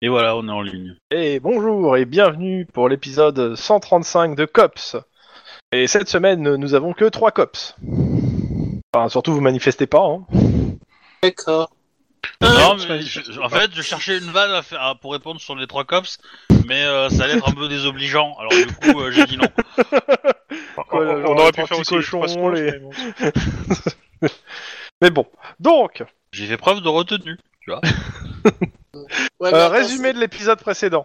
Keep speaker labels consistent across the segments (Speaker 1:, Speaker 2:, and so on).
Speaker 1: Et voilà, on est en ligne.
Speaker 2: Et bonjour et bienvenue pour l'épisode 135 de Cops. Et cette semaine, nous avons que 3 Cops. Enfin, surtout, vous manifestez pas. Hein.
Speaker 3: D'accord. Euh,
Speaker 1: Non,
Speaker 2: tu
Speaker 1: mais
Speaker 2: m'as dit
Speaker 1: je-
Speaker 2: ça,
Speaker 1: en fait, je cherchais une vanne à faire- à- pour répondre sur les trois cops, mais euh, ça allait être un peu désobligeant. Alors du coup, euh, j'ai dit non.
Speaker 2: Ouais,
Speaker 4: on,
Speaker 2: genre
Speaker 4: on
Speaker 2: les
Speaker 4: aurait pu
Speaker 2: trois
Speaker 4: faire
Speaker 2: petits
Speaker 4: aussi
Speaker 2: cochons,
Speaker 4: les trois sponges,
Speaker 2: les-
Speaker 4: mais bon.
Speaker 2: Mais bon. Donc,
Speaker 1: J'ai fait preuve de retenue.
Speaker 3: Ouais,
Speaker 2: euh,
Speaker 3: mais attends,
Speaker 2: résumé de l'épisode précédent.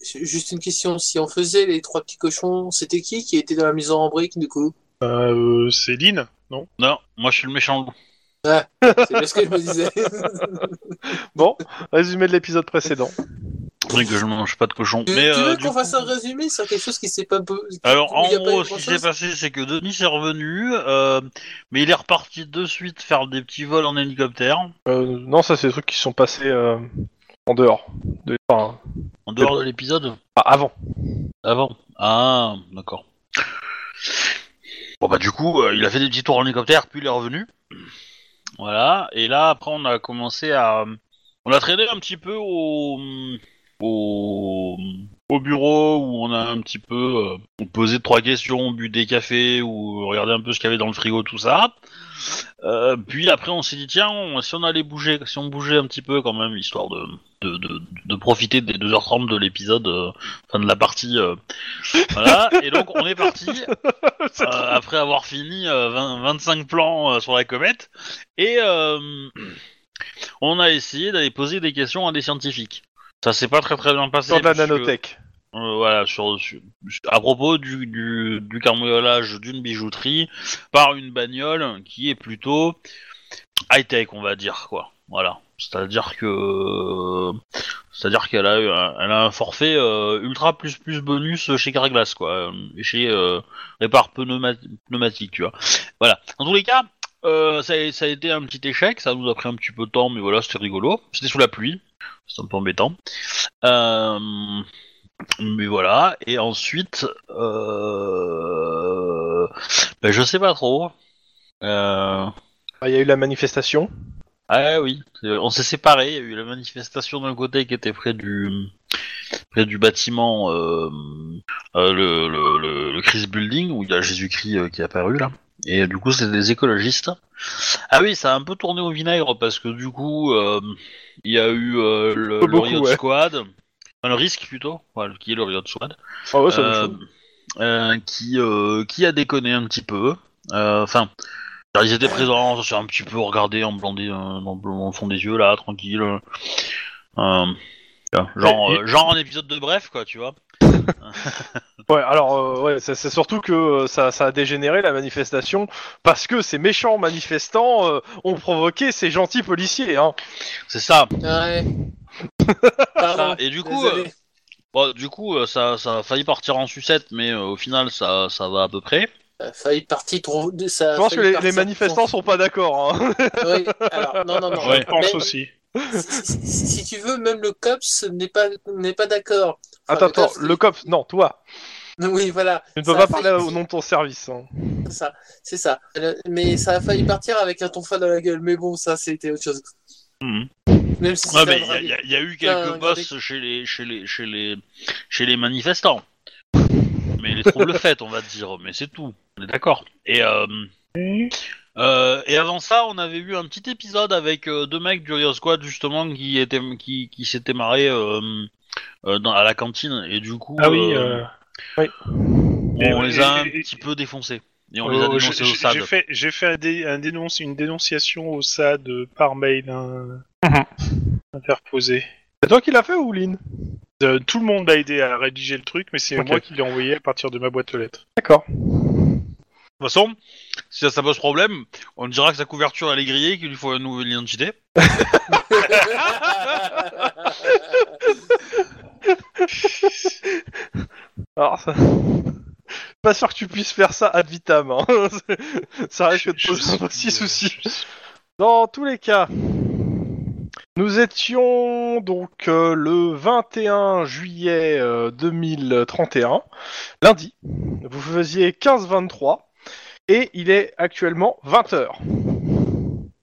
Speaker 3: c'est- ju- Juste une question. Si on faisait les trois petits cochons, c'était qui qui était dans la maison en brique du coup
Speaker 4: Euh, c'est Lynn, non
Speaker 1: Non, moi je suis le méchant loup.
Speaker 3: C'est parce que je me disais.
Speaker 2: Bon, résumé de l'épisode précédent.
Speaker 1: Oui, que je mange pas de cochon.
Speaker 3: tu
Speaker 1: Mais
Speaker 3: tu
Speaker 1: euh,
Speaker 3: veux
Speaker 1: du
Speaker 3: qu'on
Speaker 1: coup-
Speaker 3: fasse un résumé sur quelque chose qui s'est pas. peu- qui-
Speaker 1: Alors
Speaker 3: où il
Speaker 1: en
Speaker 3: y a pas eu
Speaker 1: gros, ce qui
Speaker 3: grand-chose
Speaker 1: s'est passé, c'est que Denis est revenu, euh, mais il est reparti de suite faire des petits vols en hélicoptère
Speaker 2: Euh, non, ça, c'est des trucs qui sont passés euh, en dehors. De... Enfin,
Speaker 1: en dehors de l'épisode
Speaker 2: ah, avant.
Speaker 1: avant. Ah, d'accord. Bon bah du coup, euh, il a fait des petits tours en hélicoptère, puis il est revenu. Voilà, et là après on a commencé à... euh, On a traîné un petit peu au... au... au bureau où on a un petit peu... euh, on posait trois questions, bu des cafés ou regardé un peu ce qu'il y avait dans le frigo, tout ça. Euh, puis après on s'est dit tiens, on- si on allait bouger, si on bougeait un petit peu quand même, histoire de, de, de, de profiter des 2h30 de l'épisode, euh, fin de la partie... euh, voilà, et donc on est parti
Speaker 2: C'est
Speaker 1: euh, après avoir fini euh, 20 25 plans euh, sur la comète. Et euh, on a essayé d'aller poser des questions à des scientifiques. Ça s'est pas très très bien passé.
Speaker 2: Sur de la
Speaker 1: puisque,
Speaker 2: nanotech.
Speaker 1: euh, voilà, sur, sur- à propos du, du, du cambriolage d'une bijouterie par une bagnole qui est plutôt high-tech, on va dire, quoi. Voilà. C'est-à-dire que. C'est-à-dire qu'elle a, eu un- elle a un forfait euh, ultra plus plus bonus chez Carglass, quoi. euh, Et chez euh, Répar Pneuma- Pneumatique, tu vois. Voilà. En tous les cas, euh, ça, a, ça a été un petit échec, ça nous a pris un petit peu de temps, mais voilà, c'était rigolo. C'était sous la pluie, c'est un peu embêtant. Euh. Mais voilà, et ensuite, euh... ben, je sais pas trop. Euh...
Speaker 2: Ah, Il y a eu la manifestation.
Speaker 1: Ah oui, euh, on s'est séparés, il y a eu la manifestation d'un côté qui était près du près du bâtiment, euh, euh, le, le, le, le Christ Building, où il y a Jésus-Christ euh, qui est apparu là. Et euh, du coup, c'est des écologistes. Ah oui, ça a un peu tourné au vinaigre parce que du coup, euh, il y a eu euh, le,
Speaker 2: Pas
Speaker 1: le
Speaker 2: beaucoup,
Speaker 1: Riot
Speaker 2: ouais.
Speaker 1: Squad, enfin le risque plutôt, Enfin, qui est le Riot Squad.
Speaker 2: Ah ouais, ça me
Speaker 1: Euh,
Speaker 2: chauffe.
Speaker 1: euh, qui, euh, qui a déconné un petit peu. Euh, Enfin, genre, ils étaient présents, on s'est un petit peu regardé en blanc des- euh, dans, le- dans le fond des yeux, là, tranquille. euh. Euh, genre,
Speaker 2: Mais-
Speaker 1: euh, genre un épisode de bref, quoi, tu vois.
Speaker 2: Ouais, alors, euh, ouais, c'est c'est surtout que euh, ça, ça a dégénéré la manifestation parce que ces méchants manifestants euh, ont provoqué ces gentils policiers. Hein.
Speaker 1: C'est ça.
Speaker 3: Ouais.
Speaker 1: ça.
Speaker 3: Pardon.
Speaker 1: Ah, Et du coup,
Speaker 3: Désolé.
Speaker 1: euh, bon, du coup euh, ça, ça a failli partir en sucette, mais euh, au final, ça, ça va à peu près.
Speaker 3: Ça a failli partir trop. de- Ça a
Speaker 2: Je pense que
Speaker 3: failli
Speaker 2: les,
Speaker 3: partir
Speaker 2: les manifestants sont pas d'accord. Hein.
Speaker 3: trop- Oui. Alors, non, non, non.
Speaker 1: Ouais.
Speaker 4: Je pense
Speaker 3: Mais-
Speaker 4: aussi.
Speaker 3: si, si- si- si tu veux, même le COPS n'est pas, n'est pas d'accord. Enfin,
Speaker 2: attends, attends, le COPS, non, toi,
Speaker 3: Oui, voilà.
Speaker 2: tu ne peux
Speaker 3: Ça
Speaker 2: pas
Speaker 3: a
Speaker 2: parler
Speaker 3: failli-
Speaker 2: au nom de ton service. hein.
Speaker 3: C'est ça, c'est ça. Le- Mais ça a failli partir avec un tonfa dans la gueule. Mais bon, ça, c'était autre chose.
Speaker 1: Mhm.
Speaker 3: Même si
Speaker 1: Ouais,
Speaker 3: c'était
Speaker 1: mais
Speaker 3: un
Speaker 1: il y a-
Speaker 3: drame.
Speaker 1: il y, a- il y a eu
Speaker 3: Ah,
Speaker 1: quelques
Speaker 3: regardez.
Speaker 1: bosses chez les, chez, les, chez, les, chez les manifestants. Mais les troubles faits, on va dire. Mais c'est tout. On est d'accord. Et, euh, euh, et avant ça, on avait eu un petit épisode avec euh, deux mecs du Rio Squad, justement, qui, étaient, qui, qui s'étaient marrés euh, euh, dans, à la cantine. Et du coup,
Speaker 4: Ah oui,
Speaker 1: euh,
Speaker 4: euh,
Speaker 1: on
Speaker 4: Et-
Speaker 1: les a un
Speaker 4: et- et-
Speaker 1: petit peu défoncés. Et on
Speaker 4: euh,
Speaker 1: les a
Speaker 4: j'ai-
Speaker 1: dénoncés au
Speaker 4: j'ai
Speaker 1: SAD.
Speaker 4: j'ai fait, j'ai fait un dé- un dénonce- une dénonciation au SAD euh, par mail hein, interposée.
Speaker 2: C'est toi qui l'as fait ou Lynn
Speaker 4: Euh, tout le monde a aidé à rédiger le truc, mais c'est
Speaker 2: Ok.
Speaker 4: moi qui l'ai envoyé à partir de ma boîte aux lettres.
Speaker 2: D'accord.
Speaker 1: De toute façon, si ça, ça pose problème, on dira que sa couverture elle est grillée, qu'il lui faut une nouvelle identité.
Speaker 2: Alors, Ah, ça... pas sûr que tu puisses faire ça ad vitam. hein. ça risque de te poser un petit souci. Dans tous les cas, nous étions donc euh, le 21 juillet euh, 2031, lundi. Vous faisiez 15-23 et il est actuellement 20h.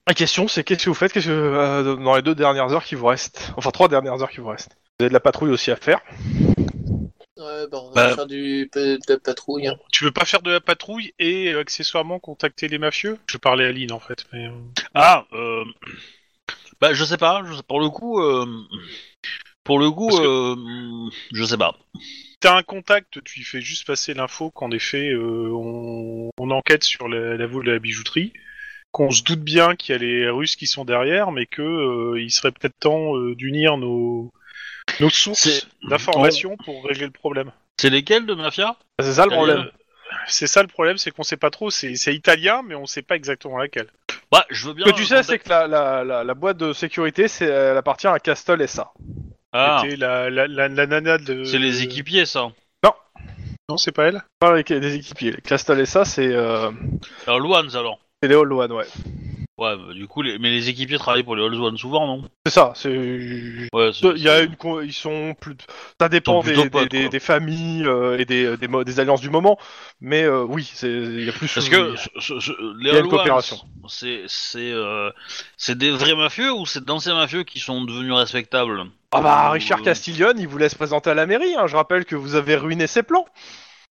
Speaker 2: La question c'est qu'est-ce que vous faites qu'est-ce que, euh, dans les deux dernières heures qui vous restent Enfin, trois dernières heures qui vous restent. Vous avez de la patrouille aussi à faire.
Speaker 3: Ouais, bah, on
Speaker 1: Bah.
Speaker 3: va faire du, de la patrouille. hein.
Speaker 4: Tu veux pas faire de la patrouille et euh, accessoirement contacter les mafieux Je parlais à Lynn en fait, mais. euh,
Speaker 1: Ah, euh... bah je sais pas, je- pour le coup, euh, pour le coup,
Speaker 4: Parce que-
Speaker 1: euh, je sais pas.
Speaker 4: T'as un contact, tu lui fais juste passer l'info qu'en effet, euh, on, on enquête sur la, la vol de la bijouterie, qu'on se doute bien qu'il y a les Russes qui sont derrière, mais que euh, il serait peut-être temps euh, d'unir nos, nos sources
Speaker 1: C'est-
Speaker 4: d'informations pour régler le problème.
Speaker 1: C'est lesquels de mafia
Speaker 2: C'est ça le problème.
Speaker 4: Euh, c'est ça le problème, c'est qu'on sait pas trop, c'est c'est italien, mais on sait pas exactement laquelle.
Speaker 1: Bah je veux bien.
Speaker 2: Ce que tu sais,
Speaker 1: contact-
Speaker 2: c'est que la, la- la- la boîte de sécurité, c'est, elle appartient à Castle SA.
Speaker 1: Ah,
Speaker 4: C'était la, la, la, la nana de.
Speaker 1: c'est
Speaker 2: euh,
Speaker 1: les équipiers ça.
Speaker 4: Non, c'est pas elle
Speaker 2: Pas avec les équipiers. Castle SA, c'est euh,
Speaker 1: Alors Luans alors.
Speaker 2: c'est les All One, ouais.
Speaker 1: Ouais, bah, du coup, les- mais les équipiers travaillent pour les All One souvent, non
Speaker 2: C'est ça. C'est
Speaker 1: Ouais. c'est-
Speaker 2: Il y a une, co- ils sont plus, ça
Speaker 1: Ils
Speaker 2: dépend
Speaker 1: sont plutôt
Speaker 2: des,
Speaker 1: potes,
Speaker 2: des-
Speaker 1: quoi.
Speaker 2: des familles euh, et des, des, mo- des alliances du moment, mais euh, oui, c'est, il y a plus. euh,
Speaker 1: Parce
Speaker 2: il
Speaker 1: que
Speaker 2: y a-
Speaker 1: ce- ce- ce- les
Speaker 2: il y a
Speaker 1: All
Speaker 2: une coopération.
Speaker 1: Ones, c'est c'est euh, c'est des vrais mafieux ou c'est d'anciens mafieux qui sont devenus respectables
Speaker 2: Ah bah
Speaker 1: Ou,
Speaker 2: Richard
Speaker 1: euh,
Speaker 2: Castillon, il vous laisse présenter à la mairie. hein. Je rappelle que vous avez ruiné ses plans.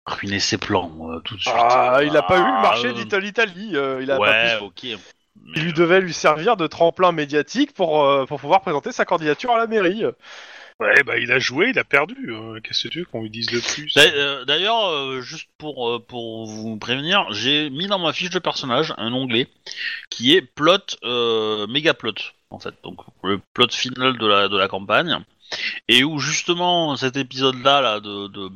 Speaker 1: Ruiner ses plans euh, tout de suite.
Speaker 2: Ah, il n'a pas eu le marché
Speaker 1: euh,
Speaker 2: d'Italie. Italie, euh, il a pas pu
Speaker 1: Ouais,
Speaker 2: se-
Speaker 1: ok. Mais,
Speaker 2: Il lui
Speaker 1: euh,
Speaker 2: devait lui servir de tremplin médiatique pour, euh, pour pouvoir présenter sa candidature à la mairie.
Speaker 4: Ouais, bah il a joué, il a perdu. euh, Qu'est-ce que tu veux qu'on lui dise de plus
Speaker 1: D'a- euh, D'ailleurs, euh, juste pour, euh, pour vous prévenir, j'ai mis dans ma fiche de personnage un onglet qui est plot, euh, méga plot, en fait, donc le plot final de la, de la campagne, et où justement cet épisode-là là, de, de,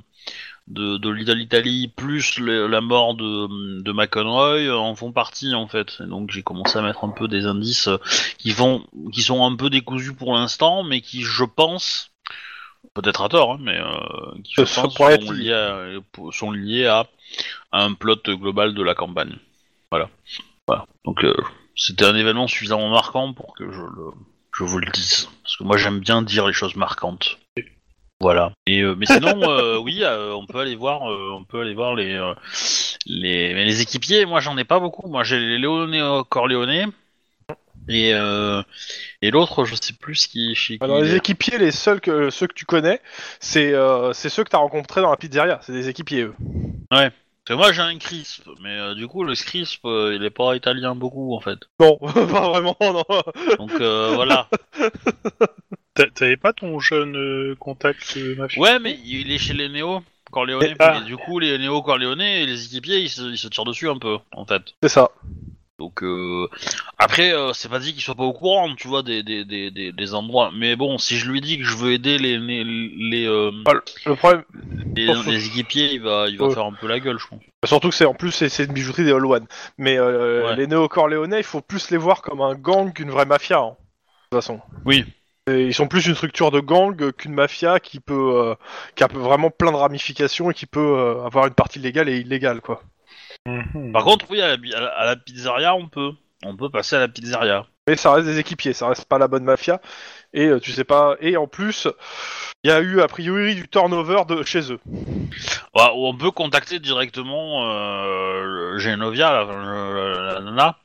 Speaker 1: de, de Little Italy plus le- la mort de, de McConroy euh, en font partie, en fait. Et donc j'ai commencé à mettre un peu des indices euh, qui, vont, qui sont un peu décousus pour l'instant, mais qui, je pense, peut-être à tort, hein, mais euh, qui, je
Speaker 2: Ça
Speaker 1: pense,
Speaker 2: pourrait être
Speaker 1: sont liés, à, sont liés à un plot global de la campagne. Voilà. voilà. Donc euh, c'était un événement suffisamment marquant pour que je, le, je vous le dise. Parce que moi j'aime bien dire les choses marquantes. Voilà. Et euh, mais sinon, euh, oui, euh, on peut aller voir, euh, on peut aller voir les euh, les, mais les équipiers. Moi, j'en ai pas beaucoup. Moi, j'ai les euh, Léoné Corleone et euh, et l'autre, je sais plus qui. Chez qui
Speaker 2: Alors
Speaker 1: il
Speaker 2: les
Speaker 1: est.
Speaker 2: équipiers, les seuls que ceux que tu connais, c'est euh, c'est ceux que t'as rencontrés dans la pizzeria. C'est des équipiers eux.
Speaker 1: Parce que moi, j'ai un crisp, mais euh, du coup, le crisp, euh, il est pas italien beaucoup en fait.
Speaker 2: Non, pas vraiment. Non.
Speaker 1: Donc euh, voilà.
Speaker 4: T'a- T'avais pas ton jeune euh, contact euh, mafieux
Speaker 1: Ouais, mais il est chez les néo. Corleone,
Speaker 2: Et- ah.
Speaker 1: et du coup, les néo Corleone et les équipiers, ils se, ils se tirent dessus un peu, en fait.
Speaker 2: C'est ça.
Speaker 1: Donc euh, après, euh, c'est pas dit qu'il soit pas au courant, tu vois, des, des, des, des, des endroits. Mais bon, si je lui dis que je veux aider les les, les, euh,
Speaker 2: Le problème,
Speaker 1: les,
Speaker 2: Oh, faut-
Speaker 1: les équipiers, il va il va
Speaker 2: Ouais.
Speaker 1: faire un peu la gueule, je pense.
Speaker 2: surtout que c'est en plus c'est c'est une bijouterie des All One. Mais euh,
Speaker 1: Ouais.
Speaker 2: les néo-corléonais, il faut plus les voir comme un gang qu'une vraie mafia. hein, de toute façon.
Speaker 1: Oui.
Speaker 2: Et ils sont plus une structure de gang qu'une mafia qui peut euh, qui a vraiment plein de ramifications et qui peut euh, avoir une partie légale et illégale quoi.
Speaker 4: Mhm.
Speaker 1: Par contre, oui, à la, bi- à la- à la pizzeria, on peut on peut passer à la pizzeria.
Speaker 2: Mais ça reste des équipiers, ça reste pas la bonne mafia. Et euh, tu sais pas. Et en plus, il y a eu a priori du turnover de chez eux.
Speaker 1: Bah, ou on peut contacter directement euh, le- Genovia, la, la- la nana.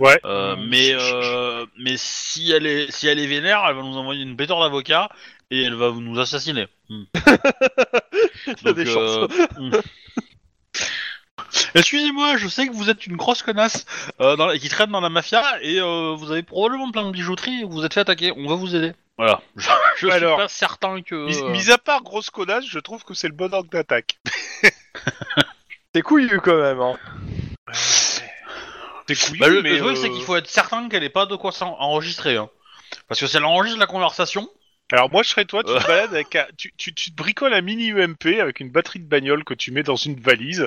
Speaker 4: Ouais.
Speaker 1: Euh, mais euh, mais si elle est si elle est vénère, elle va nous envoyer une pétard d'avocat et elle va nous assassiner. Hmm.
Speaker 2: Il y a des chances.
Speaker 1: hmm. Excusez-moi, je sais que vous êtes une grosse connasse euh, dans la- qui traîne dans la mafia et euh, vous avez probablement plein de bijouteries. et Vous vous êtes fait attaquer. On va vous aider. Voilà. Je, je suis
Speaker 4: Alors,
Speaker 1: pas certain que.
Speaker 2: hein.
Speaker 4: Mis,
Speaker 1: euh,
Speaker 4: mis à part grosse connasse, je trouve que c'est le bon angle d'attaque.
Speaker 2: C'est couillu quand même. Hein.
Speaker 4: C'est couillu,
Speaker 1: Bah, le,
Speaker 4: mais
Speaker 1: le truc,
Speaker 4: euh,
Speaker 1: c'est qu'il faut être certain qu'elle n'ait pas de quoi s'en- enregistrer. hein. Parce que si elle enregistre la conversation,
Speaker 4: Alors moi, je serais toi, tu
Speaker 1: Euh.
Speaker 4: te balades avec un- tu, tu- tu te bricoles un mini UMP avec une batterie de bagnole que tu mets dans une valise,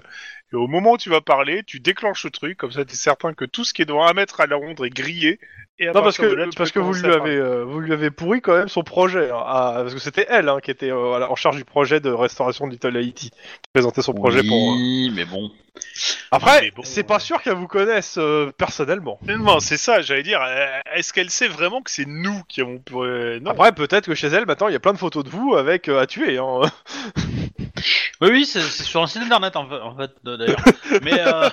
Speaker 4: et au moment où tu vas parler, tu déclenches le truc, comme ça t'es certain que tout ce qui est dans un mètre à la ronde est grillé, et à
Speaker 2: Non parce
Speaker 4: partir de là,
Speaker 2: que
Speaker 4: tu
Speaker 2: parce que
Speaker 4: peux
Speaker 2: vous
Speaker 4: commencer
Speaker 2: lui
Speaker 4: à parler.
Speaker 2: avez euh, vous lui avez pourri quand même son projet. hein, à- parce que c'était elle hein, qui était euh, à la- en charge du projet de restauration de Little Haiti. Qui présentait son projet pour. euh.
Speaker 1: Oui, mais bon.
Speaker 2: Après,
Speaker 4: mais bon,
Speaker 2: c'est
Speaker 4: euh.
Speaker 2: pas sûr qu'elle vous connaisse euh, personnellement.
Speaker 4: Non, c'est ça, j'allais dire, euh, est-ce qu'elle sait vraiment que c'est nous qui avons... euh, non,
Speaker 2: Après, peut-être que chez elle maintenant il y a plein de photos de vous avec euh, à tuer. Hein.
Speaker 1: Oui, oui, c'est c'est sur un site internet en fait, en fait, euh, d'ailleurs. mais euh,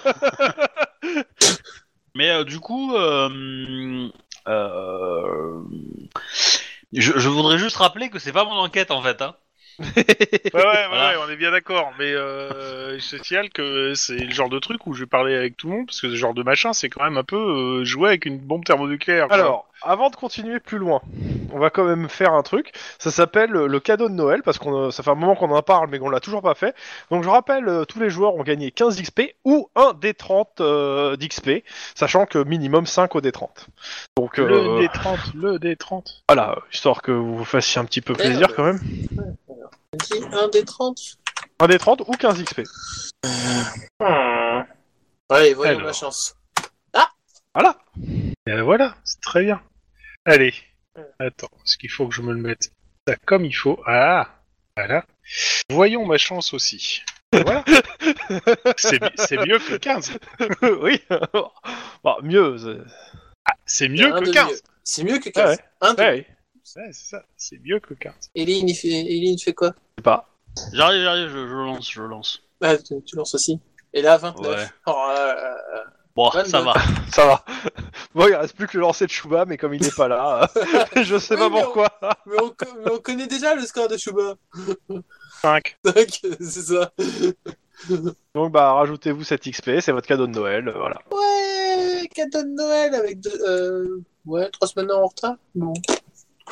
Speaker 1: mais euh, du coup, euh, euh, Je, je voudrais juste rappeler que c'est pas mon enquête en fait. Hein.
Speaker 4: Ouais, ouais, ouais,
Speaker 1: Voilà.
Speaker 4: ouais, on est bien d'accord, mais euh, je te signale que c'est le genre de truc où je vais parler avec tout le monde, parce que ce genre de machin, c'est quand même un peu euh, jouer avec une bombe thermonucléaire. quoi.
Speaker 2: Alors, avant de continuer plus loin, on va quand même faire un truc. Ça s'appelle euh, le cadeau de Noël, parce qu'on euh, ça fait un moment qu'on en parle, mais qu'on l'a toujours pas fait. Donc je rappelle, euh, tous les joueurs ont gagné 15 XP ou un des 30 euh, d'XP, sachant que minimum 5 au D30. Donc euh,
Speaker 4: le D30, le D30.
Speaker 2: voilà, histoire que vous vous fassiez un petit peu plaisir
Speaker 3: Merde.
Speaker 2: quand même.
Speaker 3: Vas-y, Un des 30
Speaker 2: Un des 30 ou 15 XP.
Speaker 3: Allez, voyons
Speaker 4: Alors.
Speaker 3: ma chance.
Speaker 2: Voilà.
Speaker 4: Euh, voilà, c'est très bien. Allez, attends, est-ce qu'il faut que je me le mette ça comme il faut Ah, voilà. Voyons ma chance aussi. Voilà. c'est mi- c'est mieux que 15.
Speaker 2: oui. Bah, mieux. c'est-
Speaker 4: C'est mieux
Speaker 3: Un
Speaker 4: que
Speaker 3: de
Speaker 4: 15.
Speaker 3: C'est mieux que 15.
Speaker 2: Ouais.
Speaker 3: Un de-
Speaker 2: Ouais,
Speaker 4: Ouais, c'est ça, c'est mieux que 15.
Speaker 3: Eline, il fait... Eline fait quoi
Speaker 2: c'est pas.
Speaker 1: J'arrive, j'arrive, je, je lance, je lance.
Speaker 3: Ah, tu, tu lances aussi. Et là, 29.
Speaker 1: Ouais.
Speaker 3: Oh, là là là.
Speaker 1: Bon,
Speaker 3: Bonne
Speaker 1: ça va.
Speaker 2: Ça va. Bon, il reste plus que le lancer de Chouba, mais comme il n'est pas là, euh, je sais
Speaker 3: Oui,
Speaker 2: pas
Speaker 3: mais on-
Speaker 2: pourquoi.
Speaker 3: mais, on, co- mais on connaît déjà le score de Shuba.
Speaker 4: 5.
Speaker 3: 5, c'est ça.
Speaker 2: Donc bah rajoutez-vous cet XP, c'est votre cadeau de Noël, euh, voilà.
Speaker 3: Ouais, cadeau de Noël avec deux. Euh... Ouais, trois semaines en retard. Bon.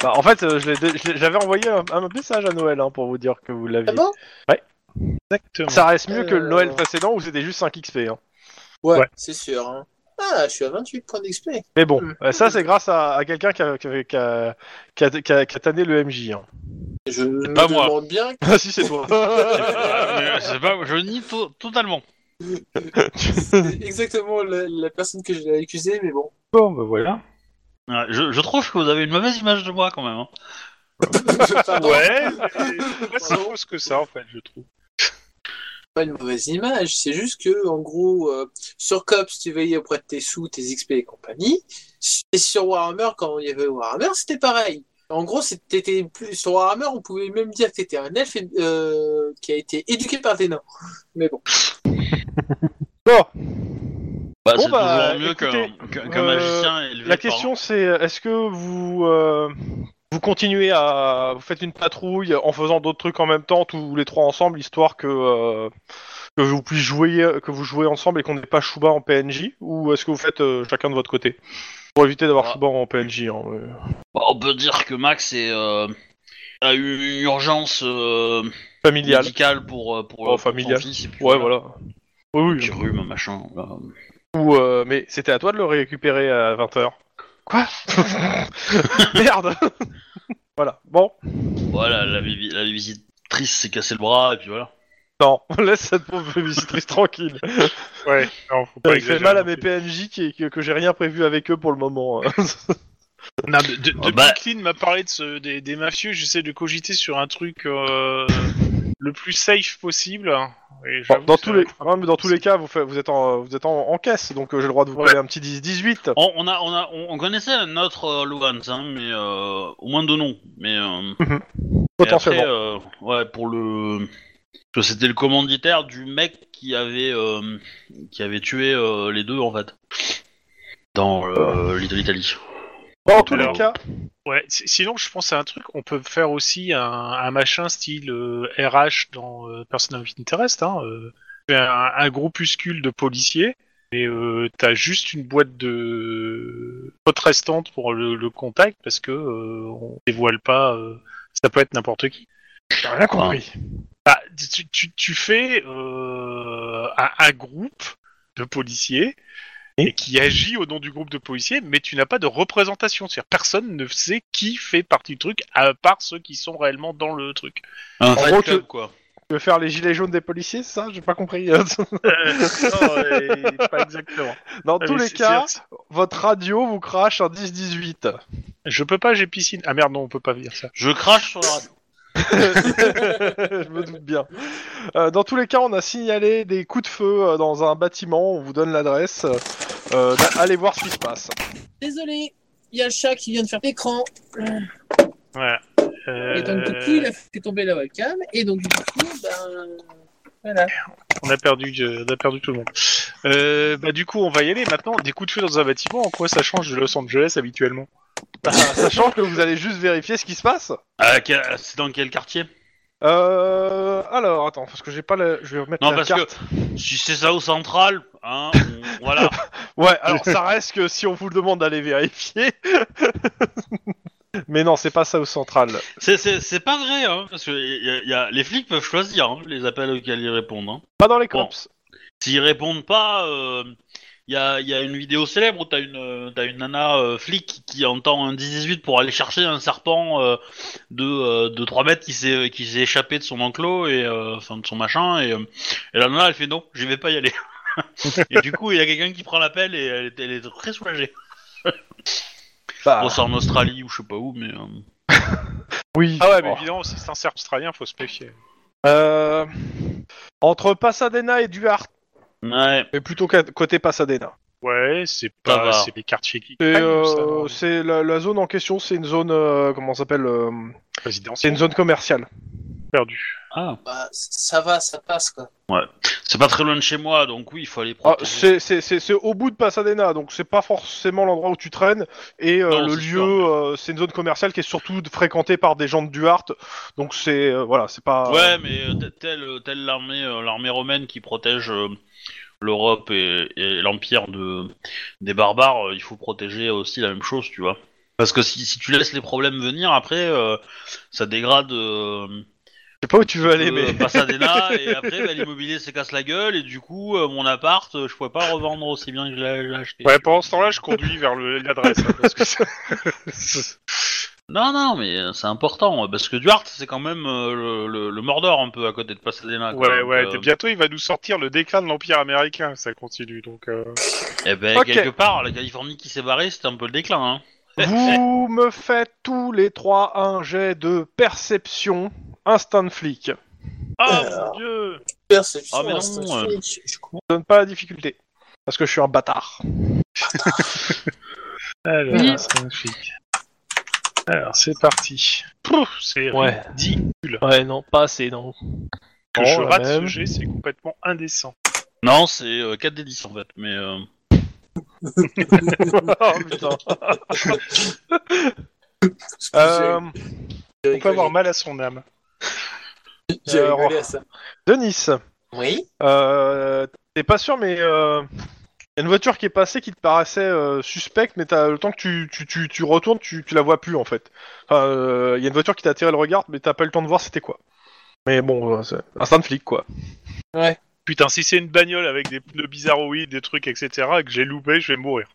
Speaker 2: Bah, en fait, euh, je l'ai dé- je l'ai- j'avais envoyé un, un message à Noël hein, pour vous dire que vous l'aviez.
Speaker 3: Ah bon
Speaker 4: Exactement.
Speaker 2: Ça reste mieux que le
Speaker 3: Euh,
Speaker 2: Noël précédent où c'était juste 5 XP. Hein.
Speaker 3: Ouais,
Speaker 4: Ouais.
Speaker 3: c'est sûr. hein. Ah, je suis à 28 points d'XP.
Speaker 2: Mais bon,
Speaker 3: Mm.
Speaker 2: euh, ça c'est grâce à, à quelqu'un qui a, qui, a, qui, a, qui a- qui a- qui a tanné le MJ. Hein.
Speaker 3: Je me
Speaker 1: pas moi.
Speaker 3: demande bien
Speaker 2: Ah si c'est toi.
Speaker 1: Ah, mais c'est pas- je nie to- totalement.
Speaker 3: C'est exactement la, la personne que j'avais accusée, mais bon.
Speaker 4: Bon,
Speaker 2: ben
Speaker 4: bah voilà.
Speaker 1: Ouais, Je, je trouve que vous avez une mauvaise image de moi quand même. hein.
Speaker 3: Pardon,
Speaker 4: Ouais, mais c'est pas si
Speaker 3: Pardon.
Speaker 4: fausse que ça en fait, je trouve.
Speaker 3: Pas une mauvaise image, c'est juste que, en gros, euh, sur Cops, tu veillais auprès de tes sous, tes XP et compagnie. Et sur Warhammer, quand il y avait Warhammer, c'était pareil. En gros, c'était t'étais plus... sur Warhammer, on pouvait même dire que t'étais un elfe euh, qui a été éduqué par des nains. Mais bon.
Speaker 2: Bon,
Speaker 1: Bah,
Speaker 2: Bon,
Speaker 1: c'est
Speaker 2: bah,
Speaker 1: toujours mieux qu'un-
Speaker 2: écoutez,
Speaker 1: qu'un qu'un
Speaker 2: euh,
Speaker 1: magicien élevé.
Speaker 2: la
Speaker 1: par-
Speaker 2: question c'est est-ce que vous euh, vous continuez à vous faites une patrouille en faisant d'autres trucs en même temps tous les trois ensemble histoire que euh, que vous puissiez jouer que vous jouez ensemble et qu'on n'ait pas Chouba en PNJ ou est-ce que vous faites euh, chacun de votre côté pour éviter d'avoir
Speaker 1: Ah.
Speaker 2: Chouba en PNJ hein, ouais.
Speaker 1: Bah, on peut dire que Max est, euh, a eu une urgence euh,
Speaker 2: familial.
Speaker 1: médicale pour, euh, pour,
Speaker 2: Oh,
Speaker 1: pour son
Speaker 2: familial.
Speaker 1: fils. et puis
Speaker 2: Ouais voilà. Oui oui.
Speaker 1: Petit rhume, machin. bah, là.
Speaker 2: Ou euh, mais c'était à toi de le récupérer à 20h. Quoi Merde. voilà. Bon,
Speaker 1: Voilà, la, vi- la visitrice s'est cassé le bras et puis voilà.
Speaker 2: non, laisse cette pauvre visitrice tranquille.
Speaker 4: Ouais, non, faut pas
Speaker 2: Ça fait
Speaker 4: exagérer
Speaker 2: mal à
Speaker 4: non
Speaker 2: mes
Speaker 4: plus.
Speaker 2: PNJ qui, que, que j'ai rien prévu avec eux pour le moment. hein.
Speaker 4: Non, mais de,
Speaker 1: Oh,
Speaker 4: depuis
Speaker 1: bah.
Speaker 4: que Lynn m'a parlé de ce, des, des mafieux, j'essaie de cogiter sur un truc euh, le plus safe possible. Et
Speaker 2: Bon,
Speaker 4: j'avoue
Speaker 2: dans,
Speaker 4: que
Speaker 2: tous
Speaker 4: ça-
Speaker 2: les, hein, mais dans tous les cas, vous, fa- vous êtes, en, vous êtes en, en caisse, donc euh, j'ai le droit de vous
Speaker 4: Ouais.
Speaker 2: parler un petit 10-18.
Speaker 1: On, on a, on, a, on, on connaissait notre euh, Lowlands, hein, mais euh, au moins de nom. Mais euh, Et
Speaker 2: Potentiellement.
Speaker 1: après, euh, ouais, pour le. parce que C'était le commanditaire du mec qui avait, euh, qui avait tué euh, les deux, en fait. Dans euh, l'It- l'Italie.
Speaker 2: dans tous
Speaker 1: alors-
Speaker 2: les cas,
Speaker 4: Ouais, si- sinon, je pense à un truc, on peut faire aussi un, un machin style euh, RH dans euh, Person of Interest. Hein, euh, tu fais un, un groupuscule de policiers, mais euh, t'as juste une boîte de potes restantes pour le, le contact parce que euh, on dévoile pas. euh, ça peut être n'importe qui.
Speaker 2: j'ai rien compris.
Speaker 4: Bah, tu, tu, tu fais euh, un, un groupe de policiers et qui agit au nom du groupe de policiers, mais tu n'as pas de représentation. C'est-à-dire personne ne sait qui fait partie du truc à part ceux qui sont réellement dans le truc.
Speaker 1: Un
Speaker 2: Fight
Speaker 1: fight
Speaker 2: gros,
Speaker 1: club,
Speaker 2: Club,
Speaker 1: quoi.
Speaker 2: Tu veux faire les gilets jaunes des policiers, c'est ça J'ai pas compris.
Speaker 4: Euh, non, pas exactement. Euh,
Speaker 2: dans tous les cas, votre radio vous crache un 10-18.
Speaker 4: je peux pas, j'ai piscine. Ah merde, non, on peut pas dire ça.
Speaker 1: Je crache sur la radio.
Speaker 2: je me doute bien. Euh, dans tous les cas, on a signalé des coups de feu euh, dans un bâtiment. On vous donne l'adresse. Euh, bah, allez voir ce qui se passe.
Speaker 3: Désolé, il y a le chat qui vient de faire l'écran.
Speaker 4: Ouais. Euh,
Speaker 3: Et donc, du coup, il a fait tomber la webcam. Et donc, du coup, ben. Voilà.
Speaker 4: On a perdu, euh, on a perdu tout le monde. Euh, bah, du coup, on va y aller maintenant. Des coups de feu dans un bâtiment, en quoi ça change de Los Angeles habituellement
Speaker 2: Bah, Sachant que vous allez juste vérifier ce qui se passe.
Speaker 1: Euh, quel- C'est dans quel quartier
Speaker 2: Euh, alors, attends, parce que j'ai pas la... Je vais remettre
Speaker 1: Non,
Speaker 2: la
Speaker 1: parce
Speaker 2: carte.
Speaker 1: Si c'est ça au central, hein, on- voilà.
Speaker 2: Ouais, alors ça reste que si on vous le demande d'aller vérifier... Mais non, c'est pas ça au central.
Speaker 1: C'est- C'est c'est pas vrai, hein, parce que y a- y a- les flics peuvent choisir hein, les appels auxquels ils répondent. hein.
Speaker 2: Pas dans les
Speaker 1: Bon.
Speaker 2: cops.
Speaker 1: S'ils répondent pas, il y, a, y a une vidéo célèbre où t'as une, euh, t'as une nana euh, flic qui entend un 18 pour aller chercher un serpent euh, de, euh, de 3 mètres qui s'est qui s'est échappé de son enclos, et euh, enfin de son machin, et, euh, et la nana elle fait non, je vais pas y aller. et du coup, il y a quelqu'un qui prend l'appel et elle, est- elle est très soulagée.
Speaker 2: Bah,
Speaker 1: Bon, c'est en Australie ou je sais pas où, mais. euh,
Speaker 2: oui.
Speaker 4: Ah ouais,
Speaker 1: Oh.
Speaker 4: mais
Speaker 2: Bon.
Speaker 4: évidemment, si c'est un serbe australien, faut se méfier.
Speaker 2: Euh, entre Pasadena et Duarte,
Speaker 1: Ouais.
Speaker 2: mais plutôt qu'à- côté Pasadena.
Speaker 4: Ouais, c'est
Speaker 1: Ça
Speaker 4: pas.
Speaker 1: va.
Speaker 4: C'est les quartiers qui.
Speaker 2: C'est
Speaker 4: craignent, ça,
Speaker 2: euh,
Speaker 4: non
Speaker 2: c'est la, la zone en question, c'est une zone euh, comment ça s'appelle euh, C'est
Speaker 4: Résidentiel
Speaker 2: une zone commerciale.
Speaker 4: perdu.
Speaker 1: Ah.
Speaker 3: Bah, ça va, ça passe quoi.
Speaker 1: C'est pas très loin de chez moi, donc oui, il faut aller
Speaker 2: Ah,
Speaker 1: protéger.
Speaker 2: c'est c'est- c'est- c'est au bout de Pasadena, donc c'est pas forcément l'endroit où tu traînes et euh,
Speaker 1: Non,
Speaker 2: le
Speaker 1: c'est
Speaker 2: lieu,
Speaker 1: sûr,
Speaker 2: euh, c'est une zone commerciale qui est surtout fréquentée par des gens de Duarte, donc c'est euh, voilà, c'est pas.
Speaker 1: Ouais, mais euh, t- telle, euh, telle l'armée, euh, l'armée romaine qui protège euh, l'Europe et, et l'empire de des barbares, euh, il faut protéger aussi la même chose, tu vois. Parce que si, si tu laisses les problèmes venir, après, euh, ça dégrade. euh,
Speaker 2: Je sais pas où tu veux aller,
Speaker 1: euh,
Speaker 2: mais
Speaker 1: Pasadena, et après, bah, l'immobilier se casse la gueule, et du coup, euh, mon appart, euh, je pouvais pas revendre aussi bien que je l'ai je l'ai acheté.
Speaker 4: Ouais, pendant ce temps-là, je conduis vers le- l'adresse. hein, parce que ça-
Speaker 1: Non, non, mais euh, c'est important, euh, parce que Duarte, c'est quand même euh, le, le, le Mordor un peu à côté de Pasadena. quoi,
Speaker 4: ouais,
Speaker 1: donc,
Speaker 4: ouais.
Speaker 1: euh,
Speaker 4: de- Bientôt, il va nous sortir le déclin de l'Empire américain. Ça continue donc. euh,
Speaker 1: Eh ben,
Speaker 2: Ok.
Speaker 1: quelque part, la Californie qui s'est barrée, c'était un peu le déclin. Hein.
Speaker 2: vous me faites tous les trois un jet de perception, instinct de flic.
Speaker 4: Ah
Speaker 3: Alors.
Speaker 4: mon dieu
Speaker 3: Perception,
Speaker 1: Ah, mais non,
Speaker 3: instinct
Speaker 1: euh.
Speaker 3: flic, je- je comprends.
Speaker 2: Je donne pas la difficulté parce que je suis un bâtard.
Speaker 4: Alors,
Speaker 5: Oui.
Speaker 4: c'est magnifique. Alors, c'est parti. Pouf, c'est
Speaker 5: Ouais.
Speaker 4: ridicule.
Speaker 5: Ouais, non, pas assez, non.
Speaker 4: Que
Speaker 2: Oh,
Speaker 4: je
Speaker 2: la
Speaker 4: rate
Speaker 2: même.
Speaker 4: ce jet, c'est complètement indécent.
Speaker 1: Non, c'est euh, 4 des 10 en fait, mais. euh,
Speaker 2: oh putain.
Speaker 3: Parce que
Speaker 2: Euh,
Speaker 3: j'ai- j'ai
Speaker 4: On peut avoir
Speaker 3: rigolé.
Speaker 4: mal à son âme.
Speaker 3: J'ai
Speaker 2: euh,
Speaker 3: rigolé à ça.
Speaker 2: Denis,
Speaker 3: Oui.
Speaker 2: euh, t'es pas sûr, mais euh, y a une voiture qui est passée qui te paraissait euh, suspecte, mais t'as, le temps que tu, tu, tu, tu retournes, tu, tu la vois plus en fait. Enfin, euh, y a une voiture qui t'a attiré le regard, mais t'as pas eu le temps de voir c'était quoi. Mais bon, euh, c'est instinct de flic quoi.
Speaker 4: Putain, si c'est une bagnole avec des pneus bizarroïdes, des trucs, etc., et que j'ai loupé, je vais mourir.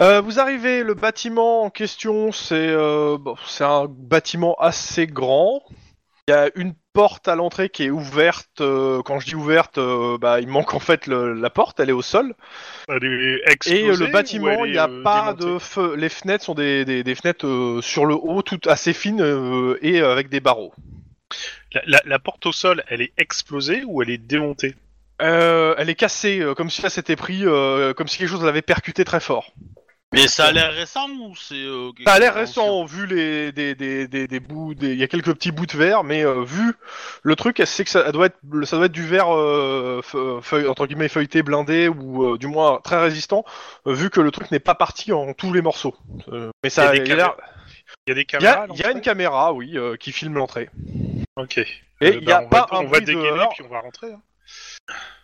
Speaker 2: Euh, vous arrivez, le bâtiment en question, c'est euh, bon, c'est un bâtiment assez grand. Il y a une porte à l'entrée qui est ouverte. euh, quand je dis ouverte, euh, bah, il manque en fait le- la porte, elle est au sol.
Speaker 4: Elle est
Speaker 2: Et
Speaker 4: explosée
Speaker 2: euh,
Speaker 4: ou
Speaker 2: le
Speaker 4: elle
Speaker 2: bâtiment,
Speaker 4: est,
Speaker 2: il n'y a
Speaker 4: euh,
Speaker 2: pas
Speaker 4: démontée
Speaker 2: de feu. Les fenêtres sont des, des- des fenêtres euh, sur le haut, toutes assez fines euh, et euh, avec des barreaux.
Speaker 4: La, la- la porte au sol, elle est explosée ou elle est démontée
Speaker 2: Euh, elle est cassée, euh, comme si ça s'était pris, euh, comme si quelque chose l'avait percuté très fort.
Speaker 1: Mais ça a l'air récent ou c'est. euh, quelque
Speaker 2: Ça a l'air
Speaker 1: chose
Speaker 2: récent, vu les des, des, des, des bouts, des- il y a quelques petits bouts de verre, mais euh, vu le truc, elle sait que ça doit être, ça doit être du verre euh, fe- feuille- entre guillemets feuilleté, blindé ou euh, du moins très résistant, euh, vu que le truc n'est pas parti en tous les morceaux. Euh, mais ça,
Speaker 4: Il y a
Speaker 2: a
Speaker 4: des
Speaker 2: l'air-
Speaker 4: Il y a
Speaker 2: il y
Speaker 4: des
Speaker 2: a,
Speaker 4: caméras
Speaker 2: il y a une caméra, oui, euh, qui filme l'entrée.
Speaker 4: Ok.
Speaker 2: Et
Speaker 4: Euh,
Speaker 2: il y a
Speaker 4: bah, on
Speaker 2: pas
Speaker 4: va,
Speaker 2: un euh,
Speaker 4: On va
Speaker 2: bruit
Speaker 4: dégainer,
Speaker 2: dehors.
Speaker 4: puis on va rentrer. hein.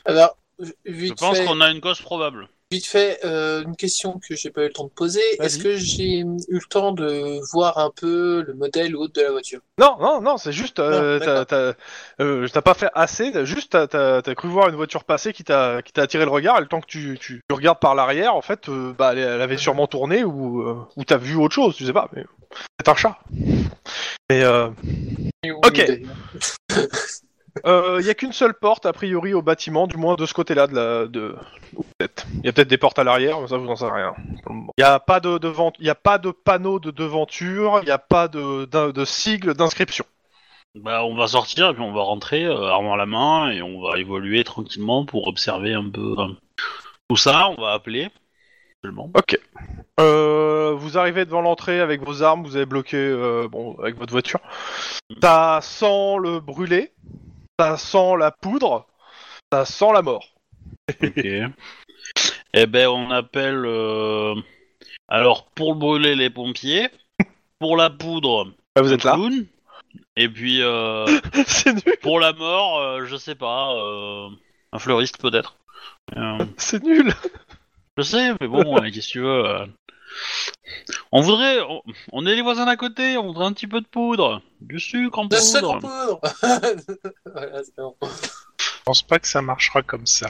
Speaker 3: Alors,
Speaker 1: Je
Speaker 3: vite
Speaker 1: pense
Speaker 3: fait,
Speaker 1: qu'on a une cause probable.
Speaker 3: vite fait euh, une question que j'ai pas eu le temps de poser.
Speaker 2: Vas-y.
Speaker 3: Est-ce que j'ai eu le temps de voir un peu le modèle ou autre de la voiture
Speaker 2: Non, non, non, c'est juste, euh,
Speaker 3: Non,
Speaker 2: t'as- t'as euh, t'as pas fait assez, t'as juste t'as t'as- t'as cru voir une voiture passer qui t'a qui t'a attiré le regard, et le temps que tu, tu, tu regardes par l'arrière, en fait, euh, bah, elle, elle avait sûrement tourné ou, euh, ou t'as vu autre chose, tu sais pas, mais c'est un chat. Mais euh, Ok. euh, y a qu'une seule porte, a priori, au bâtiment, du moins de ce côté-là, de la... De... Peut-être. Il y a peut-être des portes à l'arrière, mais ça vous en savez rien. Il n'y a pas de, de vent- y a pas de panneau de devanture, il n'y a pas de, d'in- de sigle d'inscription.
Speaker 1: Bah, on va sortir et puis on va rentrer, euh, arme à la main, et on va évoluer tranquillement pour observer un peu euh, tout ça. On va appeler. Seulement.
Speaker 2: Euh, vous arrivez devant l'entrée avec vos armes, vous avez bloqué euh, bon, avec votre voiture. Ça sent le brûlé, ça sent la poudre, ça sent la mort.
Speaker 1: Ok. eh ben, on appelle. euh, Alors, pour le brûler, les pompiers. Pour la poudre,
Speaker 2: Ah, vous êtes là
Speaker 1: clown. Et puis, euh,
Speaker 2: C'est nul,
Speaker 1: pour la mort, euh, je sais pas, euh, un fleuriste peut-être. Euh,
Speaker 2: c'est nul.
Speaker 1: je sais, mais bon, euh, qu'est-ce que tu veux euh. On voudrait... On, on est les voisins d'à côté, on voudrait un petit peu de poudre. Du sucre en
Speaker 3: De
Speaker 1: poudre.
Speaker 3: sucre poudre Voilà, c'est bon.
Speaker 4: Je pense pas que ça marchera comme ça.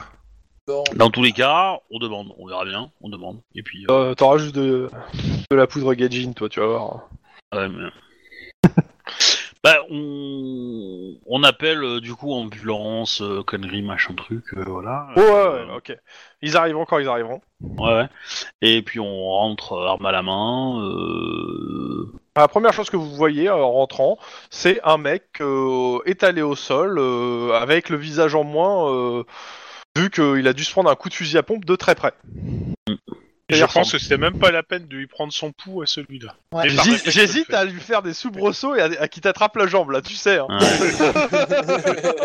Speaker 3: Bon.
Speaker 1: Dans tous les cas, on demande, on verra bien, on demande. Et puis, euh,
Speaker 2: Euh, T'auras juste de... de la poudre gadjin, toi, tu vas voir.
Speaker 1: ouais, mais- bah, on, on appelle euh, du coup ambulance, euh, connerie, machin truc, euh, voilà.
Speaker 2: Oh, ouais,
Speaker 1: Euh,
Speaker 2: ouais, ok. Ils arriveront quand ils arriveront.
Speaker 1: ouais, ouais. Et puis on rentre euh, arme à la main. euh,
Speaker 2: La première chose que vous voyez euh, en rentrant, c'est un mec euh, étalé au sol, euh, avec le visage en moins, euh, vu qu'il a dû se prendre un coup de fusil à pompe de très près.
Speaker 4: Et
Speaker 2: Il
Speaker 4: je
Speaker 2: ressemble.
Speaker 4: pense que c'est même pas la peine de lui prendre son pouls à celui-là.
Speaker 3: Ouais.
Speaker 4: Et
Speaker 2: J'hésite
Speaker 4: par réflexe, je le
Speaker 2: j'hésite
Speaker 4: fais.
Speaker 2: à lui faire des soubresauts et à, à qui t'attrape la jambe, là, tu sais. hein.
Speaker 1: ouais.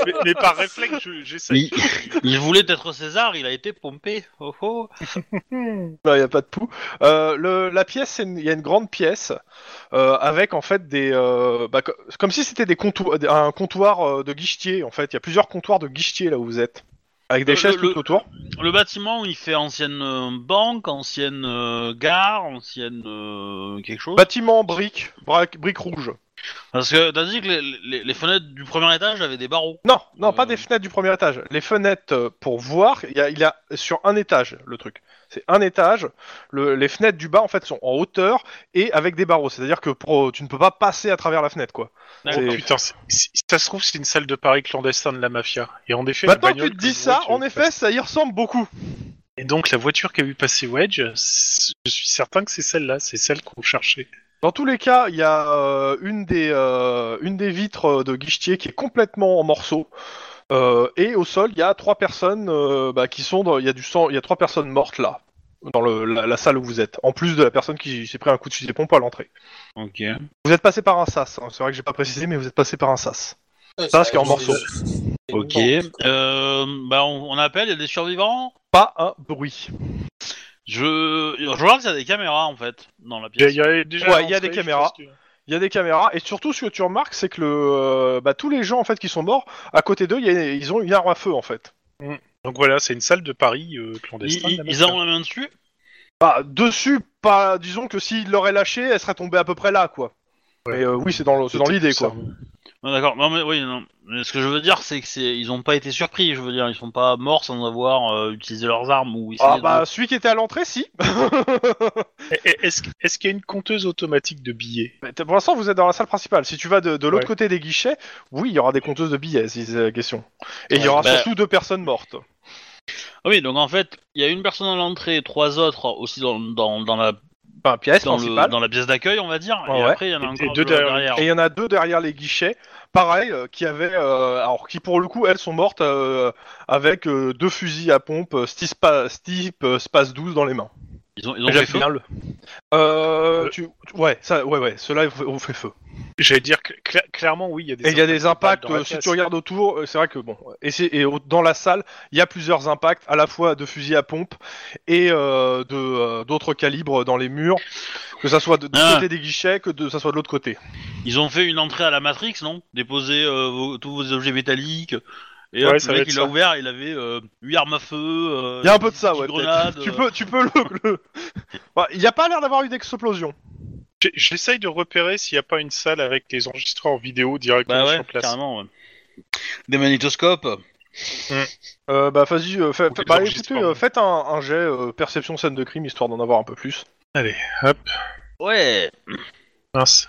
Speaker 4: mais, mais par réflexe, je- j'essaye.
Speaker 1: il voulait être César, il a été pompé. Oh, oh.
Speaker 2: Là, il n'y Bah, a pas de pou. Euh, le- la pièce, c'est une- il y a une grande pièce euh, avec en fait des, euh, bah, co- comme si c'était des contours, un comptoir euh, de guichetier en fait. Il y a plusieurs comptoirs de guichetier là où vous êtes, avec
Speaker 4: Euh,
Speaker 2: des
Speaker 1: Le-
Speaker 2: chaises
Speaker 1: le-
Speaker 2: tout autour.
Speaker 1: Le bâtiment où il fait ancienne euh, banque, ancienne euh, gare, ancienne euh, quelque
Speaker 4: Oh. Bah-
Speaker 1: chose.
Speaker 2: Bâtiment en briques, braque- briques rouges.
Speaker 1: Parce que t'as dit que les, les- les fenêtres du premier étage avaient des barreaux.
Speaker 2: Non, non,
Speaker 1: Euh.
Speaker 2: pas des fenêtres du premier étage. Les fenêtres euh, pour voir, il y a, il y a sur un étage le truc. C'est un étage. Le- les fenêtres du bas en fait sont en hauteur et avec des barreaux. C'est-à-dire que pour, euh, tu ne peux pas passer à travers la fenêtre quoi.
Speaker 4: Oh,
Speaker 2: C'est-
Speaker 4: putain, c'est- si ça se trouve, c'est une salle de Paris clandestine de la mafia. Et en effet, la
Speaker 2: Maintenant Bah que
Speaker 4: bagnole
Speaker 2: tu te
Speaker 4: que
Speaker 2: dis
Speaker 4: je
Speaker 2: ça,
Speaker 4: vois qui
Speaker 2: en
Speaker 4: est
Speaker 2: effet, ça y ressemble beaucoup.
Speaker 4: Et donc la voiture qu'a vu passer Wedge, c- je suis certain que c'est celle-là, c'est celle qu'on cherchait.
Speaker 2: Dans tous les cas, il y a euh, une, des, euh, une des vitres euh, de guichetier qui est complètement en morceaux. Euh, et au sol, il y a trois personnes euh, bah, qui sont. dans- Il y a du sang. Il y a trois personnes mortes là, dans le- la, la salle où vous êtes. En plus de la personne qui s'est pris un coup de fusil pompe à l'entrée.
Speaker 1: Ok.
Speaker 2: Vous êtes passé par un sas. hein. C'est vrai que j'ai pas précisé, mais vous êtes passé par un sas.
Speaker 3: Ouais,
Speaker 2: Ça,
Speaker 3: c'est
Speaker 2: c'est en morceaux.
Speaker 3: C'est
Speaker 1: Ok.
Speaker 3: une banque, quoi.
Speaker 1: Euh, bah on, on appelle, il y a des survivants.
Speaker 2: Pas un bruit.
Speaker 1: Je, je regarde s'il y a des caméras en fait dans la
Speaker 4: Il y a-
Speaker 1: pièce.
Speaker 4: il y a déjà
Speaker 2: Ouais, il y a
Speaker 4: l'entrée,
Speaker 2: des
Speaker 4: je
Speaker 2: caméras.
Speaker 4: pense que-
Speaker 2: Il y a des caméras et surtout ce que tu remarques, c'est que le, euh, bah, tous les gens en fait qui sont morts à côté d'eux, il y a- ils ont une arme à feu en fait.
Speaker 4: Donc voilà, c'est une salle de Paris euh,
Speaker 1: Ils,
Speaker 4: clandestine.
Speaker 1: ils-
Speaker 4: la
Speaker 1: ils
Speaker 4: mafia.
Speaker 1: ont la main dessus.
Speaker 2: Bah, dessus, pas. Disons que s'il l'aurait lâché, elle serait tombée à peu près là, quoi.
Speaker 4: Ouais.
Speaker 2: Mais euh, oui, c'est dans le- c'est dans l'idée, quoi.
Speaker 1: Ah, D'accord. Non mais oui. Non. Mais ce que je veux dire, c'est que c'est, ils ont pas été surpris. Je veux dire, ils sont pas morts sans avoir euh, utilisé leurs armes ou.
Speaker 2: Ah
Speaker 1: essayé
Speaker 2: bah, celui qui était à l'entrée, si.
Speaker 4: Et- et- Est-ce que- est-ce qu'il y a une compteuse automatique de billets
Speaker 2: Mais t'es- pour l'instant, vous êtes dans la salle principale. Si tu vas de, de l'autre
Speaker 4: Ouais.
Speaker 2: côté des guichets, oui, il y aura des compteuses de billets, si c'est la question. Et il y
Speaker 4: Ouais,
Speaker 2: aura
Speaker 1: bah-
Speaker 2: surtout deux personnes mortes.
Speaker 1: Ah oui. Donc en fait, il y a une personne à l'entrée, trois autres aussi dans, dans, dans la
Speaker 2: Enfin, pièce
Speaker 1: dans, le-
Speaker 2: principale.
Speaker 1: dans la pièce d'accueil, on va dire.
Speaker 2: Ouais,
Speaker 1: et
Speaker 2: ouais.
Speaker 1: après, il y en a
Speaker 4: Et-
Speaker 1: encore
Speaker 4: et deux derrière.
Speaker 2: Et il y en a deux derrière les guichets, pareil, euh, qui avaient, euh, alors qui pour le coup, elles sont mortes euh, avec euh, deux fusils à pompe, euh, style spa- style, euh, Space 12 dans les mains.
Speaker 1: Ils ont, ils ont
Speaker 2: J'aime
Speaker 1: fait feu.
Speaker 2: bien le. Euh,
Speaker 4: Euh,
Speaker 2: tu... tu- Ouais, ça, ouais, ouais. Ceux-là ils f- ont fait feu.
Speaker 4: J'allais dire que cla- clairement, oui, il y a des.
Speaker 2: Et il y a des
Speaker 4: impacts
Speaker 2: impacts.
Speaker 4: de balles dans la
Speaker 2: euh, si
Speaker 4: face.
Speaker 2: tu regardes autour, euh, c'est vrai que bon. Et, c'est- et au- dans la salle, il y a plusieurs impacts, à la fois de fusils à pompe et euh, de euh, d'autres calibres dans les murs, que ça soit de, du
Speaker 1: Ah.
Speaker 2: côté des guichets, que de ça soit de l'autre côté.
Speaker 1: Ils ont fait une entrée à la Matrix, non Déposer euh, vos- tous vos objets métalliques. Et hop,
Speaker 4: Ouais, ça
Speaker 1: le
Speaker 4: va
Speaker 1: mec,
Speaker 4: être
Speaker 1: il a
Speaker 4: ça.
Speaker 1: ouvert, il avait euh, 8 armes à feu. euh,
Speaker 2: Il y a un peu de ça,
Speaker 1: dix
Speaker 2: ouais. peut-être.
Speaker 1: grenades,
Speaker 2: Tu
Speaker 1: euh.
Speaker 2: peux, tu peux le. le- Bah, Il n'y a pas l'air d'avoir eu d'explosion.
Speaker 4: J'ai- J'essaye de repérer s'il n'y a pas une salle avec les enregistreurs en vidéo directement
Speaker 1: Bah ouais,
Speaker 4: sur place.
Speaker 1: carrément, ouais. Des magnétoscopes.
Speaker 2: Euh, bah, vas-y, euh, fais-
Speaker 4: Ou
Speaker 2: fais-
Speaker 4: les
Speaker 2: bah,
Speaker 4: enregistrements.
Speaker 2: écoutez, euh, faites un, un jet euh, perception scène de crime histoire d'en avoir un peu plus.
Speaker 4: Allez, hop,
Speaker 1: Ouais
Speaker 4: mince.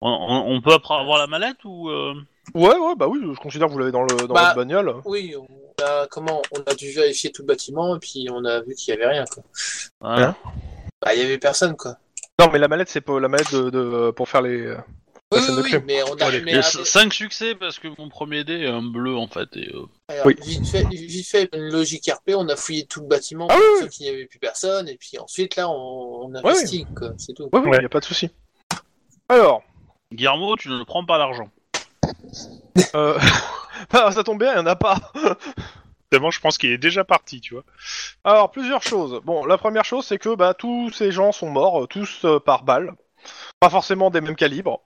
Speaker 1: On, on- on peut après avoir la mallette ou. euh,
Speaker 2: Ouais, ouais, bah oui, je considère que vous l'avez dans, le, dans
Speaker 3: Bah,
Speaker 2: votre bagnole.
Speaker 3: Oui, on a, comment, on a dû vérifier tout le bâtiment et puis on a vu qu'il n'y avait rien. Quoi.
Speaker 1: voilà.
Speaker 2: Hein
Speaker 3: Bah, il n'y avait personne, quoi.
Speaker 2: Non, mais la mallette, c'est pour la mallette de, de- pour faire les. euh,
Speaker 3: Oui,
Speaker 2: scène
Speaker 3: oui,
Speaker 2: de
Speaker 3: oui,
Speaker 2: crime.
Speaker 3: mais on a.
Speaker 1: Il
Speaker 3: mais
Speaker 1: y a
Speaker 3: avec-
Speaker 1: 5 succès parce que mon premier dé est un bleu en fait. Et, euh,
Speaker 3: alors,
Speaker 2: Oui.
Speaker 3: vite, fait, vite fait, une logique RP, on a fouillé tout le bâtiment
Speaker 2: Ah
Speaker 3: pour
Speaker 2: oui,
Speaker 3: sûr qu'il n'y avait plus personne et puis ensuite, là, on, on
Speaker 2: oui.
Speaker 3: investigue, quoi. C'est tout.
Speaker 2: Ouais, ouais,
Speaker 4: Ouais.
Speaker 2: y a pas de souci. Alors,
Speaker 1: Guillermo, tu ne prends pas l'argent.
Speaker 2: bah, euh... ah, ça tombe bien, y en a pas.
Speaker 4: Tellement je pense qu'il est déjà parti, tu vois.
Speaker 2: Alors, plusieurs choses. Bon, la première chose, c'est que bah, tous ces gens sont morts, euh, tous euh, par balle. Pas forcément des mêmes calibres.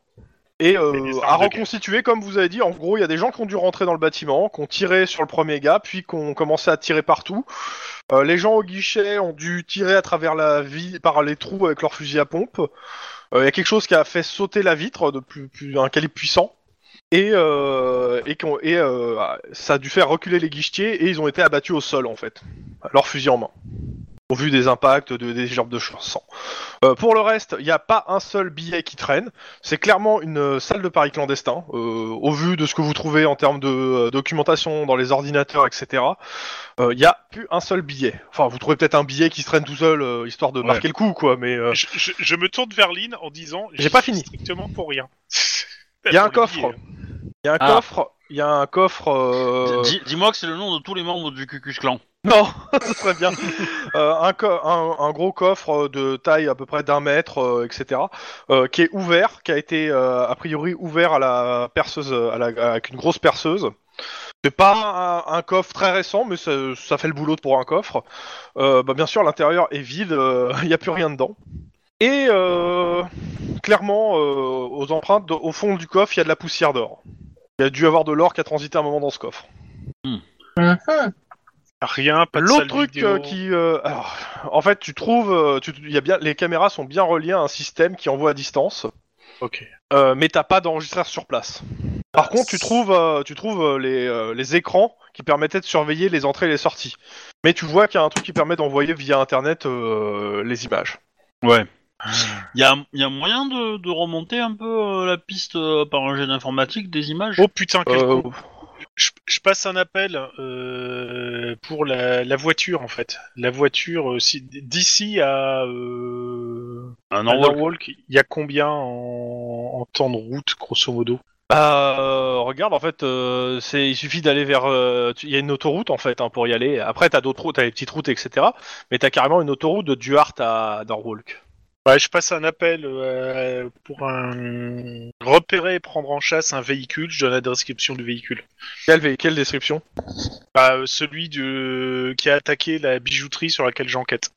Speaker 2: Et euh,
Speaker 4: Mais des armes
Speaker 2: à
Speaker 4: de guerre.
Speaker 2: reconstituer, comme vous avez dit, en gros, il y a des gens qui ont dû rentrer dans le bâtiment, qui ont tiré sur le premier gars, puis qui ont commencé à tirer partout. Euh, les gens au guichet ont dû tirer à travers la vie par les trous avec leur fusil à pompe. Euh, Il y a quelque chose qui a fait sauter la vitre de plus, plus- un calibre puissant. Et, euh, et, qu'on- et, euh, ça a dû faire reculer les guichetiers et ils ont été abattus au sol en fait, leur fusil en main. Au vu des impacts, de, des gerbes de sang. Euh, pour le reste, il n'y a pas un seul billet qui traîne. C'est clairement une euh, salle de pari clandestin. Euh, au vu de ce que vous trouvez en termes de euh, documentation dans les ordinateurs, etc., euh, il n'y a plus un seul billet. Enfin, vous trouvez peut-être un billet qui se traîne tout seul, euh, histoire de
Speaker 4: Ouais.
Speaker 2: marquer le coup, quoi. Mais euh,
Speaker 4: Je, je- je me tourne vers Lynn en disant
Speaker 2: J'ai
Speaker 4: j'y
Speaker 2: pas
Speaker 4: suis
Speaker 2: fini.
Speaker 4: Strictement pour rien.
Speaker 2: il y a un
Speaker 4: Pour les
Speaker 2: coffre.
Speaker 4: billets.
Speaker 2: Il y a un
Speaker 1: Ah.
Speaker 2: coffre. Il y a un coffre. euh,
Speaker 1: Dis- Dis-moi que c'est le nom de tous les membres du Cucus Clan.
Speaker 2: Non, ce serait bien. Euh, un, co- un- un gros coffre euh, de taille à peu près d'un mètre, euh, etc., euh, qui est ouvert, qui a été euh, a priori ouvert à la perceuse, euh, à la- à- avec une grosse perceuse. C'est pas un, un coffre très récent, mais ça, ça fait le boulot pour un coffre. Euh, bah, bien sûr, l'intérieur est vide, euh, il n'y a plus rien dedans. Et euh, clairement, euh, aux empreintes, au fond du coffre, il y a de la poussière d'or. Il y a dû y avoir de l'or qui a transité un moment dans ce coffre.
Speaker 3: Mhm.
Speaker 4: hein. Rien, pas de
Speaker 2: L'autre
Speaker 4: salle
Speaker 2: truc
Speaker 4: vidéo.
Speaker 2: euh, qui, euh, alors, en fait, tu trouves, euh, tu, il y a bien, les caméras sont bien reliées à un système qui envoie à distance,
Speaker 4: Ok.
Speaker 2: euh, mais t'as pas d'enregistreur sur place. Par
Speaker 3: Ah,
Speaker 2: contre, tu
Speaker 3: c'est-
Speaker 2: trouves, euh, tu trouves euh, les, euh, les écrans qui permettaient de surveiller les entrées et les sorties. Mais tu vois qu'il y a un truc qui permet d'envoyer via Internet euh, les images.
Speaker 1: Ouais. Il y a, y a moyen de, de remonter un peu euh, la piste euh, par un jeu d'informatique des images
Speaker 4: Oh putain, quel
Speaker 2: Euh,
Speaker 4: con. Je, je passe un appel euh, pour la, la voiture en fait. La voiture, euh, si- d'ici à, euh,
Speaker 1: Un
Speaker 4: à
Speaker 1: envol.
Speaker 4: Norwalk, il y a combien en, en temps de route, grosso modo
Speaker 2: Bah, euh, regarde, en fait, euh, c'est, il suffit d'aller vers, euh, tu- il y a une autoroute en fait hein, pour y aller. Après, t'as d'autres routes, t'as les petites routes, etc. Mais t'as carrément une autoroute de Duarte à Norwalk.
Speaker 4: Ouais, Bah, Je passe un appel euh, pour un... repérer et prendre en chasse un véhicule. Je donne la description du véhicule.
Speaker 2: Quelle, vé- quelle description
Speaker 4: Bah, euh, celui de... qui a attaqué la bijouterie sur laquelle j'enquête.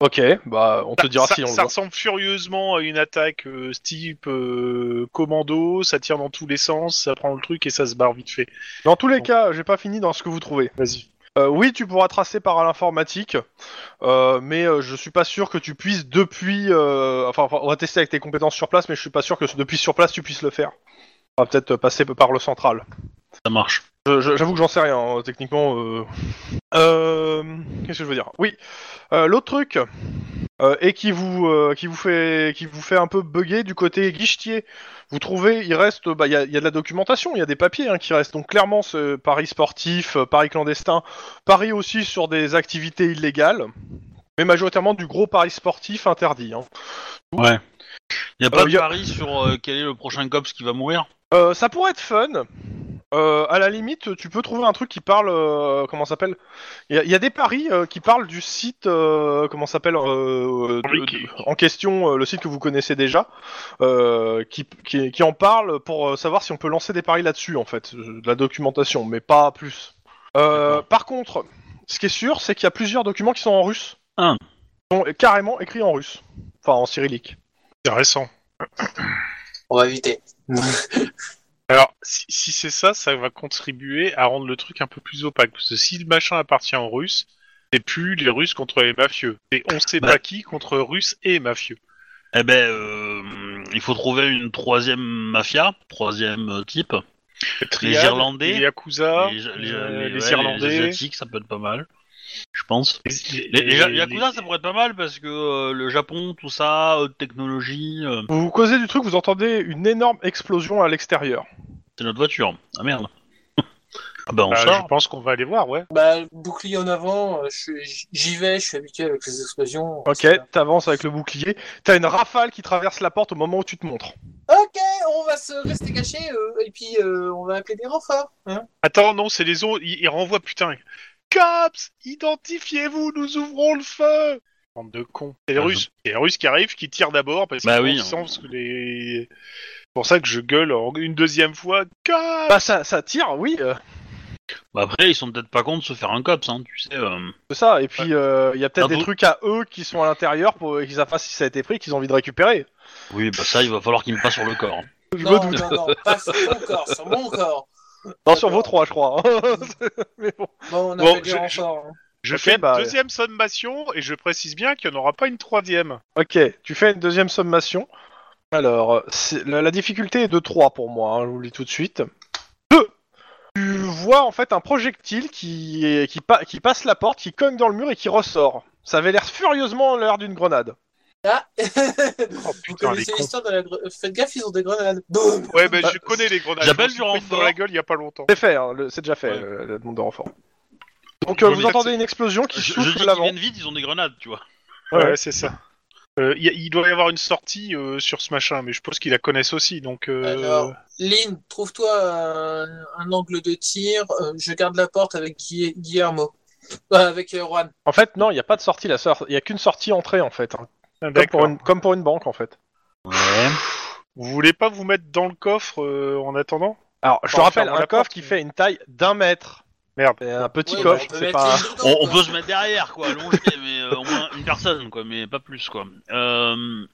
Speaker 2: Ok, bah on te dira
Speaker 4: ça,
Speaker 2: si on le
Speaker 4: ça
Speaker 2: voit.
Speaker 4: ressemble furieusement à une attaque euh, type euh, commando, ça tire dans tous les sens, ça prend le truc et ça se barre vite fait.
Speaker 2: Dans tous les
Speaker 4: Oh.
Speaker 2: cas, j'ai pas fini dans ce que vous trouvez.
Speaker 4: Vas-y.
Speaker 2: Euh, oui, tu pourras tracer par l'informatique, euh, mais euh, je suis pas sûr que tu puisses depuis. euh, enfin, on va tester avec tes compétences sur place, mais je suis pas sûr que depuis sur place tu puisses le faire. On va peut-être passer par le central.
Speaker 1: Ça marche.
Speaker 2: Je- je- J'avoue que j'en sais rien, hein, techniquement. euh. Euh, Qu'est-ce que je veux dire Oui, euh, l'autre truc, euh, et qui vous, euh, qui, vous fait, qui vous fait un peu bugger du côté guichetier, vous trouvez, il reste, bah, il y, a- il y a de la documentation, il y a des papiers hein, qui restent. Donc clairement, ce pari sportif, euh, pari clandestin, pari aussi sur des activités illégales, mais majoritairement du gros pari sportif interdit. hein.
Speaker 1: Ouais. Il y a pas
Speaker 2: Euh,
Speaker 1: de
Speaker 2: y a-
Speaker 1: pari sur euh, quel est le prochain cops qui va mourir
Speaker 2: Euh, ça pourrait être fun. Euh, à la limite, tu peux trouver un truc qui parle. euh, comment ça s'appelle Il y, a- il y a des paris euh, qui parlent du site. euh, comment ça s'appelle euh, de-
Speaker 4: Enrique.
Speaker 2: de- En question, euh, le site que vous connaissez déjà, euh, qui, qui, qui en parle pour euh, savoir si on peut lancer des paris là-dessus, en fait. euh, De la documentation, mais pas plus. Euh, par contre, ce qui est sûr, c'est qu'il y a plusieurs documents qui sont en russe.
Speaker 1: Ah.
Speaker 2: Ils sont carrément écrits en russe. Enfin, en cyrillique.
Speaker 4: Intéressant.
Speaker 3: On va éviter.
Speaker 4: Alors, si, si c'est ça, ça va contribuer à rendre le truc un peu plus opaque. Parce que si le machin appartient aux Russes, c'est plus les Russes contre les mafieux. Et on sait
Speaker 1: Bah.
Speaker 4: pas qui contre Russes et mafieux.
Speaker 1: Eh ben, euh, il faut trouver une troisième mafia, troisième euh, type.
Speaker 4: Triade,
Speaker 1: Irlandais,
Speaker 4: les Yakuza,
Speaker 1: les, les-
Speaker 4: euh, les,
Speaker 1: les- ouais, les
Speaker 4: Irlandais.
Speaker 1: Asiatiques, ça peut être pas mal, je pense.
Speaker 4: les-
Speaker 1: Les, les Ja-
Speaker 4: les-
Speaker 1: Yakuza, ça pourrait être pas mal parce que euh, le Japon, tout ça, haute technologie, euh,
Speaker 2: Vous vous causez du truc, vous entendez une énorme explosion à l'extérieur.
Speaker 1: c'est notre voiture. Ah merde. ah ben, on
Speaker 4: Bah,
Speaker 1: sort.
Speaker 4: je pense qu'on va aller voir, ouais.
Speaker 3: Bah, bouclier en avant, euh, je suis- j'y vais, je suis habitué avec les explosions.
Speaker 2: Ok,
Speaker 3: C'est-
Speaker 2: t'avances avec le bouclier. T'as une rafale qui traverse la porte au moment où tu te montres.
Speaker 3: Ok, on va se rester caché et puis euh, on va appeler des renforts. hein.
Speaker 4: Attends, non, c'est les autres. Ils, ils renvoient, putain. Cops, identifiez-vous, nous ouvrons le feu Bande de cons. C'est les
Speaker 1: Ah,
Speaker 4: Russes. C'est les Russes qui arrivent, qui tirent d'abord, parce
Speaker 1: Bah
Speaker 4: qu'ils
Speaker 1: oui,
Speaker 4: ont le
Speaker 1: on-
Speaker 4: sens que les... C'est pour ça que je gueule en- une deuxième fois. Cops
Speaker 2: Bah ça, ça tire, oui. euh.
Speaker 1: Bah après, ils sont peut-être pas contre de se faire un cops, hein, tu sais. euh.
Speaker 2: C'est ça, et puis euh, il y a peut-être
Speaker 1: Ah
Speaker 2: des
Speaker 1: bon
Speaker 2: trucs à eux qui sont à l'intérieur pour qu'ils savent pas si ça a été pris, qu'ils ont envie de récupérer.
Speaker 1: Oui, bah ça, il va falloir qu'ils me passent sur le corps. hein.
Speaker 2: Je me
Speaker 3: Non,
Speaker 2: doute.
Speaker 3: non, non, pas sur mon corps, sur mon corps.
Speaker 2: Non, sur vos trois, je crois. hein. Mais bon.
Speaker 3: Bon, on a
Speaker 4: Bon,
Speaker 3: fait des
Speaker 4: je-
Speaker 3: renforts. hein.
Speaker 4: Je
Speaker 2: Ok,
Speaker 4: fais
Speaker 2: bah,
Speaker 4: une deuxième sommation et je précise bien qu'il n'y en aura pas une troisième.
Speaker 2: Ok, tu fais une deuxième sommation. Alors, c'est- la, la difficulté est de 3 pour moi, hein, je vous le dis tout de suite. 2 Tu vois en fait un projectile qui, est- qui, pa- qui passe la porte, qui cogne dans le mur et qui ressort. Ça avait l'air furieusement l'air d'une grenade.
Speaker 3: Ah
Speaker 4: Oh
Speaker 3: Vous
Speaker 4: putain, les
Speaker 3: connaissez
Speaker 4: cons.
Speaker 3: l'histoire de la grenade Faites gaffe, ils ont des grenades. Boum
Speaker 4: Ouais, bah, je connais les grenades.
Speaker 1: j'appelle
Speaker 4: Je
Speaker 1: du
Speaker 4: me suis pris
Speaker 1: renfort.
Speaker 4: dans la gueule il y a pas longtemps.
Speaker 2: C'est fait, hein, le- c'est déjà fait,
Speaker 4: Ouais.
Speaker 2: euh, la demande de renfort. Donc
Speaker 4: Je
Speaker 2: euh,
Speaker 4: me
Speaker 2: vous
Speaker 4: dis-
Speaker 2: entendez une explosion qui
Speaker 1: Je, je
Speaker 2: souffle
Speaker 1: dis
Speaker 2: de
Speaker 1: qu'ils
Speaker 2: l'avant.
Speaker 1: viennent vite, ils ont des grenades, tu vois.
Speaker 4: Ouais,
Speaker 2: Ouais.
Speaker 4: c'est ça. Euh, Il y a- il doit y avoir une sortie euh, sur ce machin, mais je pense qu'ils la connaissent aussi, donc... euh,
Speaker 3: Alors, Lynn, trouve-toi un, un angle de tir. Euh, je garde la porte avec Gui- Guillermo. Euh, avec euh, Juan.
Speaker 2: En fait, non, il n'y a pas de sortie, la sor- il n'y a qu'une sortie entrée en fait. hein. Comme,
Speaker 4: d'accord.
Speaker 2: pour une, comme pour une banque en fait.
Speaker 1: Ouais.
Speaker 4: Vous voulez pas vous mettre dans le coffre euh, en attendant
Speaker 2: Alors, je te
Speaker 4: Bon,
Speaker 2: rappelle,
Speaker 4: ferme
Speaker 2: un
Speaker 4: la
Speaker 2: coffre
Speaker 4: porte,
Speaker 2: qui
Speaker 4: mais-
Speaker 2: fait une taille d'un mètre.
Speaker 4: Merde.
Speaker 2: C'est un petit
Speaker 3: Ouais,
Speaker 2: coffre,
Speaker 3: bah, on peut
Speaker 2: c'est
Speaker 3: mettre
Speaker 2: pas...
Speaker 3: Lynn dedans,
Speaker 1: On, on
Speaker 3: quoi.
Speaker 1: peut se mettre derrière, quoi, allongé, mais euh, au moins une personne, quoi, mais pas plus, quoi. Euh,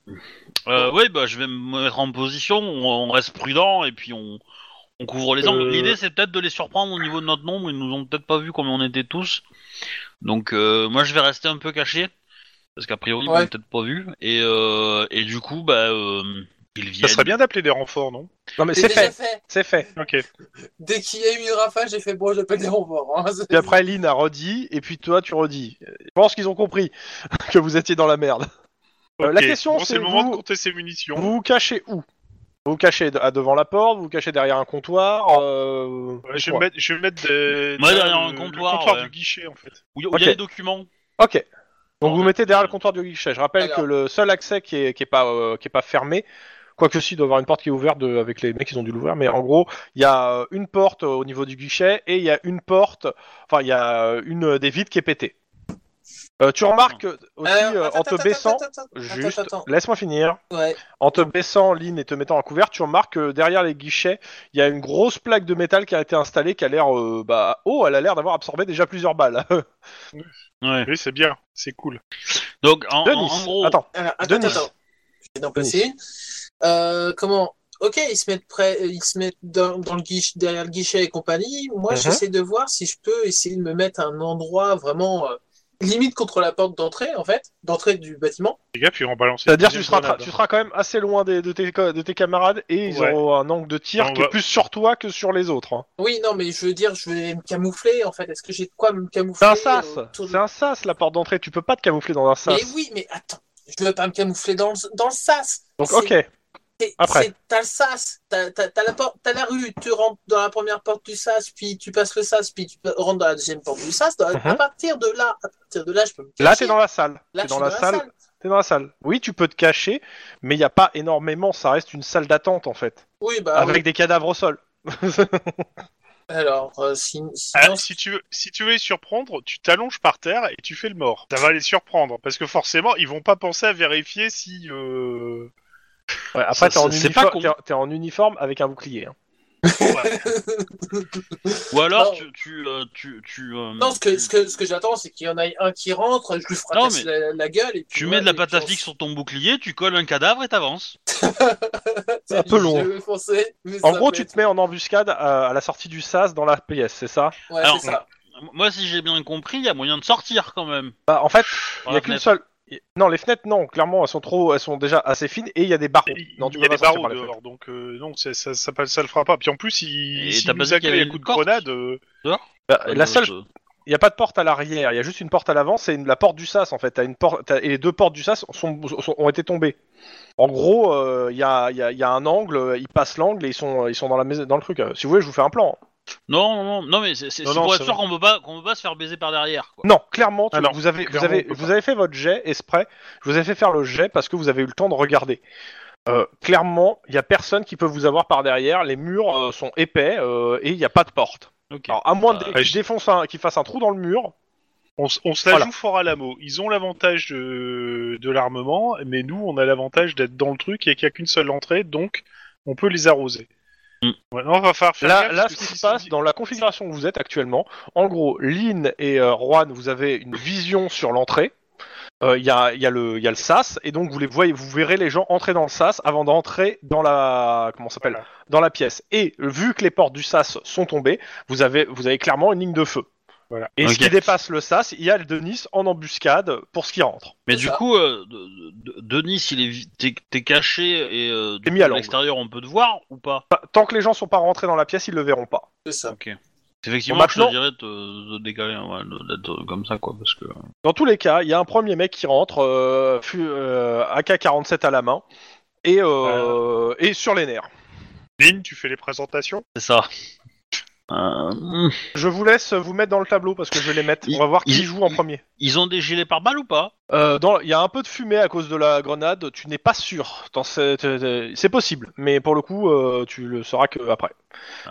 Speaker 1: euh, ouais, bah, je vais me mettre en position, on, on reste prudent, et puis on, on couvre les angles.
Speaker 4: Euh.
Speaker 1: L'idée, c'est peut-être de les surprendre au niveau de notre nombre, ils nous ont peut-être pas vu comme on était tous. Donc, euh, moi, je vais rester un peu caché, parce qu'a priori, ils
Speaker 3: Ouais.
Speaker 1: m'ont peut-être pas vu, et, euh, et du coup, bah, euh, ils viennent.
Speaker 4: Ça serait bien d'appeler des renforts, non
Speaker 2: Non mais
Speaker 3: C'est
Speaker 2: c'est
Speaker 3: déjà
Speaker 2: fait,
Speaker 3: fait.
Speaker 2: c'est fait.
Speaker 4: Ok.
Speaker 3: Dès qu'il y a eu une rafale, j'ai fait bon, j'appelle des renforts. hein.
Speaker 2: Puis après, Lynn a redit, et puis toi, tu redis. Euh, Je pense qu'ils ont compris que vous étiez dans la merde. Euh, la
Speaker 4: Ok.
Speaker 2: question,
Speaker 4: Bon,
Speaker 2: c'est
Speaker 4: c'est le moment
Speaker 2: vous-
Speaker 4: de compter ses munitions.
Speaker 2: Vous vous cachez où Vous vous cachez de- à devant la porte, vous vous cachez derrière un comptoir euh,
Speaker 4: Ouais, je, vais
Speaker 2: quoi.
Speaker 4: me mettre, je vais me mettre de-
Speaker 1: Moi,
Speaker 4: de-
Speaker 1: derrière un
Speaker 4: le-
Speaker 1: comptoir, euh.
Speaker 4: le comptoir
Speaker 1: ouais.
Speaker 4: du guichet, en fait.
Speaker 1: Où il y a
Speaker 2: Ok.
Speaker 1: les documents.
Speaker 2: Ok. Donc
Speaker 1: Non,
Speaker 2: vous
Speaker 1: mais-
Speaker 2: mettez derrière le comptoir du guichet. Je rappelle
Speaker 3: Alors.
Speaker 2: que le seul accès qui est, qui est pas euh, qui est pas fermé, quoique si il doit y avoir une porte qui est ouverte de- avec les mecs ils ont dû l'ouvrir, mais en gros il y a euh, une porte euh, au niveau du guichet et il y a une porte, enfin il y a euh, une euh, des vitres qui est pétée. Euh, tu remarques euh, aussi
Speaker 3: Alors,
Speaker 2: euh,
Speaker 3: attends,
Speaker 2: en
Speaker 3: attends,
Speaker 2: te
Speaker 3: attends,
Speaker 2: baissant,
Speaker 3: attends, attends, attends,
Speaker 2: juste
Speaker 3: attends.
Speaker 2: laisse-moi finir.
Speaker 3: Ouais.
Speaker 2: En te baissant, Lynn, et te mettant à couvert, tu remarques que derrière les guichets, il y a une grosse plaque de métal qui a été installée, qui a l'air, euh, bah, oh, elle a l'air d'avoir absorbé déjà plusieurs balles.
Speaker 1: Ouais.
Speaker 4: Oui, c'est bien, c'est cool.
Speaker 1: Donc, en, en-
Speaker 2: Denis,
Speaker 1: en gros,
Speaker 2: attends,
Speaker 3: Alors, attends,
Speaker 2: Denis.
Speaker 3: attends. Je vais en passer une. Euh, comment Ok, ils se mettent près, ils se mettent dans, dans le guichet, derrière le guichet et compagnie. Moi,
Speaker 2: Mhm.
Speaker 3: j'essaie de voir si je peux essayer de me mettre à un endroit vraiment euh, limite contre la porte d'entrée, en fait, d'entrée du bâtiment.
Speaker 4: Les gars, puis on balance. les
Speaker 2: c'est-à-dire que tu
Speaker 4: deuxièmes
Speaker 2: seras,
Speaker 4: grenades.
Speaker 2: tu seras quand même assez loin des- de, tes, co- de tes camarades et ils
Speaker 4: Ouais.
Speaker 2: auront un angle de tir
Speaker 4: On
Speaker 2: qui
Speaker 4: va-
Speaker 2: est plus sur toi que sur les autres. hein.
Speaker 3: Oui, non, mais je veux dire, je vais me camoufler, en fait. Est-ce que j'ai de quoi me
Speaker 2: C'est
Speaker 3: camoufler
Speaker 2: un sas,
Speaker 3: autour de-
Speaker 2: c'est un sas la porte d'entrée, tu peux pas te camoufler dans un sas.
Speaker 3: euh, Mais oui, mais attends, je veux pas me camoufler dans le, dans le sas.
Speaker 2: Donc,
Speaker 3: C'est-
Speaker 2: ok,
Speaker 3: c'est-
Speaker 2: après.
Speaker 3: c'est- T'as le sas, t'as t'as- t'as la, porte- t'as la rue, tu rentres dans la première porte du sas, puis tu passes le sas, puis tu peux- rentres dans la deuxième porte du sas. Dans- À
Speaker 2: Mhm.
Speaker 3: partir de là, à partir de là, je peux me
Speaker 2: là,
Speaker 3: cacher.
Speaker 2: t'es dans la salle.
Speaker 3: Là,
Speaker 2: T'es dans
Speaker 3: je suis
Speaker 2: la salle. T'es dans la salle. Oui, tu peux te cacher, mais il n'y a pas énormément, ça reste une salle d'attente en fait,
Speaker 3: Oui, bah
Speaker 2: avec des cadavres au sol.
Speaker 3: oui. Alors, euh, si- sinon,
Speaker 4: Ah, si, tu veux, si tu veux les surprendre, tu t'allonges par terre et tu fais le mort. Ça va les surprendre, parce que forcément, ils vont pas penser à vérifier si... euh,
Speaker 2: Ouais, après,
Speaker 1: Ça,
Speaker 2: t'es en,
Speaker 1: ça, c'est pas
Speaker 2: uniforme-
Speaker 1: con.
Speaker 2: t'es en- t'es en uniforme avec un bouclier. hein.
Speaker 4: bah,
Speaker 1: ou alors
Speaker 3: Non.
Speaker 1: tu, tu, euh, tu, tu, euh,
Speaker 3: non, ce que,
Speaker 1: tu-
Speaker 3: ce que, ce que j'attends, c'est qu'il y en ait un qui rentre, je lui fracasse
Speaker 1: Non,
Speaker 3: la, la gueule. Et puis,
Speaker 1: Tu
Speaker 3: ouais,
Speaker 1: mets de la
Speaker 3: et
Speaker 1: pâte
Speaker 3: puis
Speaker 1: à
Speaker 3: on
Speaker 1: fixe sur ton bouclier, tu colles un cadavre et t'avances.
Speaker 3: se-
Speaker 2: un peu long.
Speaker 3: Je vais foncer, mais
Speaker 2: En
Speaker 3: ça
Speaker 2: gros,
Speaker 3: peut
Speaker 2: tu
Speaker 3: être-
Speaker 2: te mets en embuscade euh, à la sortie du SAS dans la pièce, c'est ça
Speaker 3: Ouais,
Speaker 1: Alors,
Speaker 3: c'est ça.
Speaker 1: Moi, si j'ai bien compris, il y a moyen de sortir quand même.
Speaker 2: Bah, En fait, il
Speaker 1: Par
Speaker 2: n'y
Speaker 1: la
Speaker 2: a qu'une
Speaker 1: fenêtre.
Speaker 2: seule. y- Non, les fenêtres, non, clairement, elles sont trop, elles sont déjà assez fines et il y a des barreaux. Non, tu
Speaker 4: il y a
Speaker 2: peux
Speaker 4: des
Speaker 2: pas sortir
Speaker 4: barreaux
Speaker 2: par les
Speaker 4: dehors, donc euh, non, ça, ça, ça, ça- ça le fera pas. Puis en plus, il,
Speaker 1: Et
Speaker 4: s'il
Speaker 1: t'as pas
Speaker 4: nous
Speaker 1: dit qu'il y
Speaker 4: accueille
Speaker 1: avait
Speaker 4: à
Speaker 1: une
Speaker 4: coups de
Speaker 1: porte
Speaker 4: grenade... euh,
Speaker 2: Bah,
Speaker 1: Euh,
Speaker 2: la seule,
Speaker 1: euh,
Speaker 2: il n'y a pas de porte à l'arrière, il y a juste une porte à l'avant, c'est une- la porte du SAS en fait. T'as une porte, t'as- et les deux portes du SAS sont- sont- ont été tombées. En gros, euh, il y, a, il y a- il y a un angle, ils passent l'angle et ils sont, ils sont dans, la maison, dans le truc. Euh, Si vous voulez, je vous fais un plan.
Speaker 1: Non, non, non, non, mais c'est c'est-
Speaker 4: Non,
Speaker 1: c'est
Speaker 4: non,
Speaker 1: pour
Speaker 4: ça
Speaker 1: être sûr qu'on peut pas, qu'on peut pas se faire baiser par derrière. Quoi.
Speaker 2: Non, clairement, tu-
Speaker 4: Ah non,
Speaker 2: vous, avez, vous,
Speaker 4: clairement,
Speaker 2: avez,
Speaker 4: on peut
Speaker 2: vous
Speaker 4: pas.
Speaker 2: avez fait votre jet exprès. Je vous ai fait faire le jet parce que vous avez eu le temps de regarder. Euh, clairement, il n'y a personne qui peut vous avoir par derrière. Les murs euh, sont épais euh, et il n'y a pas de porte.
Speaker 1: Ok.
Speaker 2: Alors, à moins de-
Speaker 1: Euh,
Speaker 2: que je défonce un- qu'il fasse un trou dans le mur.
Speaker 4: On, s- on se la
Speaker 2: Voilà.
Speaker 4: joue fort à l'amo. Ils ont l'avantage de, de l'armement, mais nous, on a l'avantage d'être dans le truc et qu'il n'y a qu'une seule entrée, donc on peut les arroser. Ouais, non, va falloir faire
Speaker 2: Mm. Là,
Speaker 4: gaffe,
Speaker 2: là
Speaker 4: parce
Speaker 2: ce
Speaker 4: que
Speaker 2: qui
Speaker 4: si
Speaker 2: se
Speaker 4: c'est
Speaker 2: passe
Speaker 4: dit-
Speaker 2: dans la configuration où vous êtes actuellement, en gros, Lynn et euh, Juan, vous avez une vision sur l'entrée. Euh, Il y, a, il y, a le- il y a le sas, et donc vous les voyez, vous verrez les gens entrer dans le sas avant d'entrer dans la comment ça s'appelle
Speaker 4: Voilà.
Speaker 2: dans la pièce. Et vu que les portes du sas sont tombées, vous avez vous avez clairement une ligne de feu.
Speaker 4: Voilà.
Speaker 2: Et ce
Speaker 1: Ok.
Speaker 2: qui dépasse le sas, il y a le Denis en embuscade pour ce qui rentre.
Speaker 1: Mais
Speaker 3: C'est
Speaker 1: du
Speaker 3: ça.
Speaker 1: coup, euh, de- de- Denis, il est, vi- t'es, t'es caché et euh, du
Speaker 2: T'es
Speaker 1: coup,
Speaker 2: mis à
Speaker 1: de
Speaker 2: l'angle.
Speaker 1: l'extérieur, on peut te voir ou pas
Speaker 2: Enfin, tant que les gens sont pas rentrés dans la pièce, ils le verront pas.
Speaker 3: C'est ça.
Speaker 1: Effectivement,
Speaker 2: Bon,
Speaker 1: je
Speaker 2: maintenant-
Speaker 1: te dirais de te de décaler, ouais, de- d'être euh, comme ça, quoi, parce que...
Speaker 2: Dans tous les cas, il y a un premier mec qui rentre, euh, fu- euh, AK-47 à la main, et, euh, et sur les nerfs.
Speaker 4: Lynn, tu fais les présentations
Speaker 1: C'est ça. Euh, hmm.
Speaker 2: Je vous laisse vous mettre dans le tableau parce que je vais les mettre.
Speaker 1: Il-
Speaker 2: On va voir qui
Speaker 1: il-
Speaker 2: joue en premier.
Speaker 1: Ils ont des gilets par balles ou pas
Speaker 2: Euh, dans- Il y a un peu de fumée à cause de la grenade, tu n'es pas sûr. Dans cette- euh, C'est possible, mais pour le coup, euh, tu le sauras que après.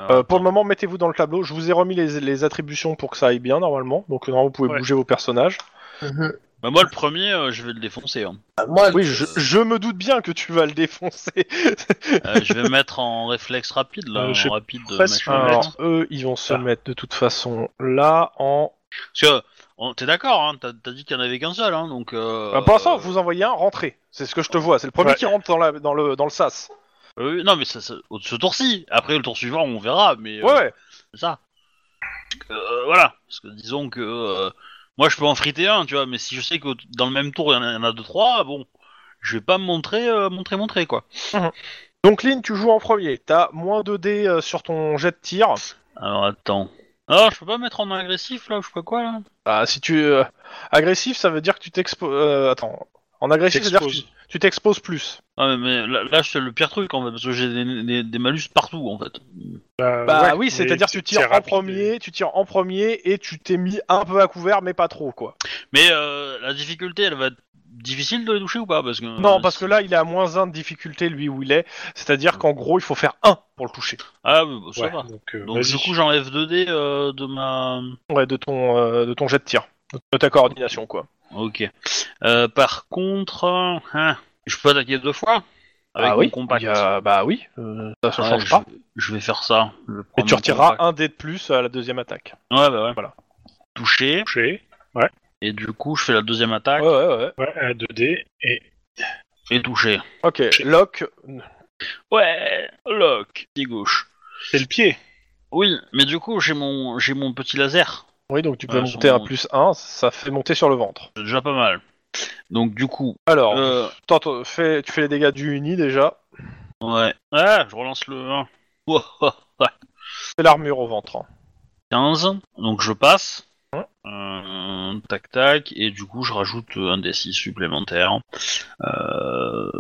Speaker 2: Euh, pour le moment, mettez-vous dans le tableau. Je vous ai remis les, les attributions pour que ça aille bien normalement. Donc normalement, vous pouvez
Speaker 4: Ouais.
Speaker 2: bouger vos personnages.
Speaker 1: Bah, moi, le premier, euh, je vais le défoncer. hein.
Speaker 3: Bah, moi,
Speaker 2: Mhm. Oui, je, je me doute bien que tu vas le défoncer.
Speaker 1: Euh, je vais me mettre en réflexe rapide, là,
Speaker 4: Euh, je sais
Speaker 1: en rapide. euh,
Speaker 4: presque
Speaker 1: machin.
Speaker 4: pas.
Speaker 2: Alors, eux, ils vont se
Speaker 4: Ah.
Speaker 2: mettre de toute façon là en
Speaker 1: Parce que, on- t'es d'accord, hein, t'as, t'as dit qu'il y en avait qu'un seul, hein, donc... Euh,
Speaker 2: Bah, pour l'instant, vous envoyez un, rentrez. C'est ce que je te vois. C'est le premier
Speaker 4: Ouais.
Speaker 2: qui rentre dans, la, dans, le, dans le sas.
Speaker 1: euh, oui, non, mais ça, ça- au- ce tour-ci. Après, le tour suivant, on verra, mais... euh,
Speaker 2: Ouais, ouais.
Speaker 1: c'est ça. Euh, voilà, parce que disons que... euh, moi, je peux en friter un, tu vois, mais si je sais que dans le même tour, il y en a, il y en a deux, trois, bon... Je vais pas me montrer, euh, montrer, montrer, quoi.
Speaker 2: Donc, Lynn, tu joues en premier. T'as moins 2 dés euh, sur ton jet de tir.
Speaker 1: Alors, attends... Ah, je peux pas mettre en agressif, là, ou je sais pas quoi, là
Speaker 2: Ah, si tu. euh, agressif, ça veut dire que tu t'exposes. attends. En agressif, ça veut dire que tu-
Speaker 4: T'exposes.
Speaker 2: tu t'exposes plus.
Speaker 1: Ah, mais, mais là, là, c'est le pire truc, en fait, parce que j'ai des, des- des malus partout, en fait.
Speaker 2: Bah
Speaker 4: Euh, ouais,
Speaker 2: oui,
Speaker 4: mais
Speaker 2: c'est-à-dire que tu
Speaker 4: c'est-
Speaker 2: tires
Speaker 4: c'est
Speaker 2: en
Speaker 4: rapide.
Speaker 2: premier, tu tires en premier et tu t'es mis un peu à couvert, mais pas trop, quoi.
Speaker 1: Mais euh, la difficulté, elle va être difficile de les toucher ou pas parce que, euh,
Speaker 2: non, parce que là, il est à moins 1 de difficulté, lui, où il est.
Speaker 4: Mm.
Speaker 2: C'est-à-dire qu'en gros, il faut faire 1 pour le toucher.
Speaker 1: Ah, oui, bah, ça
Speaker 4: Ouais,
Speaker 1: va.
Speaker 4: donc, euh,
Speaker 1: Donc
Speaker 4: vas-y.
Speaker 1: du coup, j'enlève 2D euh, de ma...
Speaker 2: Ouais, de ton, euh, de ton jet de tir. De ta coordination, quoi.
Speaker 1: Ok. Euh, par contre, euh, hein, je peux attaquer deux fois avec
Speaker 2: ah
Speaker 1: mon
Speaker 2: oui,
Speaker 1: compact.
Speaker 2: il y a- bah oui, euh, ça ça
Speaker 1: Ouais,
Speaker 2: change
Speaker 1: je,
Speaker 2: pas.
Speaker 1: je vais faire ça. Je vais
Speaker 2: Et
Speaker 1: prendre
Speaker 2: tu
Speaker 1: mon
Speaker 2: retireras
Speaker 1: compact.
Speaker 2: un dé de plus à la deuxième attaque.
Speaker 1: Ouais, bah ouais.
Speaker 2: Voilà.
Speaker 1: Touché.
Speaker 4: Touché.
Speaker 1: Et du coup, je fais la deuxième attaque
Speaker 2: ouais, ouais.
Speaker 4: Ouais, à 2D. Et
Speaker 1: et touché.
Speaker 2: Ok, Locke,
Speaker 1: Ouais, lock. Pied gauche.
Speaker 4: c'est le pied.
Speaker 1: Oui, mais du coup, j'ai mon j'ai mon petit laser.
Speaker 2: oui, donc tu peux
Speaker 1: Euh,
Speaker 2: monter
Speaker 1: son-
Speaker 2: à plus 1, ça fait monter sur le ventre.
Speaker 1: C'est déjà pas mal. Donc du coup,
Speaker 2: Alors,
Speaker 1: euh,
Speaker 2: toi, t'en fais- tu fais les dégâts du uni déjà,
Speaker 1: ouais. Ah, je relance le 1.
Speaker 2: c'est l'armure au ventre. hein.
Speaker 1: 15, donc je passe. Euh, tac tac, et du coup je rajoute euh, un D6 supplémentaire. Euh,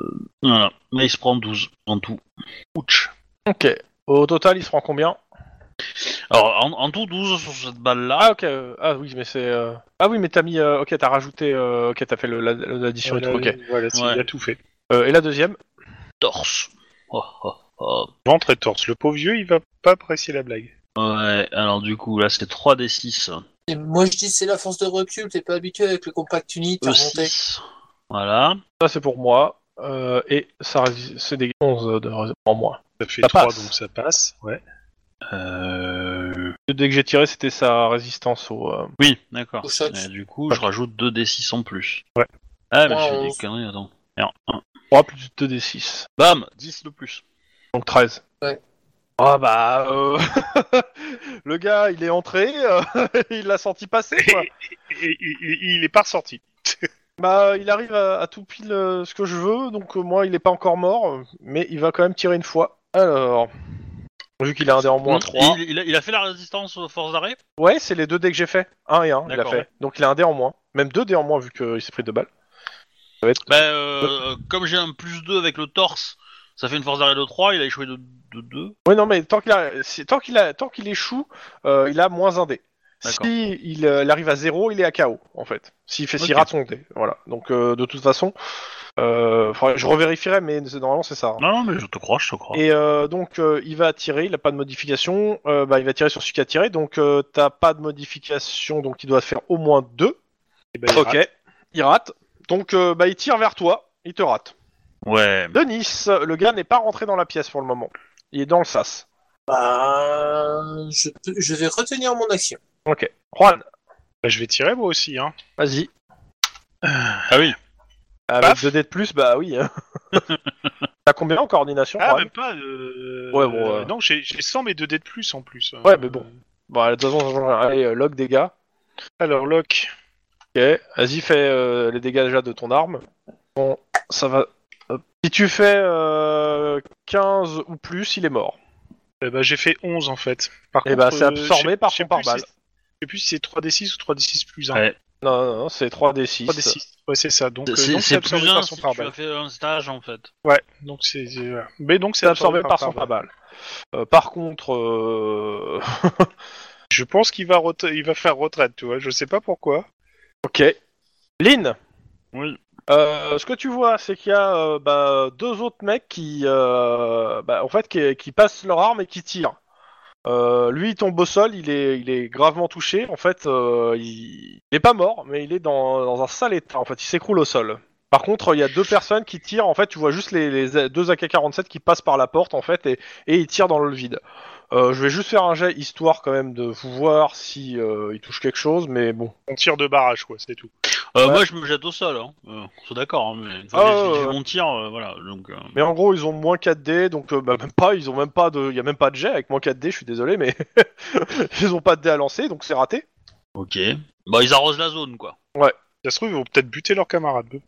Speaker 1: voilà, mais il se prend 12 en tout. Ouch.
Speaker 2: Ok, au total, il se prend combien
Speaker 1: Alors en, en tout 12 sur cette balle là.
Speaker 2: Ah, ok, euh, ah oui, mais c'est. euh, Ah oui, mais t'as mis. euh, Ok, t'as rajouté. euh, Ok, t'as fait le- la- l'addition et tout,
Speaker 4: Voilà,
Speaker 2: ok.
Speaker 4: Voilà, c'est-
Speaker 1: Ouais.
Speaker 4: il a tout fait.
Speaker 2: Euh, et la deuxième
Speaker 1: Torse. Oh, oh, oh.
Speaker 4: Ventre et torse. Le pauvre vieux, il va pas apprécier la blague.
Speaker 1: Ouais, alors du coup là c'est 3 D6.
Speaker 3: Et moi, je dis c'est la force de recul. T'es pas habitué avec le compact unit à monter.
Speaker 1: E6. E Voilà.
Speaker 2: Ça, c'est pour moi. euh, et ça, résiste- c'est des 11 de... en moins.
Speaker 4: Ça fait
Speaker 2: Ça
Speaker 4: 3,
Speaker 2: passe.
Speaker 4: donc ça passe. Ouais.
Speaker 1: Euh...
Speaker 2: Dès que j'ai tiré, c'était sa résistance au. euh,
Speaker 1: Oui, d'accord.
Speaker 3: Au choc.
Speaker 1: Et Du coup je rajoute 2 D6 en plus.
Speaker 4: Ouais.
Speaker 1: Ah mais je fais
Speaker 3: Wow.
Speaker 1: des conneries, attends. Merde.
Speaker 2: 3 plus 2 des 6.
Speaker 1: Bam, 10 de plus.
Speaker 2: Donc 13.
Speaker 3: Ouais.
Speaker 2: Ah bah... euh, le gars, il est entré, euh, il l'a senti passer, quoi.
Speaker 4: Et il- il il est pas ressorti.
Speaker 2: bah, il arrive à, à tout pile euh, ce que je veux, donc euh, moi, il n'est pas encore mort, euh, mais il va quand même tirer une fois. Alors... Vu qu'il a un dé en moins
Speaker 1: Bon,
Speaker 2: 3.
Speaker 1: Mm. Il, il a, il a fait la résistance aux forces d'arrêt
Speaker 2: Ouais, c'est les deux dés que j'ai fait. 1 et 1, il a
Speaker 1: D'accord,
Speaker 2: fait.
Speaker 1: ouais.
Speaker 2: Donc il a un dé en moins. Même deux dés en moins, vu qu'il s'est pris deux balles.
Speaker 1: Bah, euh, comme j'ai un plus 2 avec le torse, ça fait une force d'arrêt de 3, il a échoué de, de 2.
Speaker 2: Oui, non, mais tant qu'il a- si- tant qu'il a- tant qu'il échoue, euh, il a moins un dé.
Speaker 1: D'accord.
Speaker 2: Si il, euh, il arrive à zéro, il est à KO en fait. S'il fait, s'il
Speaker 1: Ok.
Speaker 2: rate son dé, voilà. Donc euh, de toute façon, euh, faudrait- je revérifierai, mais c'est- normalement c'est ça. hein.
Speaker 1: Non, non, mais je te crois, je te crois.
Speaker 2: Et euh, donc euh, il va tirer, il a pas de modification, euh, bah, il va tirer sur celui qui a tiré, donc euh, t'as pas de modification, donc il doit faire au moins deux.
Speaker 4: Et ben, il
Speaker 2: ok,
Speaker 4: rate.
Speaker 2: il rate. Donc euh, bah, il tire vers toi, il te rate.
Speaker 1: Ouais.
Speaker 2: Denis, le gars n'est pas rentré dans la pièce pour le moment. Il est dans le sas.
Speaker 3: Bah, je, peux- je vais retenir mon action.
Speaker 2: Ok. Juan,
Speaker 4: Bah, je vais tirer moi aussi, hein.
Speaker 2: vas-y.
Speaker 1: Ah oui.
Speaker 2: Avec 2 dés de plus, bah oui. hein. T'as combien en coordination
Speaker 4: Ah,
Speaker 2: Juan
Speaker 4: même pas. euh,
Speaker 2: Ouais, bon,
Speaker 4: euh,
Speaker 2: euh,
Speaker 4: Non, j'ai j'ai 100 mais 2 dés de plus en plus. euh.
Speaker 2: Ouais, mais bon. Bon, de toute façon, ça change rien. Allez, euh, log dégâts.
Speaker 4: Alors, Locke.
Speaker 2: Ok. Vas-y, fais euh, les dégâts déjà de ton arme. Bon, ça va. Hop. Si tu fais euh, 15 ou plus, il est mort.
Speaker 4: euh, bah, j'ai fait 11 en fait. Par
Speaker 2: Eh bah,
Speaker 4: contre,
Speaker 2: c'est
Speaker 4: euh,
Speaker 2: absorbé
Speaker 4: je sais-
Speaker 2: par
Speaker 4: je sais
Speaker 2: contre par
Speaker 4: plus si
Speaker 2: balle.
Speaker 4: c'est- Je sais plus si c'est 3d6 ou 3d6 plus 1.
Speaker 1: Ouais.
Speaker 2: Non, non, non, c'est 3d6.
Speaker 4: 3d6. Ouais, c'est ça. Donc, euh,
Speaker 1: C'est
Speaker 4: donc,
Speaker 1: c'est
Speaker 4: absorbé
Speaker 1: plus un
Speaker 4: par son
Speaker 1: si tu
Speaker 4: pare-balles.
Speaker 1: as fait un stage en fait.
Speaker 4: Ouais, donc c'est. c'est- voilà. Mais donc,
Speaker 2: C'est absorbé par son
Speaker 4: pare-balles.
Speaker 2: pare-balles. Euh, par contre, euh,
Speaker 4: Je pense qu'il va, reta- il va faire retraite, tu vois. Je sais pas pourquoi.
Speaker 2: ok. Lynn,
Speaker 1: Oui.
Speaker 2: euh, ce que tu vois, c'est qu'il y a euh, bah, deux autres mecs qui, euh, bah, en fait, qui, qui passent leur arme et qui tirent. Euh, lui, il tombe au sol, il est, il est gravement touché. En fait, euh, il n'est pas mort, mais il est dans, dans un sale état. En fait, il s'écroule au sol. Par contre, il y a deux personnes qui tirent. En fait, tu vois juste les, les deux AK-47 qui passent par la porte, en fait, et, et ils tirent dans le vide. Euh, je vais juste faire un jet histoire quand même de vous voir si euh, il touche quelque chose, mais bon.
Speaker 4: On tire de barrage, quoi, c'est tout.
Speaker 1: Euh,
Speaker 2: Ouais.
Speaker 1: Moi je me jette au sol, hein. Euh, on soit d'accord, hein, mais une
Speaker 2: Ah,
Speaker 1: fois que
Speaker 2: ouais,
Speaker 1: j'ai fait
Speaker 2: ouais.
Speaker 1: mon tir, euh, voilà. Donc, euh,
Speaker 2: Mais en gros, ils ont moins 4D, donc euh, bah, même pas, ils ont même pas de, il y a même pas de jet avec moins 4D. Je suis désolé, mais ils ont pas de dé à lancer, donc c'est raté.
Speaker 1: Ok. Bah ils arrosent la zone quoi.
Speaker 4: Ça se trouve, ils vont peut-être buter leurs camarades.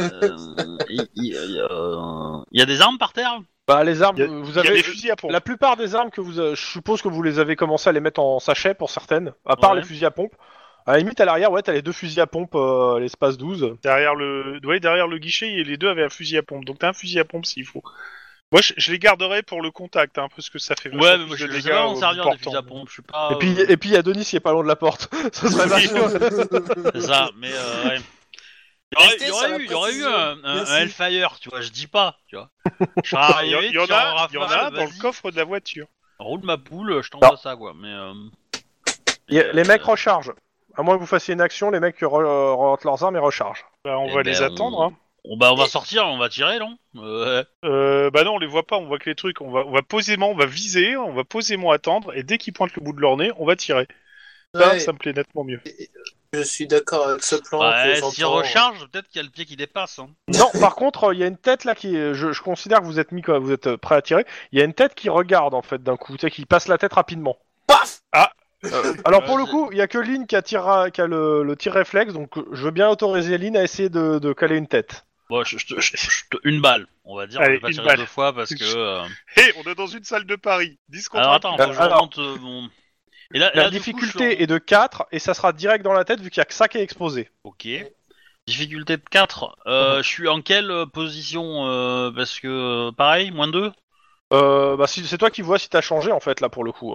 Speaker 1: Euh, Il il- il y a, euh, il y a des armes par terre
Speaker 2: Bah les armes,
Speaker 4: Il y a-
Speaker 2: euh, vous
Speaker 4: Il y a
Speaker 2: avez
Speaker 4: des fusils à pompe.
Speaker 2: la plupart des armes que vous, euh, je suppose que vous les avez commencé à les mettre en sachet pour certaines, à part
Speaker 1: Ouais.
Speaker 2: les fusils à pompe. À la limite, à l'arrière, ouais, t'as les deux fusils à pompe, euh, l'espace 12.
Speaker 4: Derrière le, ouais, derrière le guichet, les deux avaient un fusil à pompe. Donc t'as un fusil à pompe s'il faut. Moi, je, je les garderai pour le contact, hein, parce que ça fait.
Speaker 1: Ouais,
Speaker 4: vachement
Speaker 1: mais moi
Speaker 4: plus
Speaker 1: je
Speaker 4: de
Speaker 1: je sais
Speaker 4: dégâts
Speaker 1: pas en
Speaker 4: au
Speaker 1: servir des
Speaker 4: portant.
Speaker 1: fusils à pompe, je suis
Speaker 4: Ah
Speaker 1: pas.
Speaker 2: et puis,
Speaker 1: euh,
Speaker 2: et puis, il y a Denis qui est pas loin de la porte. Ça serait vachement.
Speaker 1: C'est ça, mais euh, ouais. Il y aurait, il y aurait eu, il y aurait eu un, un- un Hellfire, tu vois, je dis pas, tu vois. Je serais
Speaker 4: Ah, Il y,
Speaker 1: arrivé,
Speaker 4: en- il y en
Speaker 1: tir en
Speaker 4: a, il y en a
Speaker 1: rafale,
Speaker 4: dans le
Speaker 1: vas-y,
Speaker 4: coffre de la voiture.
Speaker 1: Roule ma poule, je t'envoie ça, quoi. Mais, euh,
Speaker 2: Y a- les mecs
Speaker 1: euh,
Speaker 2: rechargent. À moins que vous fassiez une action, les mecs re- rentrent leurs armes et rechargent.
Speaker 4: Bah, on
Speaker 1: Eh
Speaker 4: va
Speaker 1: ben,
Speaker 4: les
Speaker 1: on-
Speaker 4: attendre. Hein.
Speaker 1: on, bah, on va sortir, on va tirer, non Euh,
Speaker 4: Euh, bah non, on les voit pas. On voit que les trucs. On va, on va posément, on va viser, on va posément attendre. Et dès qu'ils pointent le bout de leur nez, on va tirer. Ça,
Speaker 3: Ouais,
Speaker 4: ça me plaît nettement mieux.
Speaker 3: Je suis d'accord avec ce plan.
Speaker 1: Ouais,
Speaker 3: que j'entends.
Speaker 1: bah, eh, s'il recharge, peut-être qu'il y a le pied qui dépasse. Hein.
Speaker 2: Non, par contre, euh, il y a une tête là qui, je, je considère que vous êtes mis, quoi, vous êtes euh, prêt à tirer. Il y a une tête qui regarde en fait d'un coup, tu sais, qui passe la tête rapidement.
Speaker 3: Paf
Speaker 2: Euh, alors pour
Speaker 1: Ouais,
Speaker 2: le coup, il y a que Lynn qui a, tiré- qui a le, le tir réflexe, donc euh, je veux bien autoriser Lynn à essayer de, de caler une tête.
Speaker 1: Bon, je- je te- je- je te- une balle, on va dire, on
Speaker 4: Allez,
Speaker 1: va pas
Speaker 4: une
Speaker 1: tirer
Speaker 4: balle.
Speaker 1: deux fois parce que. euh,
Speaker 4: Hé, Eh, on est dans une salle de Paris. 10 contre
Speaker 1: Alors
Speaker 4: un.
Speaker 1: attends, faut que je
Speaker 2: Euh, alors-
Speaker 1: remonte euh, mon. Et là,
Speaker 2: La
Speaker 1: là, du coup, je suis
Speaker 2: difficulté est de 4 et ça sera direct dans la tête vu qu'il y a que ça qui est exposé.
Speaker 1: en- Ok. Difficulté de 4. Euh, Je suis en quelle euh, position euh, Parce que, euh, pareil, moins 2
Speaker 2: Euh, bah, si- c'est toi qui vois si t'as changé en fait là pour le coup.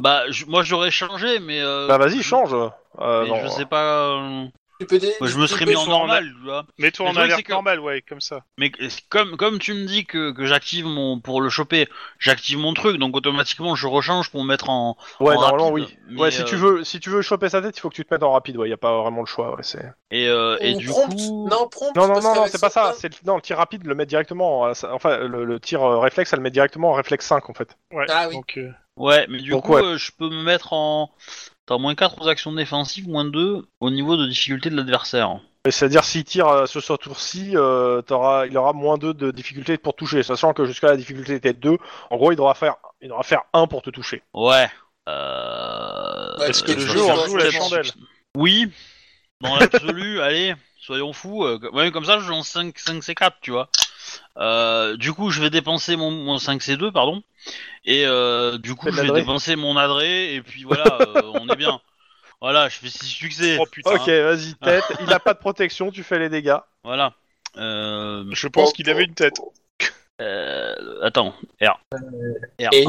Speaker 1: Bah, je- moi j'aurais changé, mais. euh,
Speaker 2: Bah vas-y,
Speaker 1: je-
Speaker 2: change. Euh,
Speaker 1: mais
Speaker 2: non.
Speaker 1: je sais pas. euh,
Speaker 3: Tu peux dé-
Speaker 1: moi, je me
Speaker 3: tu
Speaker 1: serais
Speaker 3: peux
Speaker 1: mis en
Speaker 3: jouer
Speaker 1: normal, tu vois.
Speaker 4: Mets-toi
Speaker 1: Le
Speaker 4: en
Speaker 1: truc,
Speaker 4: alerte
Speaker 1: c'est que-
Speaker 4: normale, ouais, comme ça.
Speaker 1: Mais que- comme, comme tu me dis que, que j'active mon. Pour le choper, j'active mon truc, donc automatiquement je rechange pour me mettre en.
Speaker 2: Ouais,
Speaker 1: en
Speaker 2: normalement
Speaker 1: rapide,
Speaker 2: oui.
Speaker 1: mais,
Speaker 2: Ouais, si
Speaker 1: euh,
Speaker 2: tu veux, si tu veux choper sa tête, il faut que tu te mettes en rapide. Ouais, y a pas vraiment le choix. Ouais, c'est.
Speaker 1: Et, euh, et
Speaker 3: Ou
Speaker 1: du
Speaker 3: prompt.
Speaker 1: coup.
Speaker 3: Non, prompt.
Speaker 2: Non, non,
Speaker 3: parce
Speaker 2: non, non,
Speaker 3: qu'avec
Speaker 2: c'est pas
Speaker 3: son
Speaker 2: ça.
Speaker 3: plan-
Speaker 2: C'est le- non, le tir rapide, le met directement. euh, ça- Enfin, le, le tir euh, réflexe, elle le met directement en réflexe 5 en fait.
Speaker 4: Ouais.
Speaker 3: Ah oui.
Speaker 4: Donc, euh,
Speaker 1: Ouais, mais du
Speaker 2: Donc,
Speaker 1: coup,
Speaker 2: ouais.
Speaker 1: euh, je peux me mettre en. Attends, moins 4 aux actions défensives, moins 2 au niveau de difficulté de l'adversaire.
Speaker 2: Et C'est-à-dire, s'il tire euh, sur ce tour-ci, euh, t'auras- il aura moins 2 de difficulté pour toucher. Sachant que jusqu'à la difficulté était 2, en gros, il devra faire, il devra faire 1 pour te toucher.
Speaker 1: Ouais. Euh...
Speaker 3: Ouais, parce que
Speaker 1: euh,
Speaker 3: le
Speaker 1: ça
Speaker 3: jeu
Speaker 1: fait
Speaker 3: en
Speaker 1: un
Speaker 3: joue la
Speaker 1: step-
Speaker 4: chandelle.
Speaker 1: Oui, dans l'absolu, allez, soyons fous. euh, ouais, comme ça, je lance 5, 5 C4, tu vois. Euh, du coup, je vais dépenser mon, mon 5 C2, pardon. Et euh, du coup,
Speaker 2: Fais de
Speaker 1: je vais
Speaker 2: l'adré.
Speaker 1: dépenser mon adré, et puis voilà, euh, on est bien. Voilà, je fais 6 succès. Hein,
Speaker 4: Oh putain.
Speaker 2: Ok, vas-y, tête. il a pas de protection, tu fais les dégâts.
Speaker 1: Voilà. Euh,
Speaker 4: Je pense qu'il avait une tête.
Speaker 1: euh, attends, R.
Speaker 3: Et,
Speaker 1: R1.
Speaker 3: une- et- et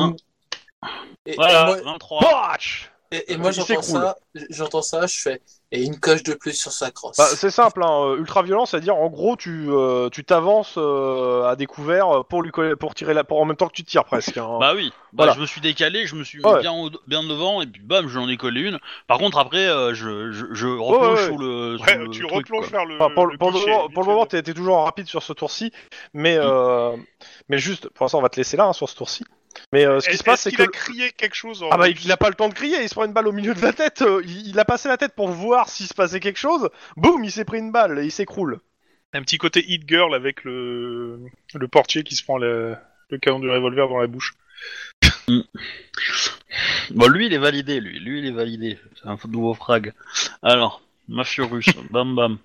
Speaker 1: Hein Voilà,
Speaker 3: moi,
Speaker 1: 23.
Speaker 2: Botch
Speaker 3: et- et moi,
Speaker 2: Il
Speaker 3: j'entends
Speaker 2: s'écroule.
Speaker 3: ça, j'entends ça, je fais. Et une coche de plus sur sa crosse.
Speaker 2: Bah, c'est simple, hein, ultra violent, c'est-à-dire en gros tu euh, tu t'avances euh, à découvert pour lui coller- pour tirer la pour en même temps que tu tires presque. hein.
Speaker 1: Bah oui, bah,
Speaker 2: Voilà.
Speaker 1: je me suis décalé, je me suis mis
Speaker 2: Ouais.
Speaker 1: bien, au- bien devant et puis bam, je l'en ai collé une. Par contre, après, euh, je, je, je replonge
Speaker 2: ouais, ouais.
Speaker 1: sous le. sous
Speaker 4: Ouais,
Speaker 1: le
Speaker 4: tu
Speaker 1: truc,
Speaker 4: replonges
Speaker 1: quoi.
Speaker 4: vers le.
Speaker 2: Enfin, pour,
Speaker 4: le
Speaker 2: pour le
Speaker 4: guichet,
Speaker 2: moment,
Speaker 4: vite
Speaker 2: pour le
Speaker 4: fait.
Speaker 2: moment, t'es t'es toujours rapide sur ce tour-ci, mais euh, mais juste pour l'instant on va te laisser là hein, sur ce tour-ci. Mais euh, ce qui
Speaker 4: Est-ce
Speaker 2: se passe, c'est
Speaker 4: qu'il
Speaker 2: que.
Speaker 4: a
Speaker 2: le-
Speaker 4: crié quelque chose en
Speaker 2: Ah bah, il n'a pas le temps de crier, il se prend une balle au milieu de la tête. euh, Il, il a passé la tête pour voir s'il se passait quelque chose. Boum, il s'est pris une balle et il s'écroule.
Speaker 4: Un petit côté hit girl avec le, le portier qui se prend la- le canon du revolver dans la bouche.
Speaker 1: Bon, lui, il est validé, lui. Lui, il est validé. C'est un nouveau frag. Alors, mafieux russe, bam bam.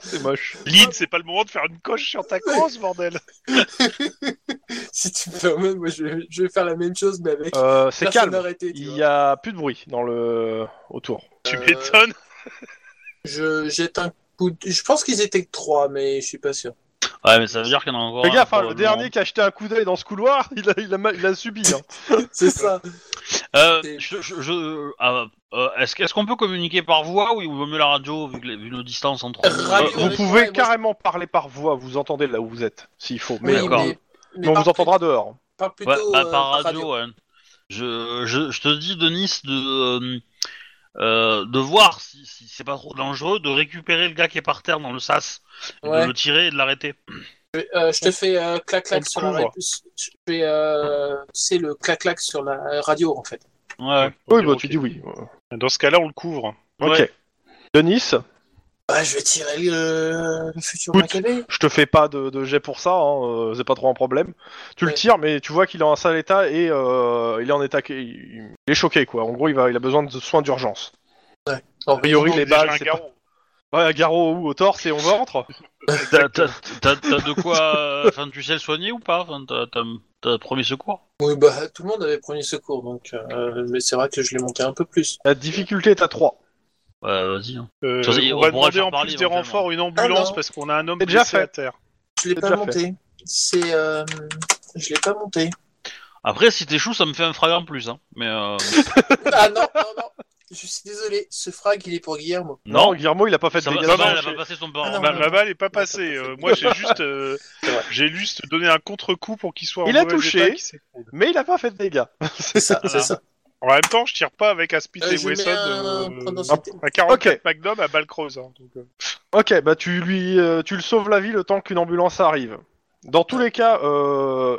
Speaker 2: C'est moche.
Speaker 4: Lynn, c'est pas le moment de faire une coche sur ta crosse, bordel
Speaker 3: si tu me permets, moi je vais, je vais faire la même chose, mais avec.
Speaker 2: Euh, c'est
Speaker 3: personne
Speaker 2: calme.
Speaker 3: arrêté, tu
Speaker 2: Il
Speaker 3: vois.
Speaker 2: y a plus de bruit dans le autour.
Speaker 4: Tu
Speaker 3: Euh,
Speaker 4: m'étonnes
Speaker 3: Je jette un coup. de- Je pense qu'ils étaient que trois, mais je suis pas sûr.
Speaker 1: Ouais, mais ça veut dire qu'il y en a
Speaker 4: Ah,
Speaker 1: encore
Speaker 2: Fais
Speaker 1: un,
Speaker 2: gaffe, hein, le
Speaker 1: probablement.
Speaker 2: dernier qui a jeté un coup d'œil dans ce couloir, il a, il a, ma- il a subi. hein.
Speaker 3: C'est ça.
Speaker 1: Euh, je, je- je- euh, euh, est-ce, que- est-ce qu'on peut communiquer par voix ou il vaut mieux la radio vu, que les- vu nos distances entre nous
Speaker 2: Euh,
Speaker 3: Radio.
Speaker 2: vous
Speaker 3: Avec Ah, moi, et
Speaker 2: pouvez
Speaker 3: moi,
Speaker 2: carrément parler par voix, vous entendez là où vous êtes, s'il faut. Mais,
Speaker 1: Oui, d'accord.
Speaker 3: mais, mais
Speaker 2: mais on
Speaker 3: parle
Speaker 2: vous entendra dehors.
Speaker 3: plus- Parle
Speaker 1: Ouais,
Speaker 3: plutôt
Speaker 1: bah,
Speaker 3: euh,
Speaker 1: par radio, ouais. Je, je, je te dis, Denis, de, euh, euh, de voir si, si c'est pas trop dangereux, de récupérer le gars qui est par terre dans le sas, et
Speaker 3: Ouais.
Speaker 1: de le tirer et de l'arrêter.
Speaker 3: Euh, je te fais euh, clac
Speaker 4: On
Speaker 3: clac
Speaker 4: le
Speaker 3: sur la
Speaker 4: couvre.
Speaker 3: radio. Je fais euh, c'est le clac clac sur la radio en fait.
Speaker 1: Ouais.
Speaker 2: Oui, bah,
Speaker 4: Ok.
Speaker 2: tu dis oui.
Speaker 4: Euh, Dans ce cas-là, on le couvre.
Speaker 2: Ok.
Speaker 1: Ouais.
Speaker 2: Denis,
Speaker 3: Bah, je vais tirer le, le futur
Speaker 2: Écoute.
Speaker 3: Maccabée.
Speaker 2: je te fais pas de, de jet pour ça, hein, euh, c'est pas trop un problème. Tu le
Speaker 3: Ouais.
Speaker 2: tires, mais tu vois qu'il est en sale état et euh, il est en état. qu'il- Il, il est choqué, quoi. En gros, il, va, il a besoin de soins d'urgence.
Speaker 3: En
Speaker 2: A priori,
Speaker 4: Donc,
Speaker 2: les
Speaker 4: déjà,
Speaker 2: balles,
Speaker 4: un
Speaker 2: c'est
Speaker 4: garrot.
Speaker 2: pas... Ouais, un garrot ou au torse et on ventre.
Speaker 1: T'as, t'as- t'as- t'as de quoi. euh, Enfin, tu sais le soigner ou pas Enfin, t'as, t'as- t'as premier secours
Speaker 3: Oui, bah, tout le monde avait premier secours, donc euh, mais c'est vrai que je l'ai monté un peu plus.
Speaker 2: La difficulté est à 3.
Speaker 1: Ouais, vas-y. hein.
Speaker 4: Euh,
Speaker 1: Ça, c'est-
Speaker 4: on,
Speaker 1: on
Speaker 4: va
Speaker 1: pourra
Speaker 4: demander
Speaker 1: faire
Speaker 4: en
Speaker 1: parler
Speaker 4: plus des
Speaker 1: éventuellement.
Speaker 4: renforts, une
Speaker 3: Ah
Speaker 4: ambulance,
Speaker 3: non.
Speaker 4: parce qu'on a un homme
Speaker 2: C'est déjà
Speaker 4: blessé
Speaker 2: fait.
Speaker 4: à terre.
Speaker 3: Je l'ai
Speaker 2: C'est
Speaker 3: pas
Speaker 2: déjà
Speaker 3: monté. C'est euh, je l'ai pas monté.
Speaker 1: Après, si t'échoues, ça me fait un frag en plus. Hein. Mais euh,
Speaker 3: ah non, non, non. Je suis désolé, ce frag il est pour Guillermo.
Speaker 1: Non.
Speaker 2: Non, Guillermo, il a pas fait
Speaker 1: ça
Speaker 2: de
Speaker 1: va,
Speaker 2: dégâts.
Speaker 1: ça
Speaker 2: Non,
Speaker 1: va, elle
Speaker 2: non,
Speaker 1: a pas passé son Bah,
Speaker 3: Ah non,
Speaker 1: parent.
Speaker 4: Ma,
Speaker 3: non,
Speaker 4: ma
Speaker 3: non.
Speaker 4: balle est pas passée. euh, moi, j'ai juste, euh,
Speaker 3: C'est vrai.
Speaker 4: j'ai juste donné un contre-coup pour qu'il soit. en
Speaker 2: Il a
Speaker 4: mauvais
Speaker 2: touché.
Speaker 4: état, qu'il s'écroule.
Speaker 2: Mais il a pas fait de dégâts.
Speaker 3: C'est ça,
Speaker 4: Voilà.
Speaker 3: c'est ça.
Speaker 4: En même temps, je tire pas avec un Smith
Speaker 3: Ah, Euh, je
Speaker 4: et
Speaker 3: mets
Speaker 4: Wesson.
Speaker 3: un
Speaker 4: euh,
Speaker 3: pronostic.
Speaker 4: un 44
Speaker 2: Ok.
Speaker 4: Magnum à balle creuse. hein, donc, euh.
Speaker 2: Ok, bah tu lui, euh, tu le sauves la vie le temps qu'une ambulance arrive. Dans tous les cas,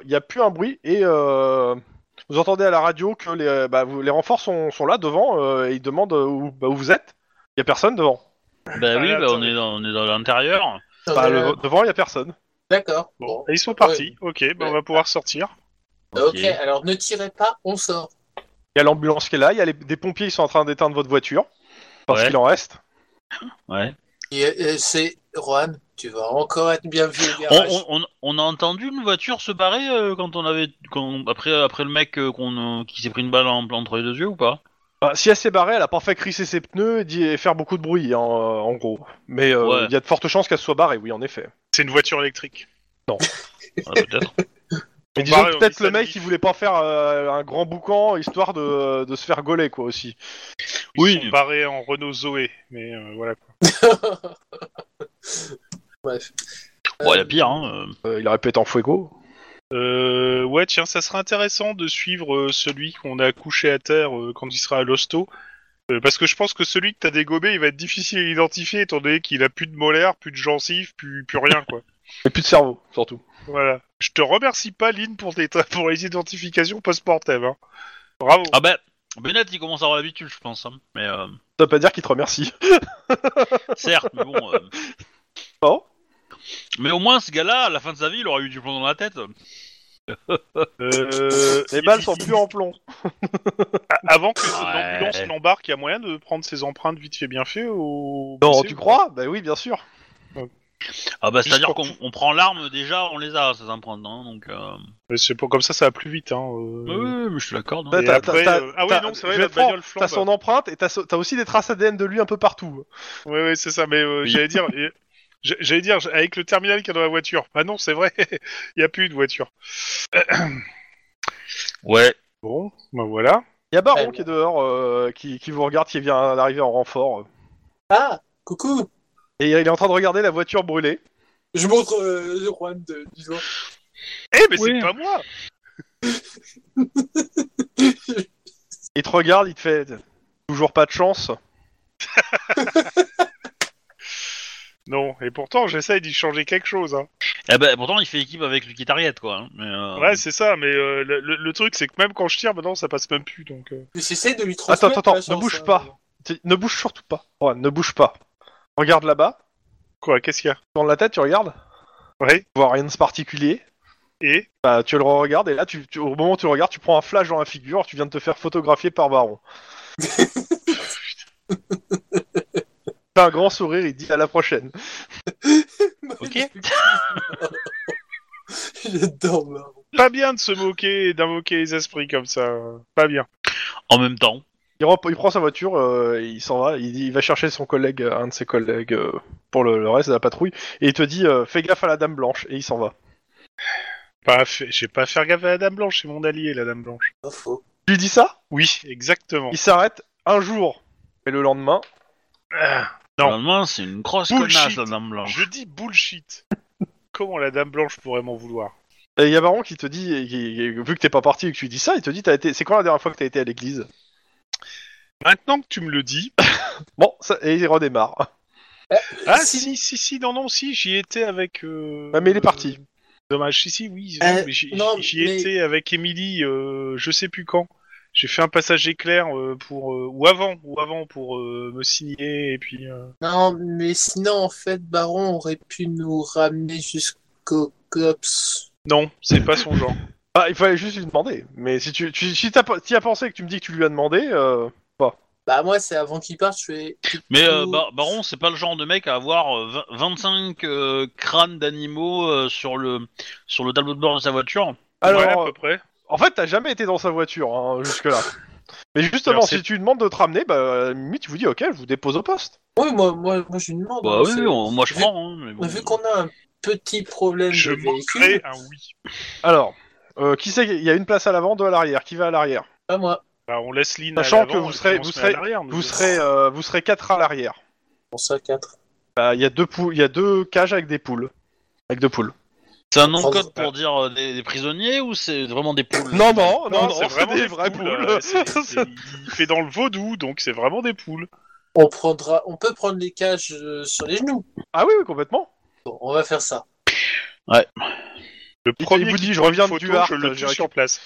Speaker 2: il n'y a plus un bruit et euh, vous entendez à la radio que les, euh, bah, vous- les renforts sont, sont là devant euh, et ils demandent euh, où, bah, où vous êtes. Il y a personne devant.
Speaker 1: Bah oui,
Speaker 4: Ah,
Speaker 1: bah, on,
Speaker 4: attends.
Speaker 1: est dans, on est dans l'intérieur.
Speaker 2: Bah,
Speaker 3: Euh,
Speaker 2: le- devant, il y a personne.
Speaker 3: D'accord.
Speaker 4: Bon,
Speaker 3: Bon.
Speaker 4: et ils sont partis. Ok, ben on va pouvoir sortir.
Speaker 3: ok, alors ne tirez pas, on sort.
Speaker 2: Il y a l'ambulance qui est là. Il y a les- des pompiers qui sont en train d'éteindre votre voiture parce
Speaker 1: Ouais.
Speaker 2: qu'il en reste.
Speaker 1: Ouais.
Speaker 3: Et, euh, c'est Juan, tu vas encore être bien vu au
Speaker 1: On,
Speaker 3: garage.
Speaker 1: on- on- on a entendu une voiture se barrer euh, quand on avait quand- après après le mec euh, qu'on euh, qui s'est pris une balle en plein entre les deux yeux ou pas
Speaker 2: Bah, si elle s'est barrée, elle a pas fait crisser ses pneus et, dit- et faire beaucoup de bruit en, en gros. Mais euh, il
Speaker 1: Ouais.
Speaker 2: y a de fortes chances qu'elle soit barrée, oui, en effet.
Speaker 4: C'est une voiture électrique.
Speaker 1: Ah, Peut-être.
Speaker 2: Mais
Speaker 4: Ils
Speaker 2: disons
Speaker 4: sont barrés,
Speaker 2: que
Speaker 4: on
Speaker 2: peut-être
Speaker 4: dit
Speaker 2: le
Speaker 4: samedi.
Speaker 2: mec il voulait pas faire euh, un grand boucan histoire de, de se faire gauler quoi aussi.
Speaker 4: Ils
Speaker 1: Oui.
Speaker 4: sont barrés en Renault Zoé, mais euh, voilà. quoi.
Speaker 3: Bref.
Speaker 1: Ouais, y a pire. Hein, euh.
Speaker 2: Euh, il aurait pu être en fuego.
Speaker 4: Euh, ouais, tiens, ça serait intéressant de suivre euh, celui qu'on a couché à terre euh, quand il sera à l'hosto. Euh, parce que je pense que celui que t'as dégobé, il va être difficile à identifier étant donné qu'il a plus de molaires, plus de gencives, plus, plus rien, quoi.
Speaker 2: Et plus de cerveau surtout.
Speaker 4: voilà. Je te remercie pas, Lynn, pour, tes, pour les identifications post-mortem. hein. Bravo.
Speaker 1: Ah ben, Bennett il commence à avoir l'habitude, je pense. hein. Mais euh,
Speaker 2: Ça veut pas dire qu'il te remercie.
Speaker 1: certes, mais bon. euh,
Speaker 2: Oh.
Speaker 1: Mais au moins ce gars-là, à la fin de sa vie, il aurait eu du plomb dans la tête.
Speaker 4: Euh,
Speaker 2: Les
Speaker 4: il-
Speaker 2: balles
Speaker 4: il-
Speaker 2: sont plus en plomb.
Speaker 4: Ah, Avant que
Speaker 1: Ouais.
Speaker 4: l'ambulance l'embarque, il y a moyen de prendre ses empreintes vite fait bien fait au.
Speaker 2: Non,
Speaker 4: PC,
Speaker 2: tu
Speaker 4: ou
Speaker 2: crois Bah oui, bien sûr.
Speaker 1: Ah bah
Speaker 4: Juste
Speaker 1: c'est-à-dire
Speaker 4: pour
Speaker 1: qu'on
Speaker 4: tout.
Speaker 1: on prend l'arme déjà, on les a ces empreintes, hein, donc. Euh...
Speaker 4: Mais C'est pas comme ça, ça va plus vite. Hein. euh.
Speaker 1: Ouais, mais je te l'accorde. hein.
Speaker 2: Ouais,
Speaker 4: Et
Speaker 2: t'as-
Speaker 4: après,
Speaker 2: t'as-
Speaker 4: euh, Ah oui,
Speaker 2: t'as-
Speaker 4: non, c'est
Speaker 2: je
Speaker 4: vrai,
Speaker 2: vais
Speaker 4: la
Speaker 2: être franc,
Speaker 4: bagnole
Speaker 2: T'as
Speaker 4: flambe.
Speaker 2: son empreinte et t'as so- t'as aussi des traces ADN de lui un peu partout.
Speaker 4: Ouais, ouais, c'est ça, mais euh,
Speaker 1: Oui.
Speaker 4: j'allais dire. et- j'a- J'allais dire, j- avec le terminal qu'il y a dans la voiture. Ah non, c'est vrai, il n'y a plus de voiture.
Speaker 1: Ouais.
Speaker 4: Bon, ben voilà.
Speaker 2: Il y a Baron
Speaker 3: Ouais,
Speaker 2: qui est dehors, euh, qui, qui vous regarde, qui vient d'arriver en renfort.
Speaker 3: Ah, coucou
Speaker 2: Et il est en train de regarder la voiture brûlée.
Speaker 3: Je montre euh, Juan de, du doigt.
Speaker 4: Eh, mais
Speaker 1: Oui.
Speaker 4: c'est pas moi
Speaker 2: Il te regarde, il te fait toujours pas de chance.
Speaker 4: Non, et pourtant j'essaye d'y changer quelque chose. Hein.
Speaker 1: Eh ben, pourtant, il fait équipe avec Lucky Tariet, quoi. hein, mais, euh,
Speaker 4: Ouais, c'est ça, mais euh, le, le- le truc c'est que même quand je tire, maintenant ça passe même plus. Donc, euh.
Speaker 3: Mais J'essaie de lui
Speaker 2: Attends,
Speaker 3: transmettre.
Speaker 2: attends, attends,
Speaker 3: la
Speaker 2: ne
Speaker 3: chance,
Speaker 2: bouge
Speaker 3: hein.
Speaker 2: pas. Tu- Ne bouge surtout pas. Rohan, ne bouge pas. Regarde là-bas,
Speaker 4: Quoi, qu'est-ce qu'il y a
Speaker 2: tourne la tête, tu regardes.
Speaker 4: Ouais,
Speaker 2: Tu vois rien de particulier.
Speaker 4: et
Speaker 2: Bah, tu le regardes et là, tu, tu- au moment où tu le regardes, tu prends un flash dans la figure, tu viens de te faire photographier par Baron. T'as un grand sourire, il dit à la prochaine.
Speaker 1: Ok.
Speaker 3: J'adore Marron.
Speaker 4: pas bien de se moquer, et d'invoquer les esprits comme ça. euh, Pas bien.
Speaker 1: En même temps,
Speaker 2: Il, rep- il prend sa voiture, euh, il s'en va, il, dit- il va chercher son collègue, euh, un de ses collègues, euh, pour le, le reste de la patrouille, et il te dit euh, fais gaffe à la dame blanche, et il s'en va.
Speaker 4: Pas fait- J'ai pas à faire gaffe à la Dame Blanche, c'est mon allié, la Dame Blanche.
Speaker 3: Pas faux.
Speaker 2: Tu lui dis ça
Speaker 4: Oui, exactement.
Speaker 2: Il s'arrête un jour, et le lendemain,
Speaker 4: Ah, Non.
Speaker 1: normalement, c'est une grosse connasse,
Speaker 4: Bullshit.
Speaker 1: la dame blanche.
Speaker 4: Je dis bullshit. Comment la Dame Blanche pourrait m'en vouloir
Speaker 2: et il y a Baron qui te dit, et qui- et vu que t'es pas parti et que tu lui dis ça, il te dit t'as été... c'est quand la dernière fois que t'as été à l'église
Speaker 4: Maintenant que tu me le dis.
Speaker 2: Bon, ça, et il redémarre.
Speaker 4: Ah,
Speaker 3: Si.
Speaker 4: si, si, si, non, non, si, j'y étais avec. euh,
Speaker 2: Ouais, Ah, mais il est parti.
Speaker 4: euh, Dommage, si, si, oui.
Speaker 3: Euh,
Speaker 4: mais j'y
Speaker 3: non,
Speaker 4: j'y
Speaker 3: mais-
Speaker 4: étais avec Émilie, euh, je sais plus quand. J'ai fait un passage éclair euh, pour. euh, ou avant, ou avant pour euh, me signer et puis. euh,
Speaker 3: Non, mais sinon, en fait, Baron aurait pu nous ramener jusqu'au COPS.
Speaker 4: Non, c'est pas son genre.
Speaker 2: Bah, il fallait juste lui demander. Mais si tu, tu si t'as pas- t'y as pensé et que tu me dis que tu lui as demandé, euh,
Speaker 3: Bah, moi, c'est avant qu'il parte, je fais.
Speaker 1: Mais euh,
Speaker 3: Ou-
Speaker 1: Bar- Baron, c'est pas le genre de mec à avoir euh, vingt- 25 euh, crânes d'animaux euh, sur le sur le tableau de bord de sa voiture.
Speaker 2: alors
Speaker 4: Ouais, à peu près.
Speaker 2: euh, en fait t'as jamais été dans sa voiture hein, jusque là. Mais justement,
Speaker 4: Alors, c'est-
Speaker 2: si tu lui demandes de te ramener, bah à la limite, tu vous dis ok, je vous dépose au poste.
Speaker 3: Oui, moi, moi, moi, je lui demande.
Speaker 1: Bah
Speaker 3: hein,
Speaker 1: oui,
Speaker 3: c'est-
Speaker 1: on- moi je
Speaker 3: vu-
Speaker 1: prends. hein, mais bon.
Speaker 3: Mais vu qu'on a un petit problème
Speaker 4: Je
Speaker 3: de véhicule,
Speaker 4: manquerai un oui.
Speaker 2: Alors, euh, qui sait qu'il y a une place à l'avant, deux à l'arrière. Qui va à l'arrière
Speaker 3: pas moi.
Speaker 4: Bah, on laisse Lynn
Speaker 2: Sachant
Speaker 4: à l'avant
Speaker 2: que vous
Speaker 4: et puis
Speaker 2: serez-
Speaker 4: on
Speaker 2: vous
Speaker 4: se met à
Speaker 2: serez-
Speaker 4: l'arrière, nous
Speaker 2: Vous
Speaker 4: deux.
Speaker 2: serez euh, vous serez quatre à l'arrière.
Speaker 3: On sera quatre.
Speaker 2: Bah, il y a deux poules, il y a deux cages avec des poules, avec deux poules.
Speaker 1: C'est un nom code pour dire euh, des, des prisonniers ou c'est vraiment des poules
Speaker 2: Non non non, non
Speaker 4: Oh c'est vraiment
Speaker 2: des vraies poules.
Speaker 4: euh, c'est- c'est- il fait dans le vaudou, donc c'est vraiment des poules.
Speaker 3: On prendra, on peut prendre les cages euh, sur les genoux.
Speaker 2: ah oui, oui complètement.
Speaker 3: Bon, on va faire ça.
Speaker 4: Le
Speaker 2: Il
Speaker 4: premier
Speaker 2: vous
Speaker 4: qui
Speaker 2: dit,
Speaker 4: prend
Speaker 2: je reviens
Speaker 4: une
Speaker 2: de
Speaker 4: photo,
Speaker 2: Duarte,
Speaker 4: je le
Speaker 2: j'ai
Speaker 4: tue sur place.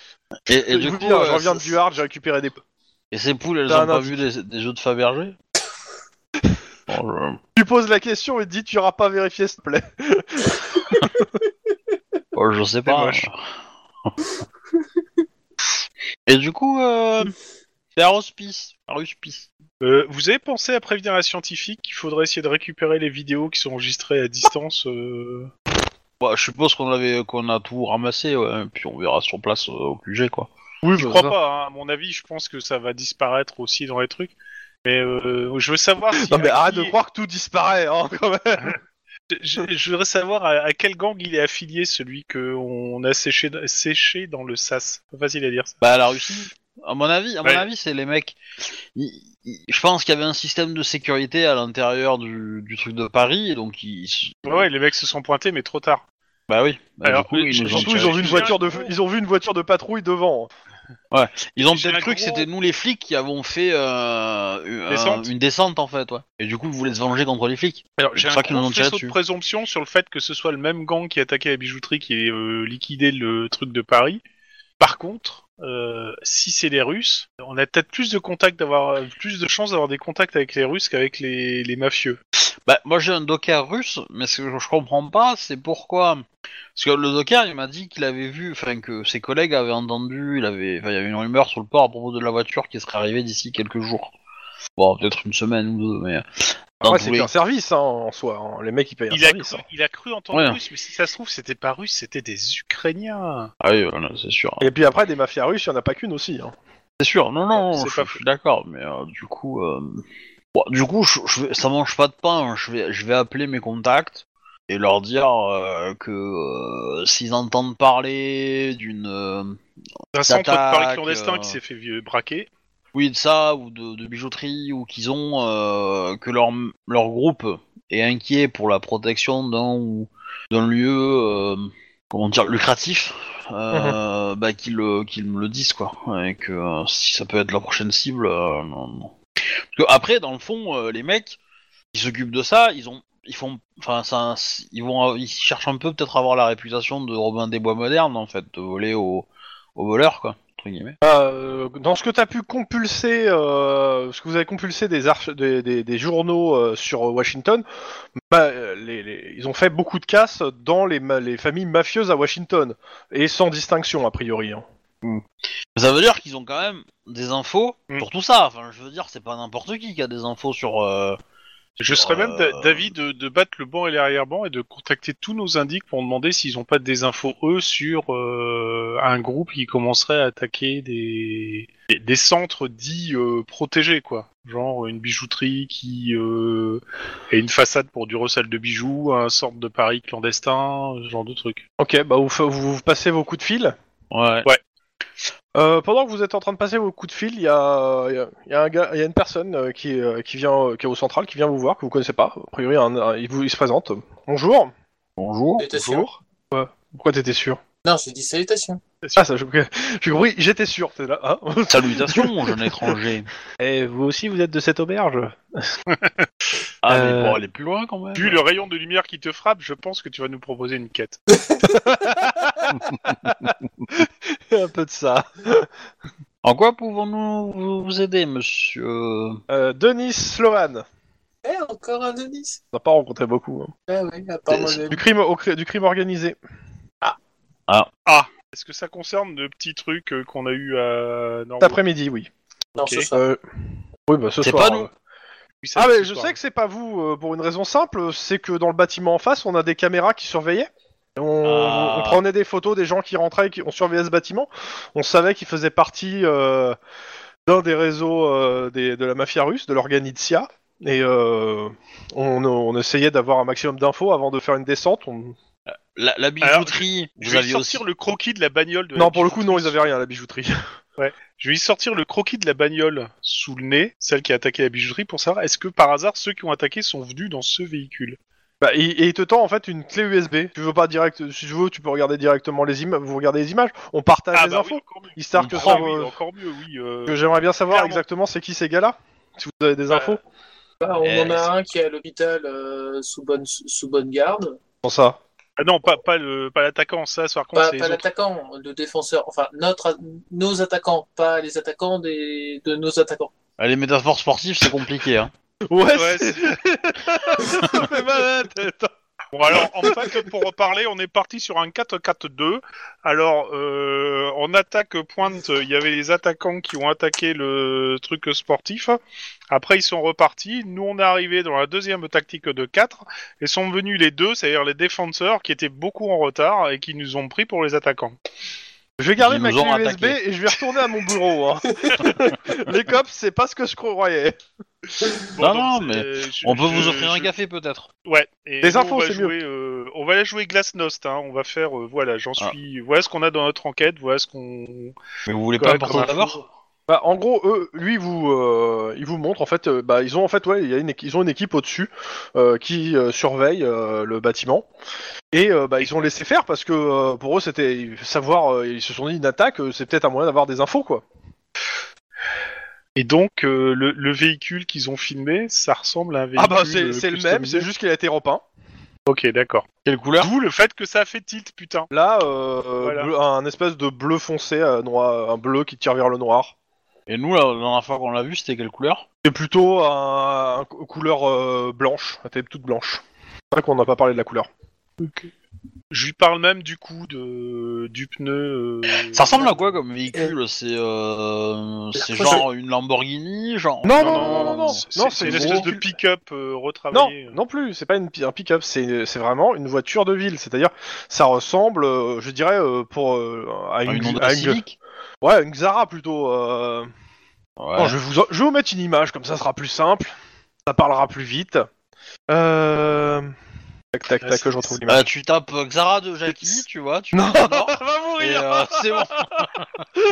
Speaker 1: Et, et
Speaker 2: je
Speaker 1: du
Speaker 2: vous
Speaker 1: coup,
Speaker 2: dis, hein,
Speaker 1: euh,
Speaker 2: je reviens de
Speaker 1: ça-
Speaker 2: Duhard, j'ai récupéré des
Speaker 1: Et ces poules, elles
Speaker 2: T'as un
Speaker 1: ont pas
Speaker 2: indice.
Speaker 1: vu des, des œufs de Fabergé Oh là
Speaker 2: Tu poses la question et te dis tu iras pas vérifier s'il te plaît.
Speaker 1: Oh, je sais pas. hein.
Speaker 4: moche.
Speaker 1: Et du coup, euh, c'est un hospice. Un hospice.
Speaker 4: Euh, vous avez pensé à prévenir la scientifique qu'il faudrait essayer de récupérer les vidéos qui sont enregistrées à distance euh,
Speaker 1: Bah, je suppose qu'on avait, qu'on a tout ramassé, ouais, puis on verra sur place euh, au QG, quoi.
Speaker 2: Oui, bah,
Speaker 4: Je crois pas, hein, à mon avis, je pense que ça va disparaître aussi dans les trucs. Mais euh, je veux savoir si
Speaker 2: Non mais
Speaker 4: à
Speaker 2: arrête
Speaker 4: qui-
Speaker 2: de croire que tout disparaît hein, quand même.
Speaker 4: Je, je voudrais savoir à, à quel gang il est affilié, celui qu'on a séché, séché dans le SAS. Pas facile à dire ça.
Speaker 1: Bah, la Russie, à mon avis, à mon
Speaker 4: Ouais.
Speaker 1: avis, c'est les mecs. ils- ils- je pense qu'il y avait un système de sécurité à l'intérieur du, du truc de Paris, et donc ils.
Speaker 4: Ouais, ouais, les mecs se sont pointés, mais trop tard.
Speaker 1: Bah oui. Bah,
Speaker 4: Alors,
Speaker 1: du coup, ils, nous ont,
Speaker 4: surtout,
Speaker 2: Surtout ils ont vu une
Speaker 4: J'ai
Speaker 2: voiture
Speaker 4: un
Speaker 2: de
Speaker 4: gros-
Speaker 2: ils ont vu une voiture de patrouille devant.
Speaker 1: ils ont
Speaker 4: j'ai
Speaker 1: peut-être
Speaker 4: un
Speaker 1: cru que
Speaker 4: gros-
Speaker 1: c'était nous les flics qui avons fait euh, une- un-
Speaker 4: Descente.
Speaker 1: une descente en fait, ouais. Et du coup, ils voulaient se venger contre les flics.
Speaker 4: Alors, j'ai
Speaker 1: C'est
Speaker 4: un
Speaker 1: pour ça qu'ils nous
Speaker 4: gros
Speaker 1: ont tiré
Speaker 4: faisceau de
Speaker 1: dessus.
Speaker 4: présomption sur le fait que ce soit le même gang qui a attaqué la bijouterie qui ait euh, liquidé le truc de Paris. Par contre, euh, si c'est les Russes, on a peut-être plus de contacts d'avoir euh, plus de chances d'avoir des contacts avec les Russes qu'avec les, les mafieux.
Speaker 1: Bah, moi j'ai un docker russe, mais ce que je comprends pas, c'est pourquoi. Parce que le docker, il m'a dit qu'il avait vu, enfin que ses collègues avaient entendu, il avait, enfin, il y avait une rumeur sur le port à propos de la voiture qui serait arrivée d'ici quelques jours. Bon, peut-être une semaine ou deux, mais.
Speaker 4: Ah
Speaker 1: Dans
Speaker 2: Après
Speaker 1: tous
Speaker 2: c'est
Speaker 1: les-
Speaker 2: un service hein, en soi, hein. les mecs ils payent un
Speaker 4: Il a,
Speaker 2: service.
Speaker 4: cru,
Speaker 2: hein.
Speaker 4: il a cru entendre
Speaker 1: Ouais.
Speaker 4: russe, mais si ça se trouve, c'était pas russe, c'était des Ukrainiens.
Speaker 1: Ah oui, voilà, c'est sûr.
Speaker 2: Et puis après des mafias russes, il y en a pas qu'une aussi. hein.
Speaker 1: C'est sûr, non, non,
Speaker 4: C'est
Speaker 1: je,
Speaker 4: pas
Speaker 1: je suis d'accord, mais euh, du coup, euh, bon, du coup, je, je vais- ça mange pas de pain. hein, Je vais, je vais appeler mes contacts et leur dire euh, que euh, s'ils entendent parler d'une, euh,
Speaker 4: Un centre de Paris
Speaker 1: D'attaque,
Speaker 4: clandestin
Speaker 1: euh.
Speaker 4: qui s'est fait vieux- braquer.
Speaker 1: oui de ça ou de, de bijouterie ou qu'ils ont euh, que leur leur groupe est inquiet pour la protection d'un ou d'un lieu, euh, comment dire, lucratif, euh, bah qu'ils le- qu'ils me le disent quoi, et que euh, si ça peut être la prochaine cible, euh, non, non. Parce que après, dans le fond, euh, les mecs qui s'occupent de ça, ils ont ils font, enfin, c'est un- ils vont, ils cherchent un peu peut-être à avoir la réputation de Robin des Bois moderne en fait, de voler au, au voleur quoi, entre guillemets.
Speaker 2: Ah, euh, dans ce que tu as pu compulser, euh, ce que vous avez compulsé des, arch- des, des- des journaux euh, sur Washington, bah, euh, les- les- ils ont fait beaucoup de casses dans les, ma- les familles mafieuses à Washington, et sans distinction a priori. hein.
Speaker 1: Ça veut dire qu'ils ont quand même des infos
Speaker 4: Mm.
Speaker 1: sur tout ça. Enfin, je veux dire, c'est pas n'importe qui qui a des infos sur. euh,
Speaker 4: Je serais même
Speaker 1: Euh,
Speaker 4: d'a- d'avis de, de battre le banc et l'arrière-banc et de contacter tous nos indiques pour demander s'ils n'ont pas des infos, eux, sur euh, un groupe qui commencerait à attaquer des, des, des centres dits euh, protégés, quoi. Genre une bijouterie qui euh, est une façade pour du ressal de bijoux, un centre de Paris clandestin, ce genre de truc.
Speaker 2: Ok, bah vous, fa- vous, vous passez vos coups de fil.
Speaker 1: Ouais.
Speaker 2: Euh, pendant que vous êtes en train de passer vos coups de fil, il y a, il y a- il y a un gars- il y a une personne euh, qui, euh, qui vient, euh, qui est au central, qui vient vous voir, que vous connaissez pas. A priori, un- un- il, vous- il se présente. Bonjour.
Speaker 1: Bonjour.
Speaker 3: Salutations.
Speaker 2: Ouais. Pourquoi t'étais sûr
Speaker 3: Non, j'ai dit salutations.
Speaker 2: Ah, ça, je, j'ai compris, j'étais sûr. T'es là, hein
Speaker 1: Salutations, mon jeune étranger.
Speaker 2: Et vous aussi, vous êtes de cette auberge
Speaker 1: Ah,
Speaker 2: Euh,
Speaker 1: mais pour aller plus loin quand même.
Speaker 4: Vu le rayon de lumière qui te frappe, je pense que tu vas nous proposer une quête.
Speaker 2: Un peu de ça.
Speaker 1: En quoi pouvons-nous vous- vous aider, monsieur
Speaker 2: Euh, Denis Sloan.
Speaker 3: Eh, encore un Denis
Speaker 2: On n'a pas rencontré beaucoup. hein.
Speaker 3: Ah oui, à part
Speaker 1: C'est-
Speaker 3: moi,
Speaker 1: c'est-
Speaker 2: Du, crime, au cri- du crime organisé.
Speaker 4: Est-ce que ça concerne le petit truc euh, qu'on a eu à Norwood
Speaker 2: Cet après-midi, oui.
Speaker 3: non,
Speaker 4: ok.
Speaker 3: ce soir.
Speaker 2: Euh, Oui, bah ce
Speaker 1: C'est
Speaker 2: soir.
Speaker 1: pas nous.
Speaker 2: euh.
Speaker 4: Oui, ça,
Speaker 2: Ah, mais
Speaker 4: ce
Speaker 2: je
Speaker 4: soir.
Speaker 2: sais que c'est pas vous, euh, pour une raison simple, c'est que dans le bâtiment en face, on a des caméras qui surveillaient. On,
Speaker 1: Ah.
Speaker 2: on prenait des photos des gens qui rentraient et qui, on surveillait ce bâtiment. On savait qu'ils faisaient partie euh, d'un des réseaux euh, des- de la mafia russe, de l'Organizia. Et euh, on, on essayait d'avoir un maximum d'infos avant de faire une descente. On-
Speaker 1: la, la bijouterie
Speaker 4: Je
Speaker 1: Vous
Speaker 4: vais lui
Speaker 1: aviez
Speaker 4: sortir
Speaker 1: aussi.
Speaker 4: le croquis de la bagnole de la
Speaker 2: Non, pour le coup, non, ils
Speaker 4: bijouterie.
Speaker 2: avaient rien à la bijouterie.
Speaker 4: Je vais lui sortir le croquis de la bagnole sous le nez, celle qui a attaqué la bijouterie, pour savoir est-ce que par hasard ceux qui ont attaqué sont venus dans ce véhicule.
Speaker 2: Bah, et, et il te tend en fait une clé USB. Tu veux pas direct, si tu veux, tu peux regarder directement les images. Vous regardez les images, on partage les
Speaker 4: bah
Speaker 2: infos.
Speaker 4: oui, encore mieux.
Speaker 2: Histoire que
Speaker 4: Ah
Speaker 2: ça.
Speaker 4: oui,
Speaker 2: euh,
Speaker 4: encore mieux, oui. euh,
Speaker 2: que J'aimerais bien savoir
Speaker 4: clairement.
Speaker 2: exactement c'est qui ces gars-là. Si vous avez des
Speaker 4: Bah,
Speaker 2: infos.
Speaker 3: Bah, on
Speaker 1: Eh,
Speaker 3: en a un qui est à l'hôpital euh, sous, bonne, sous bonne garde.
Speaker 2: Comment ça.
Speaker 4: Ah non, pas, pas le- pas l'attaquant, ça, par contre,
Speaker 2: Bah,
Speaker 3: Pas,
Speaker 4: c'est
Speaker 3: pas
Speaker 4: les autres.
Speaker 3: l'attaquant, le défenseur. Enfin, notre, nos attaquants, pas les attaquants des, de nos attaquants.
Speaker 1: Ah, Les métaphores sportives, c'est compliqué. Hein.
Speaker 2: Ouais,
Speaker 4: Ouais,
Speaker 2: c'est- ça fait mal à la tête.
Speaker 4: Bon, alors, en fait, pour reparler, on est parti sur un 4-4-2. Alors, euh, en attaque pointe, il y avait les attaquants qui ont attaqué le truc sportif. Après, ils sont repartis. Nous, on est arrivé dans la deuxième tactique de 4. Et sont venus les deux, c'est-à-dire les défenseurs, qui étaient beaucoup en retard et qui nous ont pris pour les attaquants.
Speaker 2: Je vais garder
Speaker 1: Ils
Speaker 2: ma
Speaker 1: nous ont
Speaker 2: clé USB
Speaker 1: attaqués.
Speaker 2: et je vais retourner à mon bureau. hein. les cops, c'est pas ce que je croyais.
Speaker 1: Non, non,
Speaker 4: c'est-
Speaker 1: mais
Speaker 4: je-
Speaker 1: On peut
Speaker 4: je-
Speaker 1: vous offrir un
Speaker 4: je-
Speaker 1: café peut-être.
Speaker 4: Ouais. Et
Speaker 2: Des
Speaker 4: nous,
Speaker 2: infos,
Speaker 4: on va
Speaker 2: c'est
Speaker 4: jouer, euh, on va la jouer Glasnost. Hein. On va faire, euh, voilà, j'en
Speaker 1: Ah.
Speaker 4: suis. Voilà ce qu'on a dans notre enquête. Voilà ce qu'on.
Speaker 1: Mais vous voulez
Speaker 4: Ouais,
Speaker 1: pas partir
Speaker 4: comme un
Speaker 1: d'abord
Speaker 2: Bah, en gros, eux, lui, vous, euh, il vous montre en fait, euh, bah, ils ont en fait, ouais, il y a une, équ- ils ont une équipe au-dessus euh, qui euh, surveille euh, le bâtiment et euh, bah, ils ont laissé faire parce que euh, pour eux, c'était savoir, euh, ils se sont dit une attaque, euh, c'est peut-être un moyen d'avoir des infos quoi.
Speaker 4: Et donc, euh, le, le véhicule qu'ils ont filmé, ça ressemble à un véhicule.
Speaker 2: Ah bah c'est
Speaker 4: euh,
Speaker 2: c'est le
Speaker 4: customisé.
Speaker 2: même, c'est juste qu'il a été repeint.
Speaker 4: Ok, d'accord.
Speaker 1: Quelle couleur
Speaker 4: D'où le fait que ça a fait tilt, putain.
Speaker 2: Là, euh,
Speaker 4: Voilà.
Speaker 2: bleu- un espèce de bleu foncé, euh, noir, un bleu qui tire vers le noir.
Speaker 1: Et nous, la la dernière fois qu'on l'a vu, c'était quelle couleur
Speaker 2: C'est plutôt un, un cou- couleur euh, blanche, la tête toute blanche. C'est vrai qu'on n'a pas parlé de la couleur.
Speaker 4: Je lui parle même du coup de du pneu. euh,
Speaker 1: Ça ressemble à quoi comme véhicule C'est euh, c'est
Speaker 3: Parce que-
Speaker 1: genre une Lamborghini genre...
Speaker 2: Non, non, non, non, non, non.
Speaker 4: c'est c'est une
Speaker 2: gros.
Speaker 4: espèce de pick-up euh,
Speaker 2: Non,
Speaker 4: retravaillé.
Speaker 2: non plus, c'est pas une, pi- un pick-up, c'est c'est vraiment une voiture de ville. C'est-à-dire, ça ressemble, euh, je dirais, euh, pour euh, à
Speaker 1: Une
Speaker 2: une,
Speaker 1: Honda
Speaker 2: à une-
Speaker 1: Civic
Speaker 2: ouais, une Xara plutôt. euh.
Speaker 1: Ouais. Euh,
Speaker 2: Non, je, vais vous, en- je vais vous mettre une image, comme ça, ce sera plus simple, ça parlera plus vite. Euh... Tac, tac,
Speaker 4: Ouais,
Speaker 2: tac, que
Speaker 4: c'est-
Speaker 2: je retrouve
Speaker 4: c'est-
Speaker 2: l'image.
Speaker 1: Euh, tu tapes euh, Xara de Jackie, tu vois, tu
Speaker 2: Non.
Speaker 1: tapes Nord,
Speaker 2: va
Speaker 1: et, euh, c'est bon.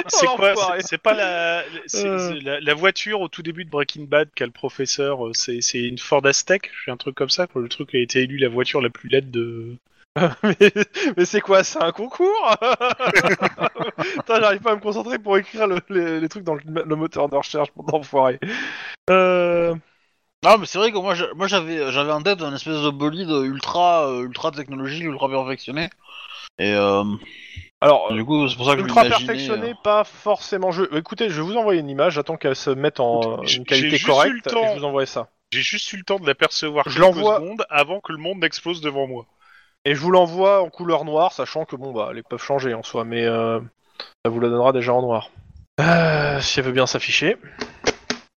Speaker 4: C'est quoi
Speaker 2: L'enfoiré.
Speaker 4: c'est- C'est pas la, c'est-
Speaker 2: Euh.
Speaker 4: c'est la, la voiture au tout début de Breaking Bad qu'a le professeur. euh, C'est c'est une Ford Aztec, je fais un truc comme ça. quoi. Le truc a été élu la voiture la plus laide de.
Speaker 2: Mais, mais c'est quoi C'est un concours Putain, j'arrive pas à me concentrer pour écrire le- les, les trucs dans le, le moteur de recherche pour d'enfoiré. Euh,
Speaker 1: Non, mais c'est vrai que moi, je- moi j'avais, j'avais en tête un espèce de bolide ultra, euh, ultra technologique, ultra perfectionné. Et euh,
Speaker 2: Alors,
Speaker 1: du coup, c'est pour ça que
Speaker 2: ultra
Speaker 1: je l'imaginais,
Speaker 2: perfectionné,
Speaker 4: hein.
Speaker 1: euh.
Speaker 2: pas forcément. Je... Écoutez, je vais vous envoyer une image, j'attends qu'elle se mette en euh,
Speaker 4: J'ai-
Speaker 2: une
Speaker 4: j'ai
Speaker 2: qualité
Speaker 4: juste eu le
Speaker 2: correcte,
Speaker 4: temps.
Speaker 2: et je vous envoie ça.
Speaker 4: J'ai juste eu le temps de l'apercevoir
Speaker 2: Je
Speaker 4: quelques
Speaker 2: l'envoie.
Speaker 4: secondes avant que le monde n'explose devant moi.
Speaker 2: Et je vous l'envoie en couleur noire, sachant que bon bah les peuvent changer en soi, mais euh, ça vous la donnera déjà en noir. Euh, si elle veut bien s'afficher.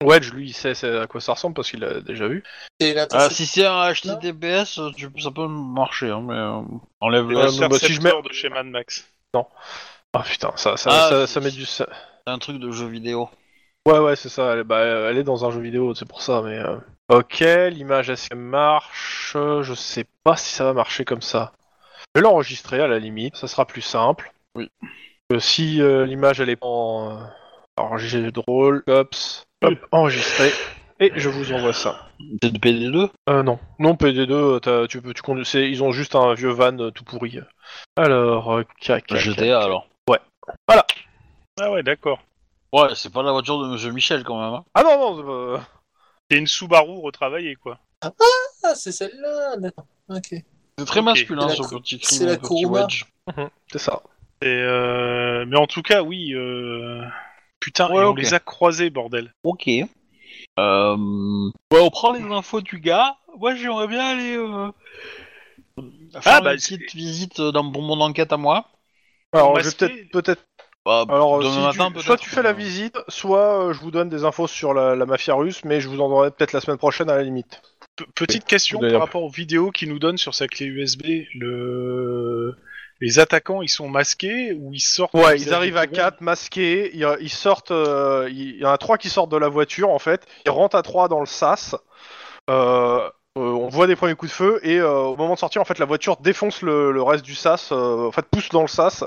Speaker 2: Wedge, lui, il sait c'est à quoi ça ressemble parce qu'il l'a déjà vu.
Speaker 3: C'est
Speaker 1: Ah,
Speaker 3: l'intention.
Speaker 1: si c'est un HTTPS, euh, tu- ça peut marcher, hein, mais euh, enlève
Speaker 4: Et
Speaker 1: le.
Speaker 2: Euh,
Speaker 4: le
Speaker 2: bah, si
Speaker 4: Perceptor
Speaker 2: je mets-
Speaker 4: de chez Mad Max.
Speaker 2: Ah putain, ça, ça,
Speaker 1: Ah,
Speaker 2: ça,
Speaker 1: si,
Speaker 2: ça met
Speaker 1: si.
Speaker 2: du. ça-
Speaker 1: C'est un truc de jeu vidéo.
Speaker 2: Ouais, ouais, c'est ça. Elle, est- bah, euh, elle est dans un jeu vidéo, c'est pour ça, mais. euh, Ok, l'image, est-ce qu'elle marche Je sais pas si ça va marcher comme ça. Je vais l'enregistrer à la limite, ça sera plus simple.
Speaker 1: Oui.
Speaker 2: Euh, si euh, l'image, elle est en. euh, Enregistré drôle, cops, hop, enregistré, et je vous envoie ça.
Speaker 1: C'est de PD2
Speaker 2: Euh, non. Non, PD2, euh, t'as- tu peux, tu conduis, c'est- ils ont juste un vieux van euh, tout pourri. Alors, euh, cac, cac,
Speaker 1: GTA alors.
Speaker 4: Ah ouais, d'accord.
Speaker 1: Ouais, c'est pas la voiture de Monsieur Michel quand même. hein.
Speaker 2: Ah non, non, euh,
Speaker 4: C'est une Subaru retravaillée, quoi.
Speaker 3: Ah, c'est celle-là. d'accord. Ok.
Speaker 1: C'est très
Speaker 4: Ok.
Speaker 1: masculin
Speaker 3: C'est
Speaker 1: ce
Speaker 3: la cou-
Speaker 1: petit
Speaker 3: c'est la
Speaker 1: crime, petit
Speaker 3: Kuruma.
Speaker 1: wedge.
Speaker 2: c'est ça.
Speaker 4: Et, euh, Mais en tout cas, oui. euh,
Speaker 2: Ah,
Speaker 4: Putain,
Speaker 1: Ouais,
Speaker 4: et on
Speaker 1: ok.
Speaker 4: les a croisés, bordel.
Speaker 1: Ok. Euh... Ouais, on prend les infos du gars. Moi, j'aimerais bien aller euh, faire
Speaker 4: bah,
Speaker 1: une petite Ah, visite euh, dans pour mon enquête à moi.
Speaker 2: Alors, je vais
Speaker 4: masqué.
Speaker 2: peut-être, peut-être
Speaker 1: Bah,
Speaker 2: Alors, euh,
Speaker 1: demain
Speaker 2: si
Speaker 1: matin,
Speaker 2: tu-
Speaker 1: peut-être,
Speaker 2: soit tu fais la
Speaker 1: euh,
Speaker 2: visite, soit euh, je vous donne des infos sur la, la mafia russe, mais je vous en donnerai peut-être la semaine prochaine à la limite.
Speaker 4: Pe- petite question
Speaker 2: D'ailleurs.
Speaker 4: par rapport aux vidéos qu'il nous donne sur sa clé USB. Le... Les attaquants, ils sont masqués ou ils sortent
Speaker 2: Ouais,
Speaker 4: visage
Speaker 2: ils arrivent à
Speaker 4: découvert
Speaker 2: 4, masqués, ils, ils sortent, euh, il y en a 3 qui sortent de la voiture en fait, ils rentrent à 3 dans le sas, euh, euh, on voit des premiers coups de feu, et euh, au moment de sortir, en fait, la voiture défonce le, le reste du sas, euh, en fait, pousse dans le sas,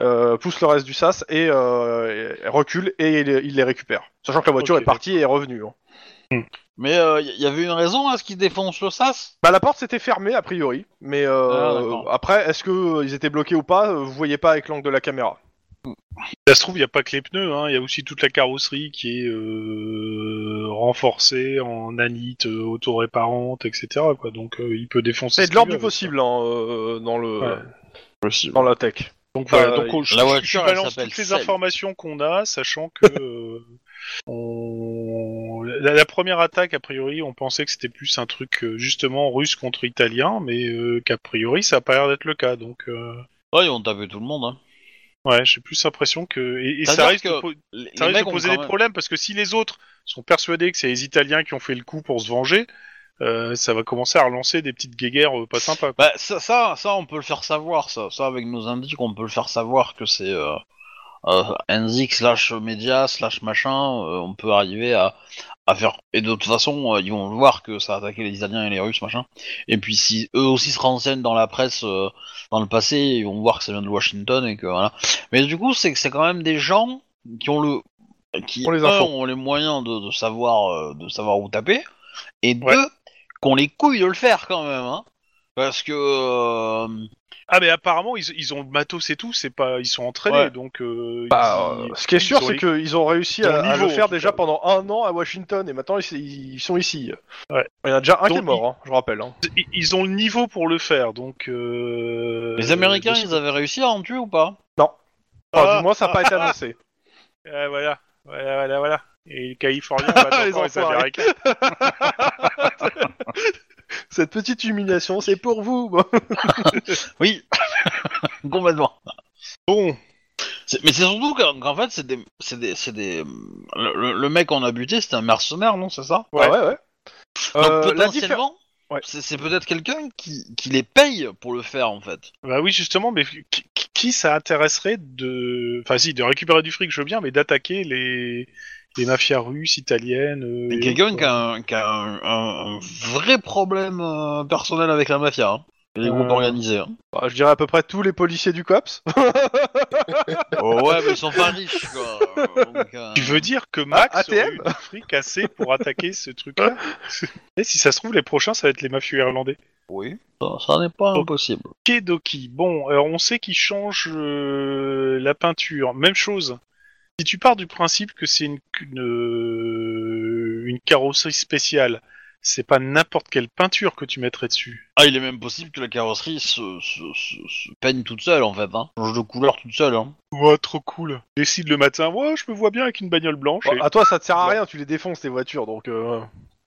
Speaker 2: euh, pousse le reste du sas, et, euh, et- et recule, et il, il les récupère. Sachant que la voiture
Speaker 4: Ok,
Speaker 2: est partie et est revenue. hein.
Speaker 1: Mais il y y avait une raison à ce qu'il défonce le sas
Speaker 2: Bah la porte s'était fermée a priori, mais euh,
Speaker 1: Ah, d'accord.
Speaker 2: après est-ce que euh, ils étaient bloqués ou pas, euh, vous voyez pas avec l'angle de la caméra.
Speaker 4: Ça se trouve, il n'y a pas que les pneus, hein, il y a aussi toute la carrosserie qui est euh, renforcée en nanite euh, auto-réparante, etc. Quoi. Donc euh, il peut défoncer.
Speaker 2: C'est
Speaker 4: ce
Speaker 2: de l'ordre
Speaker 4: qu'il
Speaker 2: du
Speaker 4: veut.
Speaker 2: possible hein, euh, dans le
Speaker 4: Ouais.
Speaker 2: dans la tech.
Speaker 4: Donc voilà,
Speaker 2: Euh,
Speaker 4: donc, on- je,
Speaker 1: la
Speaker 4: je-
Speaker 1: voiture,
Speaker 4: je
Speaker 1: elle
Speaker 4: balance
Speaker 1: s'appelle
Speaker 4: toutes les
Speaker 1: Cell.
Speaker 4: informations qu'on a, sachant que euh, on- la, la première attaque, a priori, on pensait que c'était plus un truc euh, justement russe contre italien, mais euh, qu'a priori, ça a pas l'air d'être le cas. Donc euh,
Speaker 1: Ouais, ils ont tapé tout le monde. Hein.
Speaker 4: ouais, j'ai plus l'impression que et, et
Speaker 1: C'est-à-dire
Speaker 4: ça risque
Speaker 1: que
Speaker 4: de po-
Speaker 1: Les,
Speaker 4: Ça
Speaker 1: les
Speaker 4: risque
Speaker 1: mecs
Speaker 4: de
Speaker 1: ont
Speaker 4: poser
Speaker 1: quand
Speaker 4: des
Speaker 1: même-
Speaker 4: problèmes parce que si les autres sont persuadés que c'est les Italiens qui ont fait le coup pour se venger, euh, ça va commencer à relancer des petites guéguerres euh, pas sympas. quoi.
Speaker 1: Bah, ça, ça, ça, on peut le faire savoir, ça. Ça, avec nos indices, on peut le faire savoir que c'est euh, euh, Enzik slash média slash machin. euh, on peut arriver à, à faire. Et de toute façon, euh, ils vont voir que ça a attaqué les Italiens et les Russes, machin. Et puis, si eux aussi se renseignent dans la presse euh, dans le passé, ils vont voir que ça vient de Washington et que voilà. Mais du coup, c'est que c'est quand même des gens qui ont le. Qui,
Speaker 2: Ont les
Speaker 1: un,
Speaker 2: infos.
Speaker 1: ont les moyens de, de savoir, euh, de savoir où taper. Et
Speaker 4: Ouais.
Speaker 1: deux, qu'on les couilles de le faire quand même, hein. Parce que. euh,
Speaker 4: Ah mais apparemment ils, ils ont le matos et tout, c'est pas ils sont entraînés
Speaker 1: Ouais.
Speaker 4: donc. euh,
Speaker 2: Bah,
Speaker 4: ils-
Speaker 2: euh, ce qui est
Speaker 4: ils
Speaker 2: sûr
Speaker 4: ont
Speaker 2: c'est
Speaker 4: les-
Speaker 2: qu'ils ont réussi
Speaker 4: ils ont
Speaker 2: à,
Speaker 4: le
Speaker 2: à
Speaker 4: niveau,
Speaker 2: le faire
Speaker 4: en tout
Speaker 2: déjà
Speaker 4: cas.
Speaker 2: pendant un an à Washington et maintenant ils, ils sont ici.
Speaker 4: Ouais.
Speaker 2: Il y en a déjà un qui
Speaker 4: Donc,
Speaker 2: est mort, hein, je rappelle. hein.
Speaker 4: ils- ils ont le niveau pour le faire donc. euh,
Speaker 1: Les Américains,
Speaker 4: de-
Speaker 1: ils avaient réussi à en tuer ou pas
Speaker 2: Enfin,
Speaker 4: Ah,
Speaker 2: du moins ça n'a pas été annoncé.
Speaker 4: Ah, voilà voilà voilà voilà. Et les Californiens battent
Speaker 2: Les
Speaker 4: encore les
Speaker 2: enfoirés.
Speaker 4: Américains.
Speaker 2: Cette petite humiliation c'est pour vous. moi.
Speaker 1: Oui, complètement.
Speaker 4: Bon
Speaker 1: C'est- Mais c'est surtout qu'en qu'en fait, c'est des, c'est des, c'est des. Le, le- le mec qu'on a buté, c'était un mercenaire, non C'est ça
Speaker 4: Ouais.
Speaker 2: Ah ouais ouais.
Speaker 1: Donc
Speaker 2: Euh, la diffé-
Speaker 1: potentiellement,
Speaker 2: Ouais.
Speaker 1: c'est c'est peut-être quelqu'un qui, qui les paye pour le faire en fait.
Speaker 4: Bah oui, justement, mais qui, qui- qui ça intéresserait de. Enfin, si, de récupérer du fric, je veux bien, mais d'attaquer les... les mafias russes, italiennes. euh, et
Speaker 1: Quelqu'un
Speaker 4: autres,
Speaker 1: qui a, un, qui a un, un- un vrai problème euh, personnel avec la mafia. hein, et Les groupes
Speaker 4: Euh.
Speaker 1: organisés. hein.
Speaker 2: Bah, je dirais à peu près tous les policiers du cops.
Speaker 1: Oh ouais, mais ils sont pas riches quoi. Euh, donc, euh,
Speaker 4: quoi. Tu veux dire que Max
Speaker 2: Ah, ATM?
Speaker 4: aurait eu du fric assez pour attaquer ce truc-là Et si ça se trouve, les prochains, ça va être les mafieux irlandais.
Speaker 1: Oui, ça, ça n'est pas impossible.
Speaker 4: Kedoki. Bon, alors on sait qu'ils changent euh, la peinture. Même chose. Si tu pars du principe que c'est une, une, euh, une carrosserie spéciale, c'est pas n'importe quelle peinture que tu mettrais dessus.
Speaker 1: Ah, il est même possible que la carrosserie se, se, se- se peigne toute seule en fait, hein. change de couleur toute seule. Hein.
Speaker 4: Ouah, trop cool. ah, Décide le matin, ouais, je me vois bien avec une bagnole blanche.
Speaker 2: Bon,
Speaker 4: et-
Speaker 2: à Ah, toi, ça te sert à rien, tu les défonces tes voitures, donc. euh,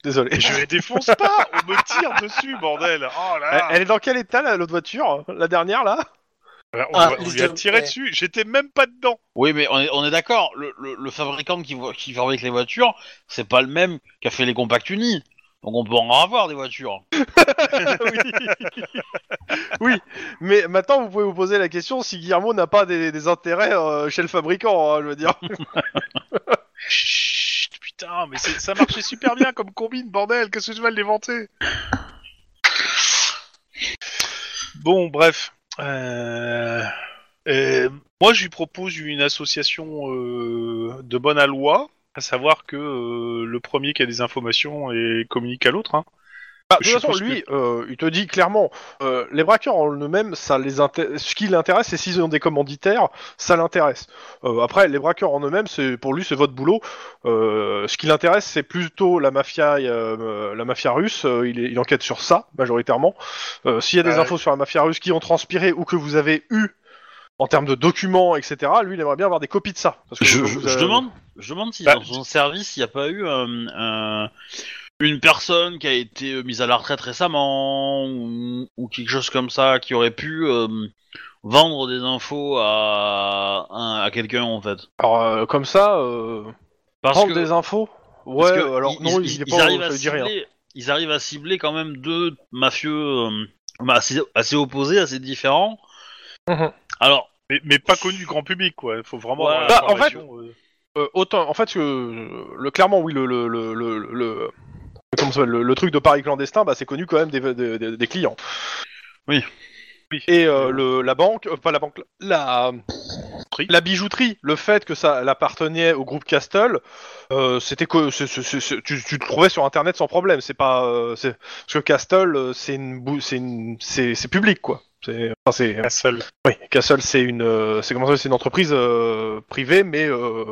Speaker 2: Désolé.
Speaker 4: Et je les défonce pas, on me tire dessus, bordel. Oh là
Speaker 2: Elle,
Speaker 4: là.
Speaker 2: elle est dans quel état la- l'autre voiture La dernière là
Speaker 4: Alors, on,
Speaker 3: Ah,
Speaker 4: va- on
Speaker 3: les
Speaker 4: lui a
Speaker 3: deux,
Speaker 4: tiré
Speaker 3: ouais.
Speaker 4: dessus, j'étais même pas dedans.
Speaker 1: Oui, mais on est, on est d'accord, le, le- le fabricant qui, voit- qui fabrique les voitures, c'est pas le même qu'a fait les compacts unis. Donc on peut en avoir des voitures.
Speaker 2: Mais maintenant, vous pouvez vous poser la question si Guillermo n'a pas des, des intérêts euh, chez le fabricant, hein, je veux dire.
Speaker 4: Chut, putain, mais c'est- ça marchait super bien comme combine, bordel, qu'est-ce que tu vas l'éventer Bon, bref. Euh, euh, moi, je lui propose une association euh, de bonne à loi, à savoir que euh, le premier qui a des informations et communique à l'autre. hein.
Speaker 2: Bah, de
Speaker 4: Je
Speaker 2: toute façon,
Speaker 4: suppose
Speaker 2: lui, euh, il te dit clairement, euh, les braqueurs en eux-mêmes, ça les inté- ce qui l'intéresse, c'est s'ils ont des commanditaires, ça l'intéresse. Euh, après, les braqueurs en eux-mêmes, c'est pour lui, c'est votre boulot. Euh, ce qui l'intéresse, c'est plutôt la mafia, euh, la mafia russe. euh, il, est- il enquête sur ça majoritairement. Euh, S'il y a des
Speaker 4: Ah,
Speaker 2: infos sur la mafia russe qui ont transpiré ou que vous avez eu en termes de documents, etc., lui, il aimerait bien avoir des copies de ça. Parce que
Speaker 1: Je,
Speaker 2: vous-
Speaker 1: je-
Speaker 2: vous
Speaker 1: je
Speaker 2: avez-
Speaker 1: demande, je demande si
Speaker 4: Bah,
Speaker 1: dans son service, il n'y a pas eu euh, euh, une personne qui a été euh, mise à la retraite récemment ou, ou quelque chose comme ça qui aurait pu euh, vendre des infos à, à- à quelqu'un en fait.
Speaker 2: Alors, euh, comme ça, euh,
Speaker 1: Parce
Speaker 2: prendre
Speaker 1: que,
Speaker 2: des infos.
Speaker 1: parce
Speaker 2: Ouais,
Speaker 1: que
Speaker 2: alors
Speaker 1: ils-
Speaker 2: non,
Speaker 1: ils-
Speaker 2: il est
Speaker 1: ils
Speaker 2: pas,
Speaker 1: arrivent
Speaker 2: ça
Speaker 1: à
Speaker 2: lui dit rien.
Speaker 1: cibler- ils arrivent à cibler quand même deux mafieux euh, bah, assez, assez opposés, assez différents.
Speaker 2: Mhm.
Speaker 1: Alors,
Speaker 4: Mais, mais pas connu du grand public, quoi. Faut vraiment.
Speaker 1: Ouais.
Speaker 4: avoir
Speaker 2: Bah, en
Speaker 4: l'information, euh.
Speaker 2: Euh, autant, en fait, euh, le, clairement, oui, le, le, le, le, le- comment ça s'appelle, le- le truc de Paris clandestin, bah, c'est connu quand même des, des, des- des clients.
Speaker 1: Oui.
Speaker 4: Oui.
Speaker 2: Et euh, le, la banque, euh, pas la banque, la,
Speaker 4: Prix.
Speaker 2: la bijouterie, le fait que ça elle appartenait au groupe Castle, euh, c'était que c'est- c'est- c'est- c'est- tu, tu le trouvais sur Internet sans problème. C'est pas, euh, c'est- parce que Castle, euh, c'est une, bou- c'est une, c'est c'est public quoi. C'est, enfin, c'est,
Speaker 4: La salle.
Speaker 2: oui, Castle, c'est une, euh, c'est comment ça, s'appelle, c'est une entreprise euh, privée, mais euh,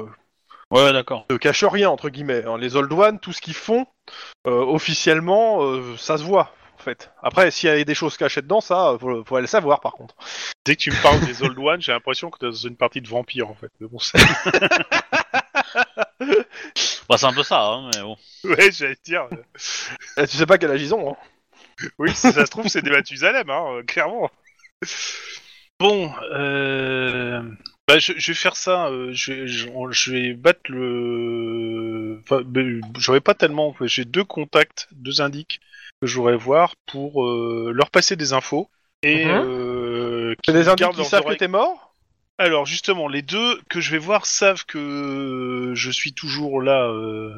Speaker 1: ouais, d'accord.
Speaker 2: ne cache rien entre guillemets. hein. Les old ones, tout ce qu'ils font euh, officiellement, euh, ça se voit en fait. Après, s'il y a des choses cachées dedans, ça, euh, faut, faut aller le savoir par contre.
Speaker 4: Dès que tu me parles des Old Ones, j'ai l'impression que t'es dans une partie de vampire, en fait. Mais bon, ça-
Speaker 1: Bah, c'est un peu ça, hein, mais bon.
Speaker 4: ouais, j'allais te dire. euh,
Speaker 2: Euh, tu sais pas quelle âge ils ont. hein.
Speaker 4: Oui, si ça se trouve, c'est des Mathusalem, hein, euh, clairement. Bon, euh... bah, je, je vais faire ça. euh, je, je- on- je vais battre le. Enfin, ben, j'aurais pas tellement. J'ai deux contacts, deux indiques que j'aurais voir pour euh, leur passer des infos. Et.
Speaker 2: Mhm.
Speaker 4: euh,
Speaker 2: C'est des indices
Speaker 4: gardent
Speaker 2: qui
Speaker 4: leurs
Speaker 2: savent que
Speaker 4: oreilles-
Speaker 2: t'es mort.
Speaker 4: Alors justement, les deux que je vais voir savent que euh, je suis toujours là. euh,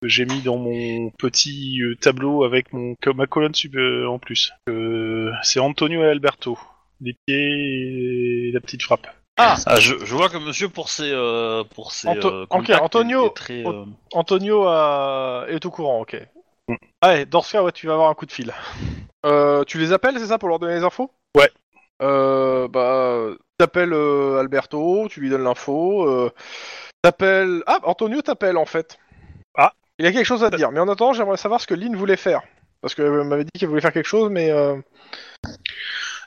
Speaker 4: que j'ai mis dans mon petit euh, tableau avec mon que- ma colonne sub euh, en plus. Euh, c'est Antonio et Alberto. Les pieds et la petite frappe.
Speaker 1: Ah, je, je vois que monsieur, pour ses. euh, pour ses
Speaker 2: Anto-
Speaker 1: euh,
Speaker 2: ok,
Speaker 1: contacts,
Speaker 2: Antonio-
Speaker 1: est- est très, euh,
Speaker 2: Antonio euh, est au courant, ok.
Speaker 4: Mm.
Speaker 2: Allez, dans ce cas, ouais, tu vas avoir un coup de fil. Euh, tu les appelles, c'est ça, pour leur donner les infos
Speaker 4: Ouais.
Speaker 2: Euh, bah, t'appelles euh, Alberto, tu lui donnes l'info. euh, t'appelles. Ah, Antonio t'appelle en fait.
Speaker 4: Ah.
Speaker 2: Il a quelque chose à te dire, mais en attendant, j'aimerais savoir ce que Lynn voulait faire. Parce qu'elle m'avait dit qu'elle voulait faire quelque chose, mais. euh,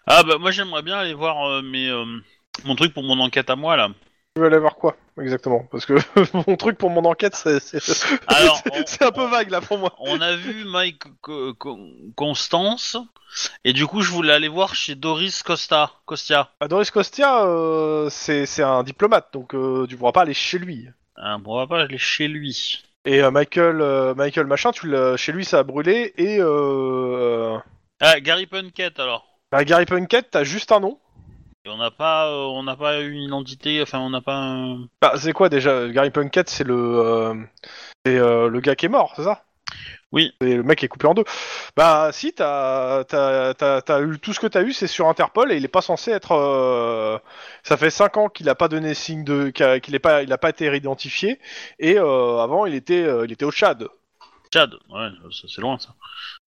Speaker 1: Ah, bah, moi, j'aimerais bien aller voir euh, mes, euh, mon truc pour mon enquête à moi, là.
Speaker 2: Je veux aller voir quoi, exactement Parce que mon truc pour mon enquête, c'est. c'est-
Speaker 1: Alors,
Speaker 4: Oh.
Speaker 1: on-
Speaker 2: c'est un peu vague là pour moi.
Speaker 1: On a vu Mike Co- Co- Constance, et du coup, je voulais aller voir chez Doris Costa. Costia.
Speaker 2: Bah, Doris Costia, euh, c'est c'est un diplomate, donc euh, tu pourras pas aller chez lui.
Speaker 1: Ah, bon, on va pas aller chez lui.
Speaker 2: Et euh, Michael, euh, Michael machin, tu l'as- chez lui ça a brûlé. Et euh,
Speaker 1: Ah, Gary Punkett, alors.
Speaker 2: bah, Gary Punkett, t'as juste un nom.
Speaker 1: Et on n'a pas, euh, on n'a pas une identité, enfin, on n'a pas un...
Speaker 2: Bah, c'est quoi déjà Gary Punkett, c'est le, euh, c'est, euh, le gars qui est mort, c'est ça
Speaker 1: Oui.
Speaker 2: C'est le mec qui est coupé en deux. Bah si, t'as t'as- t'as- t'as eu tout ce que t'as eu, c'est sur Interpol et il est pas censé être. euh, Ça fait cinq ans qu'il a pas donné signe de, qu'a- qu'il est pas, il a pas été réidentifié. Et euh, avant, il était, euh, il était au Tchad.
Speaker 1: Chad. Ouais, ça, c'est loin, ça.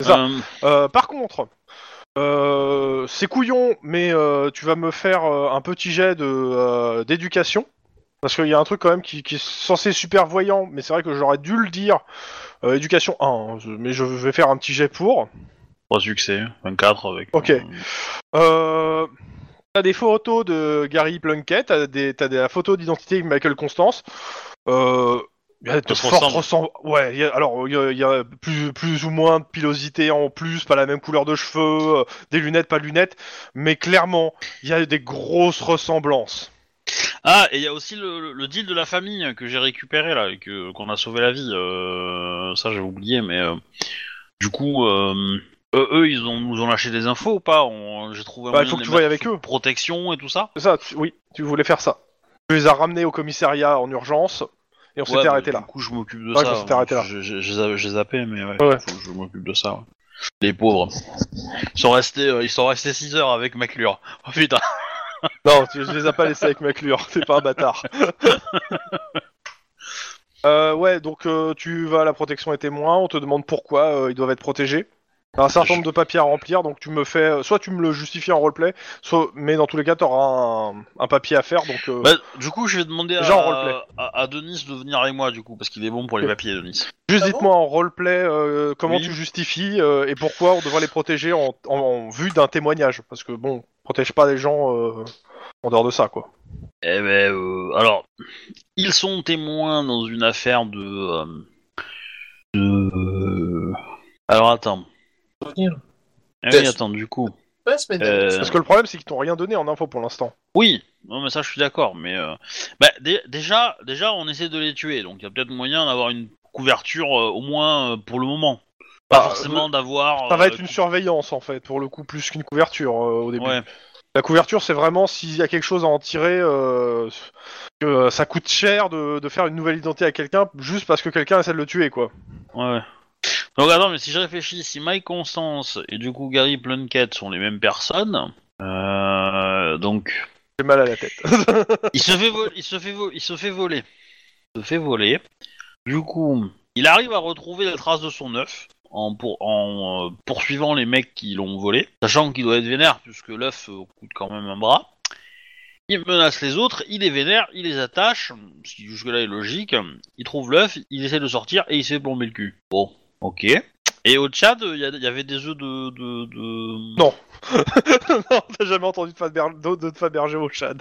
Speaker 2: C'est ça.
Speaker 1: Euh,
Speaker 2: Euh, par contre, euh, c'est couillon, mais euh, tu vas me faire euh, un petit jet de euh, d'éducation Parce qu'il y a un truc quand même qui, qui est censé super voyant, mais c'est vrai que j'aurais dû le dire. Euh, éducation 1, hein, je- mais je vais faire un petit jet pour.
Speaker 1: 3 succès, 24 avec.
Speaker 2: Ok. Euh, t'as des photos de Gary Plunkett, t'as des, t'as des la photo d'identité de Michael Constance. Euh, il y a de
Speaker 1: se
Speaker 2: fortes
Speaker 1: ressemblent.
Speaker 2: ressem- Ouais, il y a- alors il y a, il y a plus, plus ou moins de pilosité en plus, pas la même couleur de cheveux, euh, des lunettes, pas de lunettes, mais clairement, il y a des grosses ressemblances.
Speaker 1: Ah, et il y a aussi le, le- le deal de la famille que j'ai récupéré là, et que qu'on a sauvé la vie. euh, ça, j'ai oublié, mais euh, du coup, euh, eux, eux, ils ont nous ont lâché des infos ou pas On- J'ai trouvé. un
Speaker 2: Bah, il
Speaker 1: moyen
Speaker 2: faut
Speaker 1: de les
Speaker 2: que tu voyes
Speaker 1: mettre
Speaker 2: avec
Speaker 1: sous
Speaker 2: eux.
Speaker 1: Protection et tout ça.
Speaker 2: Ça, tu- oui, tu voulais faire ça. Tu les as ramenés au commissariat en urgence et on
Speaker 1: Ouais,
Speaker 2: s'était
Speaker 1: bah,
Speaker 2: arrêté là.
Speaker 1: Du coup, je m'occupe de
Speaker 2: Ouais,
Speaker 1: ça. hein.
Speaker 2: qu'on s'était arrêté là.
Speaker 1: Je- je- je les av- je les ai zappés, mais ouais.
Speaker 2: Ouais.
Speaker 1: faut que je m'occupe de ça. ouais. Les pauvres. Ils sont restés, euh, ils sont restés 6 heures avec Maclure. Oh putain.
Speaker 2: Non, tu, je les ai pas laissés avec McClure, t'es pas un bâtard. Euh, ouais, donc euh, tu vas à la protection des témoins, on te demande pourquoi euh, ils doivent être protégés. T'as un certain nombre de papiers à remplir, donc tu me fais, euh, soit tu me le justifies en roleplay, soit, mais dans tous les cas t'auras un, un papier à faire, donc euh,
Speaker 1: Bah, du coup, je vais demander à,
Speaker 2: Déjà en roleplay.
Speaker 1: à, à Denis de venir avec moi, du coup, parce qu'il est bon pour les papiers, Denis.
Speaker 2: juste
Speaker 3: ah
Speaker 2: dites-moi en roleplay euh, comment
Speaker 1: Oui.
Speaker 2: tu justifies euh, et pourquoi on devrait les protéger en, en- en vue d'un témoignage, parce que bon, protège pas les gens euh, en dehors de ça, quoi.
Speaker 1: Eh ben, euh, alors, ils sont témoins dans une affaire de. euh, de. euh, Alors, attends.
Speaker 3: Revenir.
Speaker 1: Eh oui,
Speaker 3: Yes.
Speaker 1: attends, du coup.
Speaker 3: Ouais, semaine dernière.
Speaker 1: Euh,
Speaker 2: Parce que le problème c'est qu'ils t'ont rien donné en info pour l'instant.
Speaker 1: Oui, non, mais ça, je suis d'accord, mais. euh, bah, dé- déjà, déjà, on essaie de les tuer, donc il y a peut-être moyen d'avoir une couverture, euh, au moins euh, pour le moment. Pas
Speaker 2: Bah,
Speaker 1: forcément d'avoir.
Speaker 2: Ça
Speaker 1: euh,
Speaker 2: va être une
Speaker 1: tout-
Speaker 2: surveillance en fait, pour le coup, plus qu'une couverture euh, au début.
Speaker 1: Ouais.
Speaker 2: La couverture, c'est vraiment s'il y a quelque chose à en tirer, euh, que ça coûte cher de, de faire une nouvelle identité à quelqu'un juste parce que quelqu'un essaie de le tuer, quoi.
Speaker 1: Ouais. Donc attends, mais si je réfléchis, si Mike Constance et du coup Gary Plunkett sont les mêmes personnes, euh, donc
Speaker 2: J'ai mal à la tête.
Speaker 1: il se fait voler, il se fait voler, il se fait voler, il se fait voler. Du coup, il arrive à retrouver la trace de son œuf en, pour, en euh, poursuivant les mecs qui l'ont volé, sachant qu'il doit être vénère puisque l'œuf euh, coûte quand même un bras. Il menace les autres, il est vénère, il les attache, ce qui jusque-là est logique. Il trouve l'œuf, il essaie de sortir et il se fait plomber le cul. Bon, ok. Et au Tchad, il y, a- il y avait des œufs de. de, de-
Speaker 2: Non. non, t'as jamais entendu de Faber- d'autres de Fabergé au Tchad.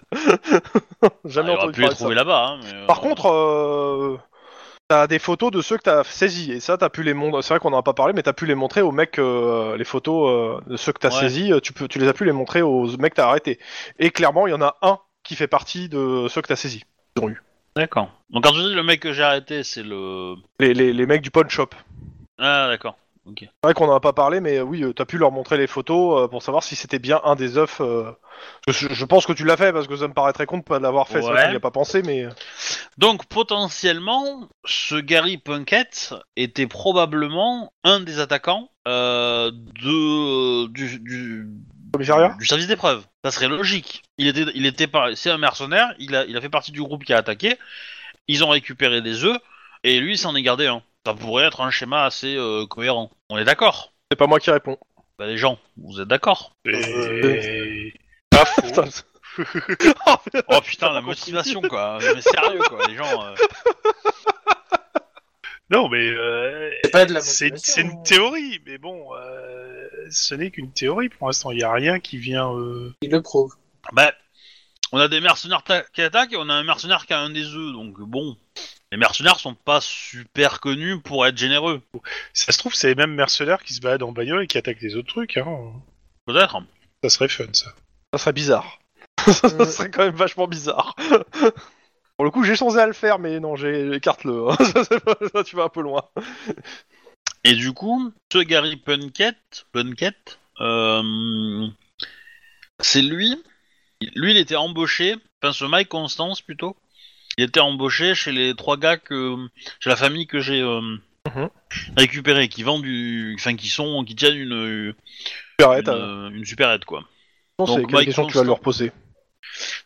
Speaker 1: Ah,
Speaker 2: jamais
Speaker 1: il aurait
Speaker 2: entendu
Speaker 1: pu les
Speaker 2: parler de ça.
Speaker 1: trouver là-bas. hein, mais, euh,
Speaker 2: Par contre, euh, t'as des photos de ceux que t'as saisis, et ça, t'as pu les montrer. C'est vrai qu'on en a pas parlé, mais t'as pu les montrer aux mecs, euh, les photos euh, de ceux que t'as
Speaker 1: Ouais.
Speaker 2: saisis, euh, tu, peux, tu les as pu les montrer aux mecs que t'as arrêtés. Et clairement, il y en a un qui fait partie de ceux que t'as saisis.
Speaker 1: D'accord. Donc quand tu dis le mec que j'ai arrêté, c'est le.
Speaker 2: Les, les, les mecs du pawn shop.
Speaker 1: Ah, d'accord.
Speaker 2: C'est vrai qu'on en a pas parlé, mais euh, oui, euh, t'as pu leur montrer les photos euh, pour savoir si c'était bien un des œufs. euh, Je, je pense que tu l'as fait parce que ça me paraît très con de pas l'avoir fait. C'est vrai
Speaker 1: Ouais.
Speaker 2: qu'on n'y a pas pensé, mais euh,
Speaker 1: Donc potentiellement, ce Gary Punkett était probablement un des attaquants euh, de du, du,
Speaker 2: commissariat.
Speaker 1: du service d'épreuve. Ça serait logique. Il était, il était pas, c'est un mercenaire. Il a, il a fait partie du groupe qui a attaqué. Ils ont récupéré des œufs et lui il s'en est gardé un. Ça pourrait être un schéma assez euh, cohérent. On est d'accord.
Speaker 2: C'est pas moi qui réponds.
Speaker 1: Bah, les gens, vous êtes d'accord
Speaker 3: Euh.
Speaker 4: Et- Pas faux.
Speaker 2: Putain,
Speaker 1: Oh putain, la motivation quoi. Mais sérieux quoi, les gens. euh.
Speaker 4: Non, mais euh,
Speaker 3: C'est pas de la
Speaker 4: c'est
Speaker 3: motivation. hein.
Speaker 4: c'est une théorie, mais bon, euh, ce n'est qu'une théorie pour l'instant. Il n'y a rien qui vient. euh,
Speaker 3: Il le prouve.
Speaker 1: Bah, on a des mercenaires ta- qui attaquent et on a un mercenaire qui a un des œufs, donc bon. Les mercenaires sont pas super connus pour être généreux,
Speaker 4: Ça se trouve, c'est les mêmes mercenaires qui se baladent en bagnole et qui attaquent les autres trucs. Hein.
Speaker 1: peut-être.
Speaker 4: Ça serait fun, ça.
Speaker 2: ça serait bizarre. ça serait quand même vachement bizarre. Euh, Pour le coup, j'ai changé à le faire, mais non, j'ai- écarte-le. hein. Ça, c'est pas- ça, tu vas un peu loin.
Speaker 1: Et du coup, ce Gary Plunkett, Plunkett, euh, c'est lui. Lui, il était embauché, enfin ce Mike Constance plutôt. Il était embauché chez les trois gars que chez la famille que j'ai euh,
Speaker 2: Mhm.
Speaker 1: récupéré, qui vendent du, enfin qui sont, qui tiennent une
Speaker 2: Arrête.
Speaker 1: une,
Speaker 2: euh,
Speaker 1: euh, une supérette quoi.
Speaker 2: non, c'est
Speaker 1: donc,
Speaker 2: quelle
Speaker 1: Mike
Speaker 2: question que tu vas leur
Speaker 1: Constant.
Speaker 2: poser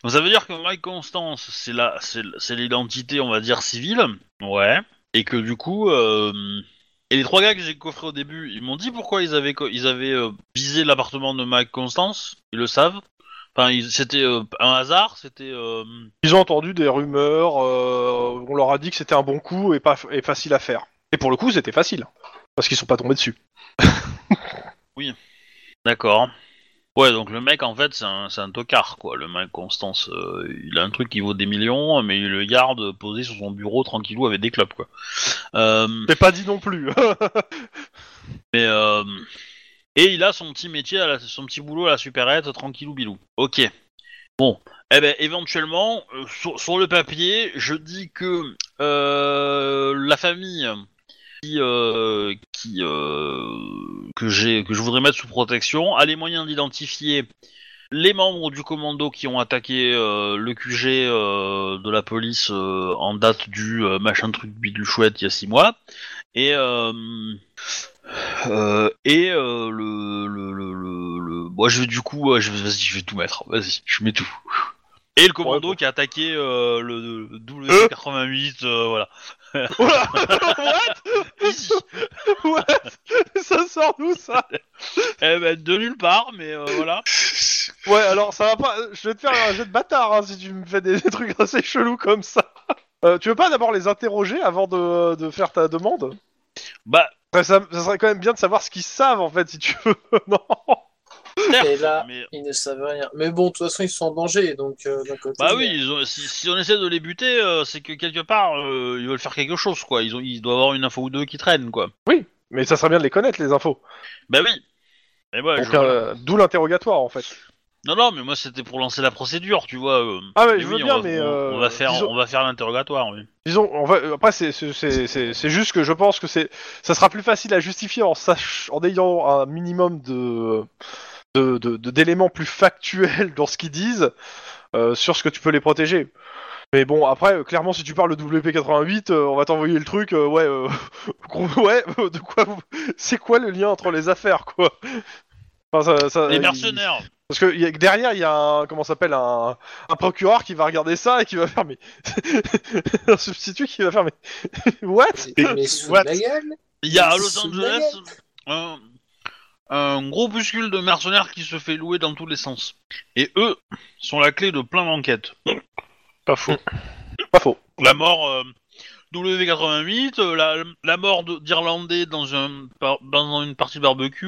Speaker 1: Donc ça veut dire que Mike Constance, c'est la, c'est c'est l'identité, on va dire, civile. Ouais. Et que du coup, euh, et les trois gars que j'ai coffrés au début, ils m'ont dit pourquoi ils avaient, co- ils avaient euh, visé l'appartement de Mike Constance. Ils le savent. Enfin, ils- c'était euh, un hasard, c'était. euh,
Speaker 2: Ils ont entendu des rumeurs, euh, on leur a dit que c'était un bon coup et, pas, et facile à faire. Et pour le coup, c'était facile, parce qu'ils sont pas tombés dessus.
Speaker 1: D'accord. Ouais, donc le mec, en fait, c'est un, c'est un tocard, quoi. Le mec, Constance, euh, il a un truc qui vaut des millions, mais il le garde posé sur son bureau tranquillou avec des clopes, quoi. Euh,
Speaker 2: T'es pas dit non plus.
Speaker 1: mais, euh, et il a son petit métier, à la- son petit boulot à la supérette, tranquillou bilou. Ok. Bon. Eh ben, éventuellement, euh, sur, sur le papier, je dis que euh, la famille qui, euh, qui euh, que j'ai que je voudrais mettre sous protection a les moyens d'identifier les membres du commando qui ont attaqué euh, le QG euh, de la police euh, en date du euh, machin truc bidule chouette il y a six mois et euh, euh, et euh, le, le, le, le- le- moi je vais du coup euh, je, vas-y, je vais tout mettre vas-y je mets tout et le commando
Speaker 2: Ouais, bon.
Speaker 1: qui a attaqué euh, le, le W88 euh, voilà Easy.
Speaker 2: What ça sort d'où ça
Speaker 1: Eh ben, de nulle part, mais euh, voilà.
Speaker 2: Ouais, alors ça va pas. Je vais te faire un jet de bâtard hein, si tu me fais des, des trucs assez chelous comme ça. Euh, tu veux pas d'abord les interroger avant de, de faire ta demande
Speaker 1: Bah,
Speaker 2: Après, ça, ça serait quand même bien de savoir ce qu'ils savent en fait, si tu veux. non
Speaker 1: certes,
Speaker 3: Et là-
Speaker 1: mais-
Speaker 3: Ils ne savent rien. Mais bon, de toute façon, ils sont en danger, donc euh, d'un côté.
Speaker 1: Bah oui, ils ont- si, si on essaie de les buter, euh, c'est que quelque part, euh, ils veulent faire quelque chose, quoi. Ils, ont, ils doivent avoir une info ou deux qui traînent, quoi.
Speaker 2: Mais ça serait bien de les connaître, les infos.
Speaker 1: Bah oui. Mais ouais,
Speaker 2: Donc,
Speaker 1: je-
Speaker 2: euh, D'où l'interrogatoire en fait.
Speaker 1: Non, non, mais moi, c'était pour lancer la procédure, tu vois. euh.
Speaker 2: Ah, ouais,
Speaker 1: Mais
Speaker 2: je
Speaker 1: oui,
Speaker 2: veux
Speaker 1: on
Speaker 2: bien,
Speaker 1: va-
Speaker 2: mais.
Speaker 1: on,
Speaker 2: euh,
Speaker 1: on va faire,
Speaker 2: disons-
Speaker 1: on va faire l'interrogatoire, oui.
Speaker 2: Disons, on va, euh, après, c'est- c'est- c'est c'est- c'est juste que je pense que c'est, ça sera plus facile à justifier en, sach- en ayant un minimum de de- de- de- d'éléments plus factuels dans ce qu'ils disent euh, sur ce que tu peux les protéger. Mais bon, après, euh, clairement, si tu parles de WP88, euh, on va t'envoyer le truc, euh, ouais, euh, gros, ouais, euh, de quoi, vous- c'est quoi le lien entre les affaires, quoi Enfin, ça- ça-
Speaker 1: Les
Speaker 2: Euh, il-
Speaker 1: mercenaires
Speaker 2: parce que y a- derrière, il y a un, comment ça s'appelle, un, un procureur qui va regarder ça et qui va faire mais un substitut qui va faire mais what
Speaker 3: Mais sous
Speaker 4: What
Speaker 3: la gueule
Speaker 1: Il y a à
Speaker 3: Ils
Speaker 1: Los
Speaker 3: sont
Speaker 1: Angeles un, un groupuscule de mercenaires qui se fait louer dans tous les sens. Et eux sont la clé de plein d'enquêtes.
Speaker 4: Pas faux.
Speaker 2: Pas faux.
Speaker 1: La mort euh, W88, euh, la, la mort de- d'Irlandais dans, un, par- dans une partie barbecue.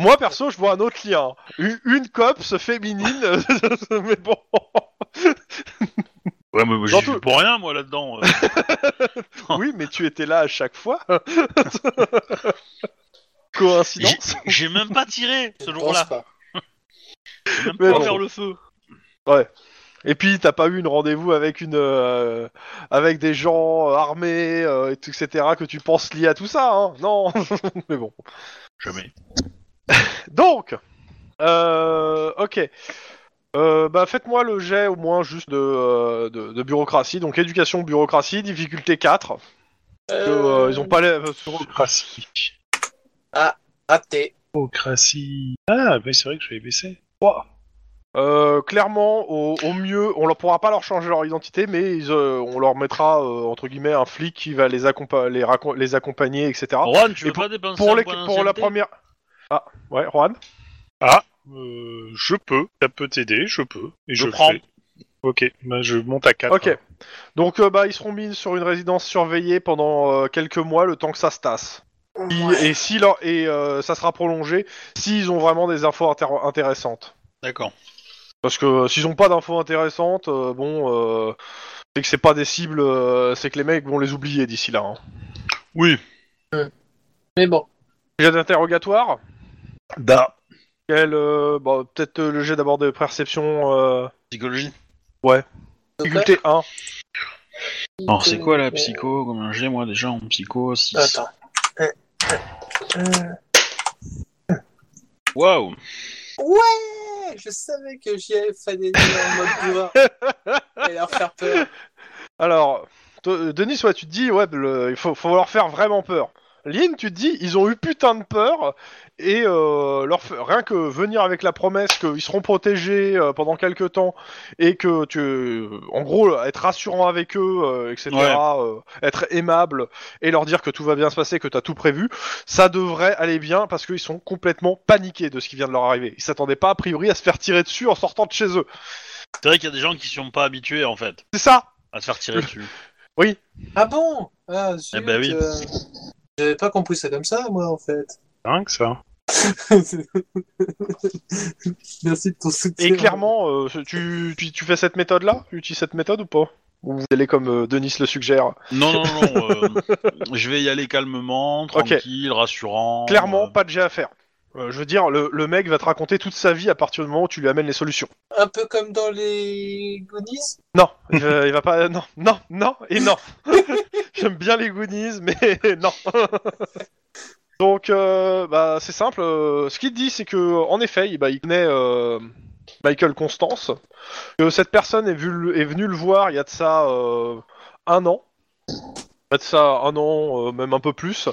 Speaker 2: Moi perso, je vois un autre lien. Une, une copse féminine, euh, mais bon.
Speaker 1: Ouais, mais
Speaker 2: j'y
Speaker 1: j'y
Speaker 2: suis
Speaker 1: suis pour rien, moi, là-dedans. euh.
Speaker 2: oui, mais tu étais là à chaque fois. Coïncidence.
Speaker 1: J'ai même pas tiré ce
Speaker 3: Je
Speaker 1: jour-là.
Speaker 3: pense pas.
Speaker 1: J'ai même
Speaker 2: Mais
Speaker 1: pas
Speaker 2: bon.
Speaker 1: faire le feu.
Speaker 2: Et puis t'as pas eu une rendez-vous avec une euh, avec des gens euh, armés, euh, et tout, etc. que tu penses liés à tout ça, hein Non, mais bon.
Speaker 1: Jamais.
Speaker 2: Donc, euh, ok. Euh, bah, faites-moi le jet au moins juste de, euh, de, de bureaucratie. Donc, éducation, bureaucratie, difficulté 4. parce que, euh, ils ont pas les- euh, sur-
Speaker 4: Procratie.
Speaker 3: Raté.
Speaker 4: Procratie. Ah, mais c'est vrai que je vais baisser.
Speaker 2: Euh, clairement, au, au mieux, on ne pourra pas leur changer leur identité, mais ils, euh, on leur mettra, euh, entre guillemets, un flic qui va les, accompa- les, raco- les accompagner, etc.
Speaker 1: Juan, tu
Speaker 2: et
Speaker 1: veux pas dépenser
Speaker 2: Ah, Pour,
Speaker 1: un
Speaker 2: les,
Speaker 1: point
Speaker 2: pour la
Speaker 1: d'ancienneté
Speaker 2: première... Ah, ouais, Juan
Speaker 4: Ah, euh, je peux. Ça peut t'aider, je peux. Et je,
Speaker 1: Je
Speaker 4: le
Speaker 1: prends.
Speaker 4: fais. Ok, bah, je monte à 4.
Speaker 2: Ok. Donc, euh, bah, ils seront mis sur une résidence surveillée pendant euh, quelques mois, le temps que ça se tasse. Si- Et si leur- et euh, ça sera prolongé s'ils ont vraiment des infos intér- intéressantes.
Speaker 1: D'accord.
Speaker 2: Parce que euh, s'ils ont pas d'infos intéressantes, euh, bon, euh, c'est que c'est pas des cibles, euh, c'est que les mecs vont les oublier d'ici là. hein.
Speaker 1: Oui.
Speaker 3: Mais bon.
Speaker 2: Jet d'interrogatoire
Speaker 1: Da.
Speaker 2: Quel, euh, bah, peut-être euh, le jet d'abord de perception euh,
Speaker 1: Psychologie.
Speaker 2: difficulté 1.
Speaker 1: Alors, c'est quoi la psycho Comment j'ai, moi, déjà, en psycho 6.
Speaker 3: Attends.
Speaker 1: Waouh
Speaker 3: Ouais Je savais que j'y avais fané en mode bourrin. Et leur faire peur.
Speaker 2: Alors, to- euh, Denis, ouais, tu te dis, ouais, le- il faut, faut leur faire vraiment peur. Lynn, tu te dis, ils ont eu putain de peur, et euh, leur, f- rien que venir avec la promesse qu'ils seront protégés euh, pendant quelques temps, et que tu. En gros, être rassurant avec eux, euh, etc.,
Speaker 1: Ouais.
Speaker 2: euh, être aimable, et leur dire que tout va bien se passer, que t'as tout prévu, ça devrait aller bien parce qu'ils sont complètement paniqués de ce qui vient de leur arriver. Ils s'attendaient pas, a priori, à se faire tirer dessus en sortant de chez eux.
Speaker 1: C'est vrai qu'il y a des gens qui sont pas habitués en fait
Speaker 2: C'est ça
Speaker 1: à se faire tirer dessus.
Speaker 3: Ah bon Ah zut,
Speaker 1: Eh ben oui.
Speaker 3: euh, J'avais pas compris ça comme ça, moi, en fait.
Speaker 4: Dingue ça.
Speaker 3: Merci de ton soutien.
Speaker 2: Et clairement, euh, ce- tu, tu, tu fais cette méthode-là Tu utilises cette méthode ou pas Ou vous allez comme euh, Denis le suggère
Speaker 1: Non, non, non. euh, je vais y aller calmement,
Speaker 2: Ok.
Speaker 1: tranquille, rassurant.
Speaker 2: Clairement,
Speaker 1: euh,
Speaker 2: pas de jet à faire. Euh, je veux dire, le, le mec va te raconter toute sa vie à partir du moment où tu lui amènes les solutions.
Speaker 3: Un peu comme dans les Goonies
Speaker 2: Non, il va, il va pas. euh, Non, non, non et non. J'aime bien les Goonies, mais non. Donc, euh, bah, c'est simple. euh, ce qu'il te dit, c'est que, en effet, il- bah, il connaît euh, Michael Constance. Que cette personne est, vu- est venue le voir il y a de ça euh, un an. Il y a de ça un an, euh, même un peu plus.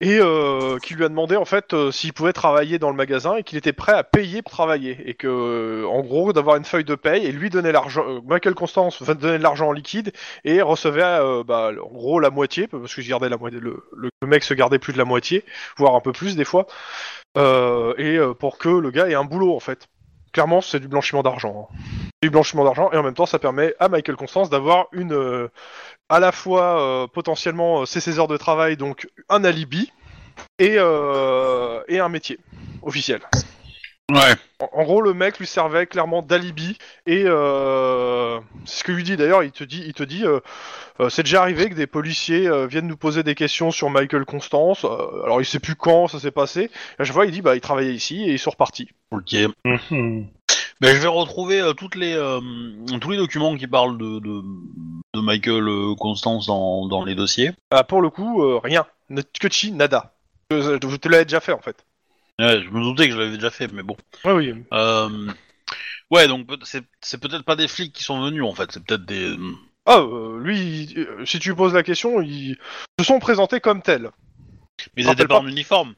Speaker 2: Et euh, qui lui a demandé, en fait, euh, s'il pouvait travailler dans le magasin et qu'il était prêt à payer pour travailler. Et que, euh, en gros, d'avoir une feuille de paye et lui donner l'argent. euh, Michael Constance va donner de l'argent en liquide et recevait, euh, bah, en gros, la moitié, parce que je gardais la moitié, le, le- le mec se gardait plus de la moitié, voire un peu plus des fois, euh, et euh, pour que le gars ait un boulot en fait. Clairement, c'est du blanchiment d'argent. hein. C'est Du blanchiment d'argent, et en même temps, ça permet à Michael Constance d'avoir une, euh, à la fois euh, potentiellement euh, c'est ses heures de travail, donc un alibi, et, euh, et un métier officiel.
Speaker 1: Ouais.
Speaker 2: En, en gros, le mec lui servait clairement d'alibi et euh, c'est ce que lui dit d'ailleurs. Il te dit, il te dit, euh, euh, c'est déjà arrivé que des policiers euh, viennent nous poser des questions sur Michael Constance. euh, alors il sait plus quand ça s'est passé. Et à chaque fois, il dit, bah, il travaillait ici et ils sont repartis.
Speaker 1: Ok. Ben, je vais retrouver euh, toutes les, euh, tous les documents qui parlent de, de, de Michael euh, Constance dans, dans les dossiers.
Speaker 2: Ah, pour le coup, euh, rien, Ne- que chi, nada. Je, je te l'avais déjà fait en fait.
Speaker 1: Ouais, je me doutais que je l'avais déjà fait, mais bon.
Speaker 2: Oui, oui.
Speaker 1: Euh, ouais, donc peut- c'est c'est peut-être pas des flics qui sont venus en fait, c'est peut-être des.
Speaker 2: Ah, euh, lui, il- euh, si tu lui poses la question, ils se sont présentés comme tels.
Speaker 1: Mais ils
Speaker 2: Rappelle
Speaker 1: étaient pas
Speaker 2: pas.
Speaker 1: en uniforme.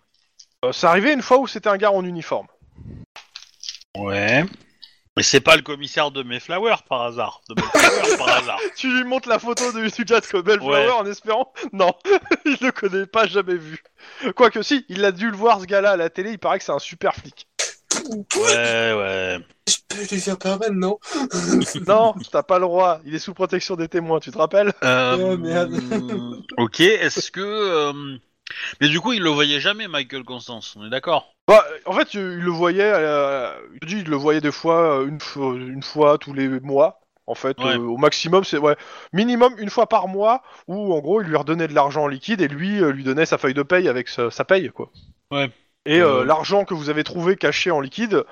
Speaker 2: Euh, ça arrivait une fois où c'était un gars en uniforme.
Speaker 1: Ouais. Et c'est pas le commissaire de Mayflower par hasard. De Mayflower par hasard.
Speaker 2: Tu lui montres la photo de Yusuka de Bellflower
Speaker 1: Ouais.
Speaker 2: en espérant Non, il le connaît pas, jamais vu. Quoique si, il a dû le voir ce gars-là à la télé, il paraît que c'est un super flic.
Speaker 1: Ouais, ouais.
Speaker 3: Je peux lui faire peur maintenant
Speaker 2: non, t'as pas le droit, il est sous protection des témoins, tu te rappelles
Speaker 1: Euh,
Speaker 3: Oh, merde.
Speaker 1: ok, est-ce que. euh, Mais du coup, il le voyait jamais, Michael Constance, on est d'accord
Speaker 2: Bah, en fait, il il le voyait, euh, il dit, il le voyait des fois, euh, une fois, une fois tous les mois. En fait,
Speaker 1: Ouais.
Speaker 2: euh, au maximum, c'est ouais, minimum une fois par mois, où en gros, il lui redonnait de l'argent en liquide et lui euh, lui donnait sa feuille de paye avec sa, sa paye, quoi.
Speaker 1: Ouais.
Speaker 2: Et euh,
Speaker 1: Euh.
Speaker 2: l'argent que vous avez trouvé caché en liquide,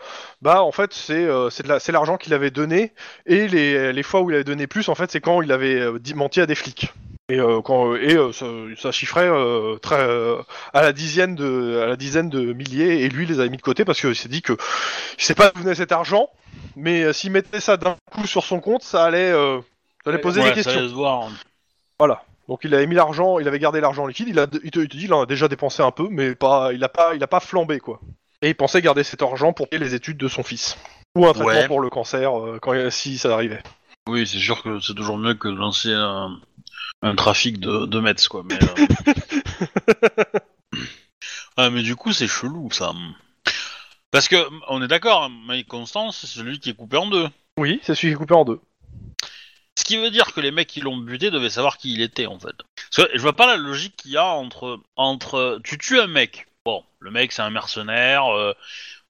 Speaker 2: bah en fait, c'est euh, c'est de la- c'est l'argent qu'il avait donné et les, les fois où il avait donné plus, en fait, c'est quand il avait euh, dit- menti à des flics. Et, euh, quand, euh, et euh, ça, ça chiffrait euh, très, euh, à la dizaine de à la dizaine de milliers et lui il les a mis de côté parce qu'il s'est dit que il sait pas d'où venait cet argent mais euh, s'il mettait ça d'un coup sur son compte ça allait euh, ça allait poser
Speaker 1: Ouais,
Speaker 2: des
Speaker 1: ça
Speaker 2: questions
Speaker 1: allait se voir.
Speaker 2: voilà donc il avait mis l'argent il avait gardé l'argent liquide il a il te, il te dit il en a déjà dépensé un peu mais pas il a pas il a pas flambé quoi et il pensait garder cet argent pour payer les études de son fils ou un traitement
Speaker 1: Ouais.
Speaker 2: pour le cancer euh, quand si ça arrivait
Speaker 1: Oui, c'est sûr que c'est toujours mieux que de lancer un, un trafic de, de Metz, quoi. Mais, euh, ouais, mais du coup, c'est chelou, ça. Parce que, on est d'accord, hein, Mike Constance, c'est celui qui est coupé en deux.
Speaker 2: oui c'est celui qui est coupé en deux
Speaker 1: Ce qui veut dire que les mecs qui l'ont buté devaient savoir qui il était, en fait. Parce que je vois pas la logique qu'il y a entre... entre tu tues un mec. Bon, le mec, c'est un mercenaire. euh,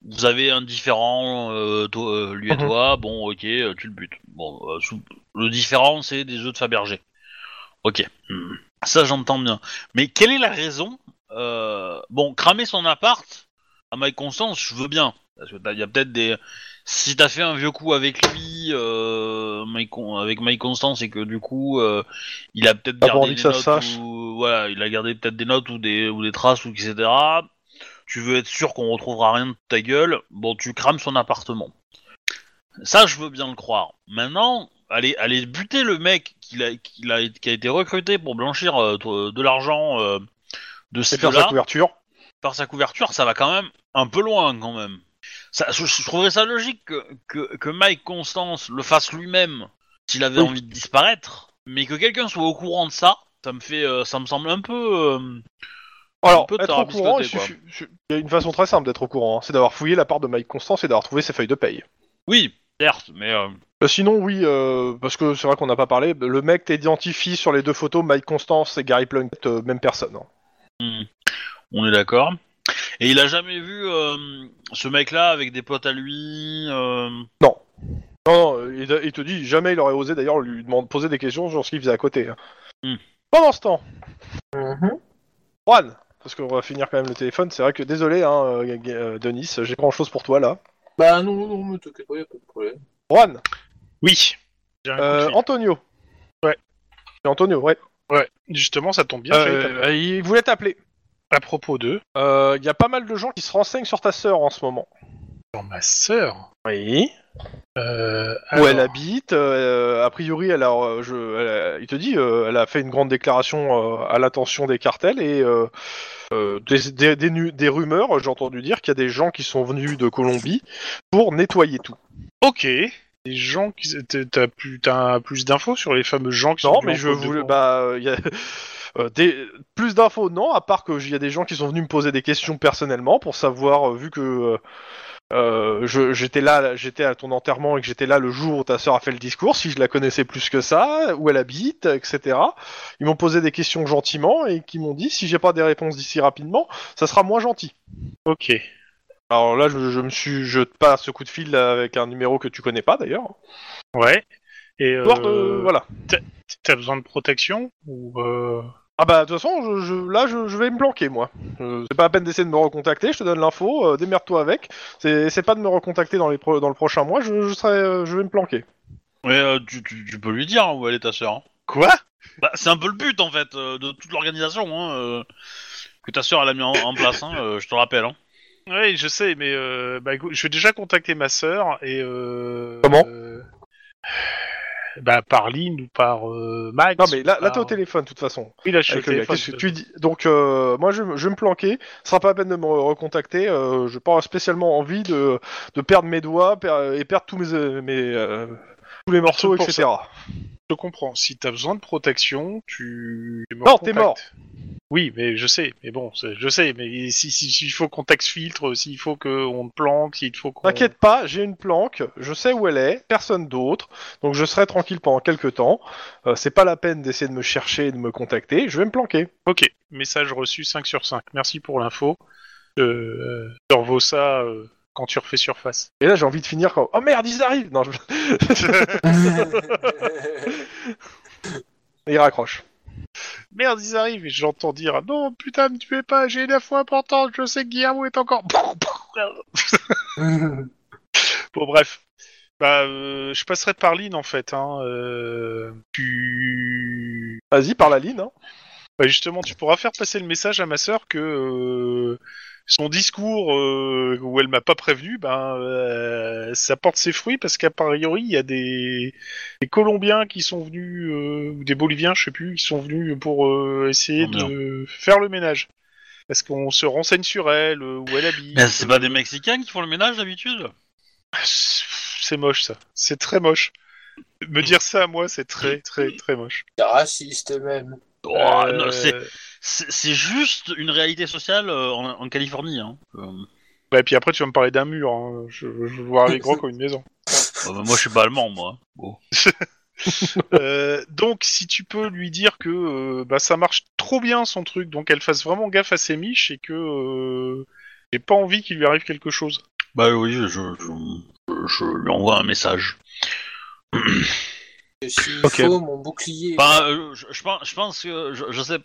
Speaker 1: vous avez un différent, euh, toi- euh, lui et
Speaker 2: Mhm.
Speaker 1: toi. Bon, ok, euh, tu le butes. Bon, euh, sous- le différent, c'est des œufs de Fabergé. Ok. Hmm. Ça, j'entends bien. Mais quelle est la raison euh, Bon, cramer son appart, à Mike Constance, je veux bien. Parce que t'as- il y a peut-être des... Si t'as fait un vieux coup avec lui, euh, Mike Con- avec Mike Constance, et que du coup, euh, il a peut-être
Speaker 2: Ah, pour
Speaker 1: gardé
Speaker 2: envie
Speaker 1: des
Speaker 2: que ça
Speaker 1: notes
Speaker 2: se sache.
Speaker 1: ou- voilà, il a gardé peut-être des notes ou des, ou des traces ou etc. Tu veux être sûr qu'on retrouvera rien de ta gueule. Bon, tu crames son appartement. Ça, je veux bien le croire. Maintenant, allez, allez buter le mec qui a, qui a été recruté pour blanchir euh, to- de l'argent euh, de
Speaker 2: C'est
Speaker 1: ces
Speaker 2: faire sa
Speaker 1: deux-là,
Speaker 2: couverture.
Speaker 1: par sa couverture, ça va quand même un peu loin quand même. Ça, je, je trouverais ça logique que, que, que Mike Constance le fasse lui-même s'il avait
Speaker 2: Oui.
Speaker 1: envie de disparaître, mais que quelqu'un soit au courant de ça, ça me fait, euh, ça me semble un peu. euh,
Speaker 2: Alors,
Speaker 1: un peu de
Speaker 2: être au courant, il,
Speaker 1: tarabiscoté, quoi.
Speaker 2: suffit- su- il y a une façon très simple d'être au courant, hein, c'est d'avoir fouillé l'appart de Mike Constance et d'avoir trouvé ses feuilles de paye.
Speaker 1: Oui, certes, mais euh,
Speaker 2: Euh, sinon, oui, euh, parce que c'est vrai qu'on n'a pas parlé, le mec t'identifie sur les deux photos, Mike Constance et Gary Plunkett, euh, même personne. hein.
Speaker 1: hmm, on est d'accord. Et il a jamais vu euh, ce mec-là avec des potes à lui. euh,
Speaker 2: Non, non, il, il te dit, jamais il aurait osé d'ailleurs lui demander, poser des questions sur ce qu'il faisait à côté. hein.
Speaker 1: Hmm.
Speaker 2: Pendant ce temps,
Speaker 3: Mhm.
Speaker 2: Juan, parce qu'on va finir quand même le téléphone, c'est vrai que désolé, hein, euh, G- G- euh, Denis, j'ai pas grand chose pour toi là.
Speaker 3: Bah non, non, mais t'inquiète pas, y a pas de problème.
Speaker 2: Juan,
Speaker 4: Oui. J'ai un coup de
Speaker 2: euh,
Speaker 4: fil.
Speaker 2: Antonio.
Speaker 4: Ah, Ouais.
Speaker 2: C'est Antonio, ouais.
Speaker 4: Ouais. Justement, ça tombe bien. j'allais t'appeler.
Speaker 2: Euh, il voulait t'appeler. Euh,
Speaker 4: À propos de
Speaker 2: Il y a pas mal de gens qui se renseignent sur ta sœur en ce moment.
Speaker 4: Sur ma sœur.
Speaker 2: Oui.
Speaker 4: Euh,
Speaker 2: Où
Speaker 4: alors,
Speaker 2: elle habite. euh, a priori, elle a, euh, je- elle a- il te dit, euh, elle a fait une grande déclaration euh, à l'attention des cartels et euh, euh, des, des- des nu- des rumeurs, j'ai entendu dire qu'il y a des gens qui sont venus de Colombie pour nettoyer tout.
Speaker 4: Ok. Des gens qui. t'as- T'as plus, t'as plus d'infos sur les fameux gens qui
Speaker 2: Non,
Speaker 4: sont
Speaker 2: mais
Speaker 4: venus
Speaker 2: je
Speaker 4: en Côte
Speaker 2: voulais.
Speaker 4: d'Or
Speaker 2: Bah, euh, y a- euh, des... Plus d'infos, non, à part qu'il y a des gens qui sont venus me poser des questions personnellement pour savoir, euh, vu que euh, euh, je- j'étais là, j'étais à ton enterrement et que j'étais là le jour où ta sœur a fait le discours, si je la connaissais plus que ça, où elle habite, etc. Ils m'ont posé des questions gentiment et qui m'ont dit si j'ai pas des réponses d'ici rapidement, ça sera moins gentil.
Speaker 4: Ok.
Speaker 2: Alors là, je, je me suis. Je te passe ce coup de fil avec un numéro que tu connais pas d'ailleurs.
Speaker 4: Ouais. Et euh,
Speaker 2: Histoire de- Voilà.
Speaker 4: t'as besoin de protection ou euh,
Speaker 2: Ah bah de toute façon, je, je- là je, je vais me planquer moi. Euh, c'est pas à peine d'essayer de me recontacter, je te donne l'info, euh, démerde-toi avec. C'est c'est pas de me recontacter dans, les pro- dans le prochain mois, je, je, serai, euh, je vais me planquer.
Speaker 1: mais, euh, tu, tu- tu peux lui dire où elle est ta sœur. hein.
Speaker 4: Quoi
Speaker 1: Bah, c'est un peu le but en fait euh, de toute l'organisation hein, euh, que ta sœur elle a mis en, en place. hein, euh, je te rappelle. Hein.
Speaker 4: Oui, je sais, mais euh, bah, écoute, je vais déjà contacter ma sœur et. Euh,
Speaker 2: Comment
Speaker 4: euh, Bah par Lynn ou par euh, Max.
Speaker 2: Non mais là, là
Speaker 4: par-
Speaker 2: t'es au téléphone de toute façon.
Speaker 4: Oui, là je suis au
Speaker 2: Avec le gars,
Speaker 4: téléphone.
Speaker 2: qu'est-ce que tu dis Donc euh, moi je, vais me- je vais me planquer, ce sera pas à peine de me recontacter, euh, je pas spécialement envie de, de perdre mes doigts per- et perdre tous mes, euh, mes, euh, tous les morceaux,
Speaker 4: Pour ça.
Speaker 2: etc.
Speaker 4: Je comprends. Si t'as besoin de protection, tu. tu me
Speaker 2: Non, t'es
Speaker 4: recontactes.
Speaker 2: mort.
Speaker 4: Oui, mais je sais. Mais bon, c'est- je sais. Mais si si- s'il faut qu'on taxe filtre, s'il faut qu'on te planque, s'il faut qu'on.
Speaker 2: T'inquiète pas, j'ai une planque, je sais où elle est, personne d'autre, donc je serai tranquille pendant quelques temps. Euh, c'est pas la peine d'essayer de me chercher et de me contacter, je vais me planquer.
Speaker 4: Ok. Message reçu 5 sur 5. Merci pour l'info. Euh, je te revaut ça euh, quand tu refais surface.
Speaker 2: Et là j'ai envie de finir quand... Oh merde, ils arrivent Non, je... Et il raccroche.
Speaker 4: Merde, ils arrivent et j'entends dire Non, putain, me tuez pas, j'ai une info importante, je sais que Guillermo est encore. Bon, bref. Bah, euh, je passerai par Lynn en fait. Hein. Euh, tu.
Speaker 2: Vas-y, par la ligne. Hein.
Speaker 4: Bah, justement, tu pourras faire passer le message à ma sœur que euh, son discours euh, où elle m'a pas prévenu, ben, euh, ça porte ses fruits parce qu'à priori, il y a des, des Colombiens qui sont venus, euh, ou des Boliviens, je sais plus, qui sont venus pour euh, essayer
Speaker 1: Oh, merde.
Speaker 4: de faire le ménage. Parce qu'on se renseigne sur elle, euh, où elle habite.
Speaker 1: Mais c'est pas des Mexicains qui font le ménage d'habitude
Speaker 4: C'est moche ça. C'est très moche. Me dire ça à moi, c'est très très très moche.
Speaker 3: C'est raciste même.
Speaker 1: Oh,
Speaker 4: Euh,
Speaker 1: non, c'est- C'est c'est juste une réalité sociale euh, en, en Californie. Hein. Euh,
Speaker 4: Bah, et puis après, tu vas me parler d'un mur. hein. Je, je veux voir les gros comme une maison.
Speaker 1: bah, bah, moi, je suis pas allemand, moi. Bon.
Speaker 4: Euh, donc, si tu peux lui dire que euh, bah, ça marche trop bien son truc, donc elle fasse vraiment gaffe à ses miches et que euh, j'ai pas envie qu'il lui arrive quelque chose.
Speaker 1: Bah oui, je, je, je- je lui envoie un message.
Speaker 3: Je suis
Speaker 2: Ok.
Speaker 3: faux, mon bouclier.
Speaker 1: Bah, euh, je, je pense, je pense que je, je sais.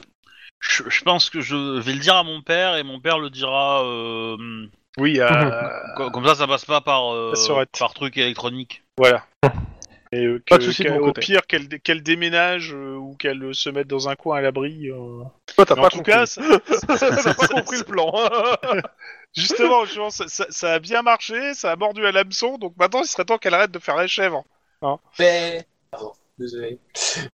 Speaker 1: Je, je pense que je vais le dire à mon père et mon père le dira. euh,
Speaker 4: Oui,
Speaker 2: Mhm.
Speaker 1: co- comme ça, ça passe pas par euh,
Speaker 4: La sœurette.
Speaker 1: par truc électronique.
Speaker 4: voilà. Et euh,
Speaker 2: Pas de
Speaker 4: que-
Speaker 2: souci de
Speaker 4: qu'elle-
Speaker 2: mon
Speaker 4: au
Speaker 2: côté.
Speaker 4: pire, qu'elle qu'elle déménage euh, ou qu'elle euh, se mette dans un coin à l'abri. euh.
Speaker 2: Toi, t'as
Speaker 4: Mais
Speaker 2: pas,
Speaker 4: En tout
Speaker 2: compris.
Speaker 4: cas, ça-
Speaker 2: t'as pas compris le plan.
Speaker 4: justement, justement, ça, ça- ça a bien marché, ça a mordu à l'hameçon, donc maintenant il serait temps qu'elle arrête de faire la chèvre.
Speaker 3: Mais... désolé.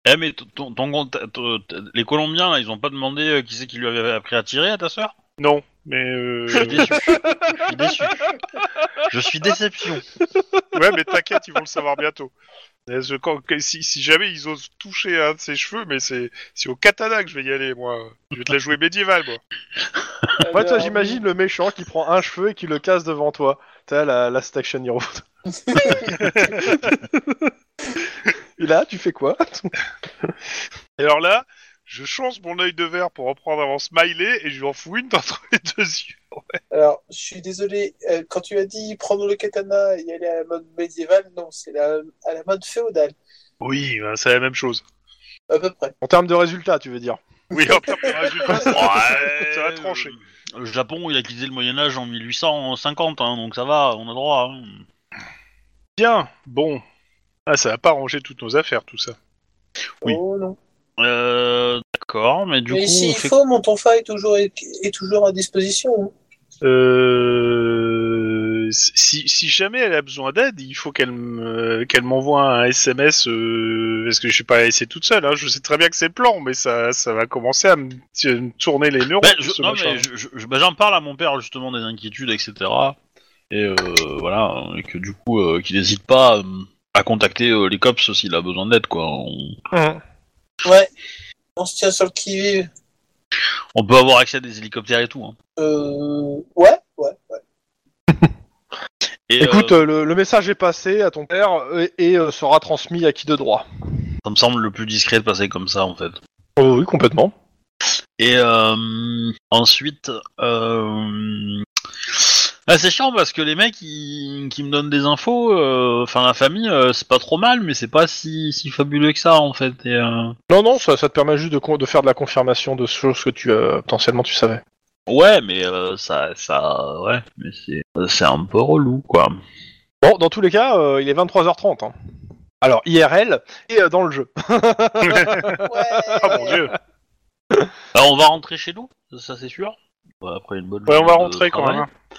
Speaker 1: Eh, mais ton- ton- ton compte- ton- ton- les Colombiens, là, ils ont pas demandé euh, qui c'est qui lui avait appris à tirer à ta sœur
Speaker 4: Non, mais. euh,
Speaker 1: Je suis déçu. Je suis déçu. Je suis déception.
Speaker 4: ouais, mais t'inquiète, ils vont le savoir bientôt. Parce que quand- que- si, si jamais ils osent toucher à un de ses cheveux, mais c'est c'est au katana que je vais y aller, moi. Je vais te la jouer médiévale, moi.
Speaker 2: Moi, toi, j'imagine le méchant qui prend un cheveu et qui le casse devant toi. T'as la, la Station Hero. et là, tu fais quoi
Speaker 4: Et alors là, je change mon œil de verre pour reprendre avant smiley et je lui en fous une entre les deux yeux.
Speaker 3: Alors, je suis désolé, euh, quand tu as dit prendre le katana et aller à la mode médiévale, non, c'est la- à la mode féodale,
Speaker 4: Oui, ben, c'est la même chose.
Speaker 3: à peu près.
Speaker 2: En termes de résultats, tu veux dire
Speaker 4: Oui, en termes de résultat, ça
Speaker 1: Ouais,
Speaker 4: ça va trancher.
Speaker 1: euh, Le Japon, il a quitté le Moyen-Âge en 1850, hein, donc ça va, on a droit. hein.
Speaker 4: Bien, bon. Ah, ça va pas ranger toutes nos affaires, tout ça.
Speaker 1: Oui.
Speaker 3: Oh non.
Speaker 1: Euh, D'accord, mais du
Speaker 3: Mais
Speaker 1: coup, on
Speaker 3: s'il
Speaker 1: fait
Speaker 3: faut, mon tonfa est toujours, est, est toujours à disposition. hein.
Speaker 4: Euh, si, si jamais elle a besoin d'aide, il faut qu'elle me- qu'elle m'envoie un SMS euh, parce que je suis pas laissé toute seule. Hein. Je sais très bien que c'est plan, mais ça, ça va commencer à me, t- me tourner les neurones.
Speaker 1: Ben, je-
Speaker 4: ce
Speaker 1: non,
Speaker 4: machin.
Speaker 1: mais je- je- je- ben, j'en parle à mon père justement des inquiétudes, etc. Et euh, voilà, et que du coup, euh, qu'il n'hésite pas euh, à contacter euh, les cops s'il a besoin d'aide, quoi. On,
Speaker 2: Euh,
Speaker 3: Ouais, on se tient sur le qui-vive.
Speaker 1: on peut avoir accès à des hélicoptères et tout. hein.
Speaker 3: Euh, ouais, ouais, ouais.
Speaker 1: Et, euh,
Speaker 2: Écoute, euh, le, le message est passé à ton père euh, et, euh, sera transmis à qui de droit
Speaker 4: euh,
Speaker 1: ça me semble le plus discret de passer comme ça, en fait.
Speaker 2: Oh Oui, complètement.
Speaker 1: Et euh, ensuite, euh, ah, c'est chiant parce que les mecs qui, qui me donnent des infos, euh, enfin la famille, euh, c'est pas trop mal, mais c'est pas si, si fabuleux que ça, en fait. Et, euh,
Speaker 2: Non, non, ça, ça te permet juste de, con- de faire de la confirmation de choses que tu euh, potentiellement tu savais.
Speaker 1: Ouais, mais euh, ça, ça, ouais, mais c'est, euh, c'est un peu relou, quoi.
Speaker 2: Bon, dans tous les cas, euh, il est 23h30. hein. Alors, IRL et euh, dans le jeu.
Speaker 4: Ah
Speaker 3: Euh,
Speaker 4: mon dieu.
Speaker 1: Alors, on va rentrer chez nous, ça c'est sûr. Ouais, Après une bonne
Speaker 4: Ouais, on
Speaker 1: journée
Speaker 4: va
Speaker 1: de
Speaker 4: rentrer quand
Speaker 1: travail.
Speaker 4: même. hein.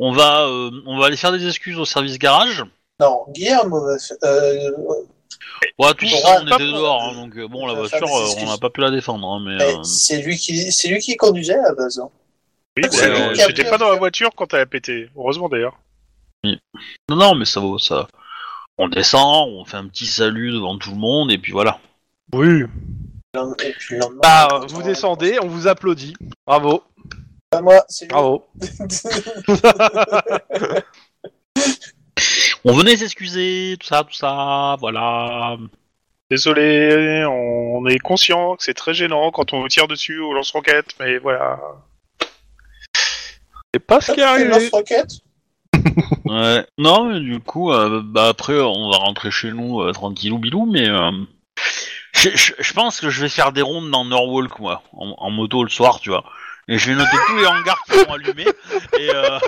Speaker 1: On va, euh, on va aller faire des excuses au service garage.
Speaker 3: Non, Guillermo va faire- euh,
Speaker 1: Ouais, tout
Speaker 3: On
Speaker 1: ça,
Speaker 3: va
Speaker 1: on
Speaker 3: pas
Speaker 1: était
Speaker 3: prendre-
Speaker 1: dehors, hein, donc euh, bon, la
Speaker 3: on va
Speaker 1: voiture,
Speaker 3: faire des
Speaker 1: euh, on
Speaker 3: excuses.
Speaker 1: n'a pas pu la défendre, hein, mais.
Speaker 3: eh,
Speaker 1: euh,
Speaker 3: c'est lui qui, c'est lui qui conduisait à la base. hein.
Speaker 4: Oui,
Speaker 1: C'est
Speaker 4: ouais,
Speaker 1: lui
Speaker 4: ouais,
Speaker 1: qui a
Speaker 4: j'étais
Speaker 3: pris
Speaker 4: pas
Speaker 3: un
Speaker 4: dans la
Speaker 3: fer.
Speaker 4: voiture quand elle a pété. Heureusement d'ailleurs.
Speaker 1: Non, non, mais ça vaut ça. On descend, on fait un petit salut devant tout le monde, et puis voilà.
Speaker 2: Oui.
Speaker 3: Et puis le lendemain,
Speaker 2: Bah,
Speaker 3: on
Speaker 2: euh, vous
Speaker 3: rentre.
Speaker 2: descendez, on vous applaudit. Bravo,
Speaker 3: Pas moi, c'est lui.
Speaker 2: bravo.
Speaker 1: On venait s'excuser, tout ça, tout ça, voilà.
Speaker 4: Désolé, on est conscient que c'est très gênant quand on vous tire dessus au lance-roquette, mais voilà.
Speaker 2: C'est pas ce qui est
Speaker 3: Il lance
Speaker 2: arrivé.
Speaker 3: roquette.
Speaker 1: Ouais. Non, mais du coup, euh, bah, après, on va rentrer chez nous euh, tranquillou bilou, mais euh, je, je- je pense que je vais faire des rondes dans Norwalk, moi, en, en moto le soir, tu vois. Et je vais noter tous les hangars qui sont allumés. Et euh,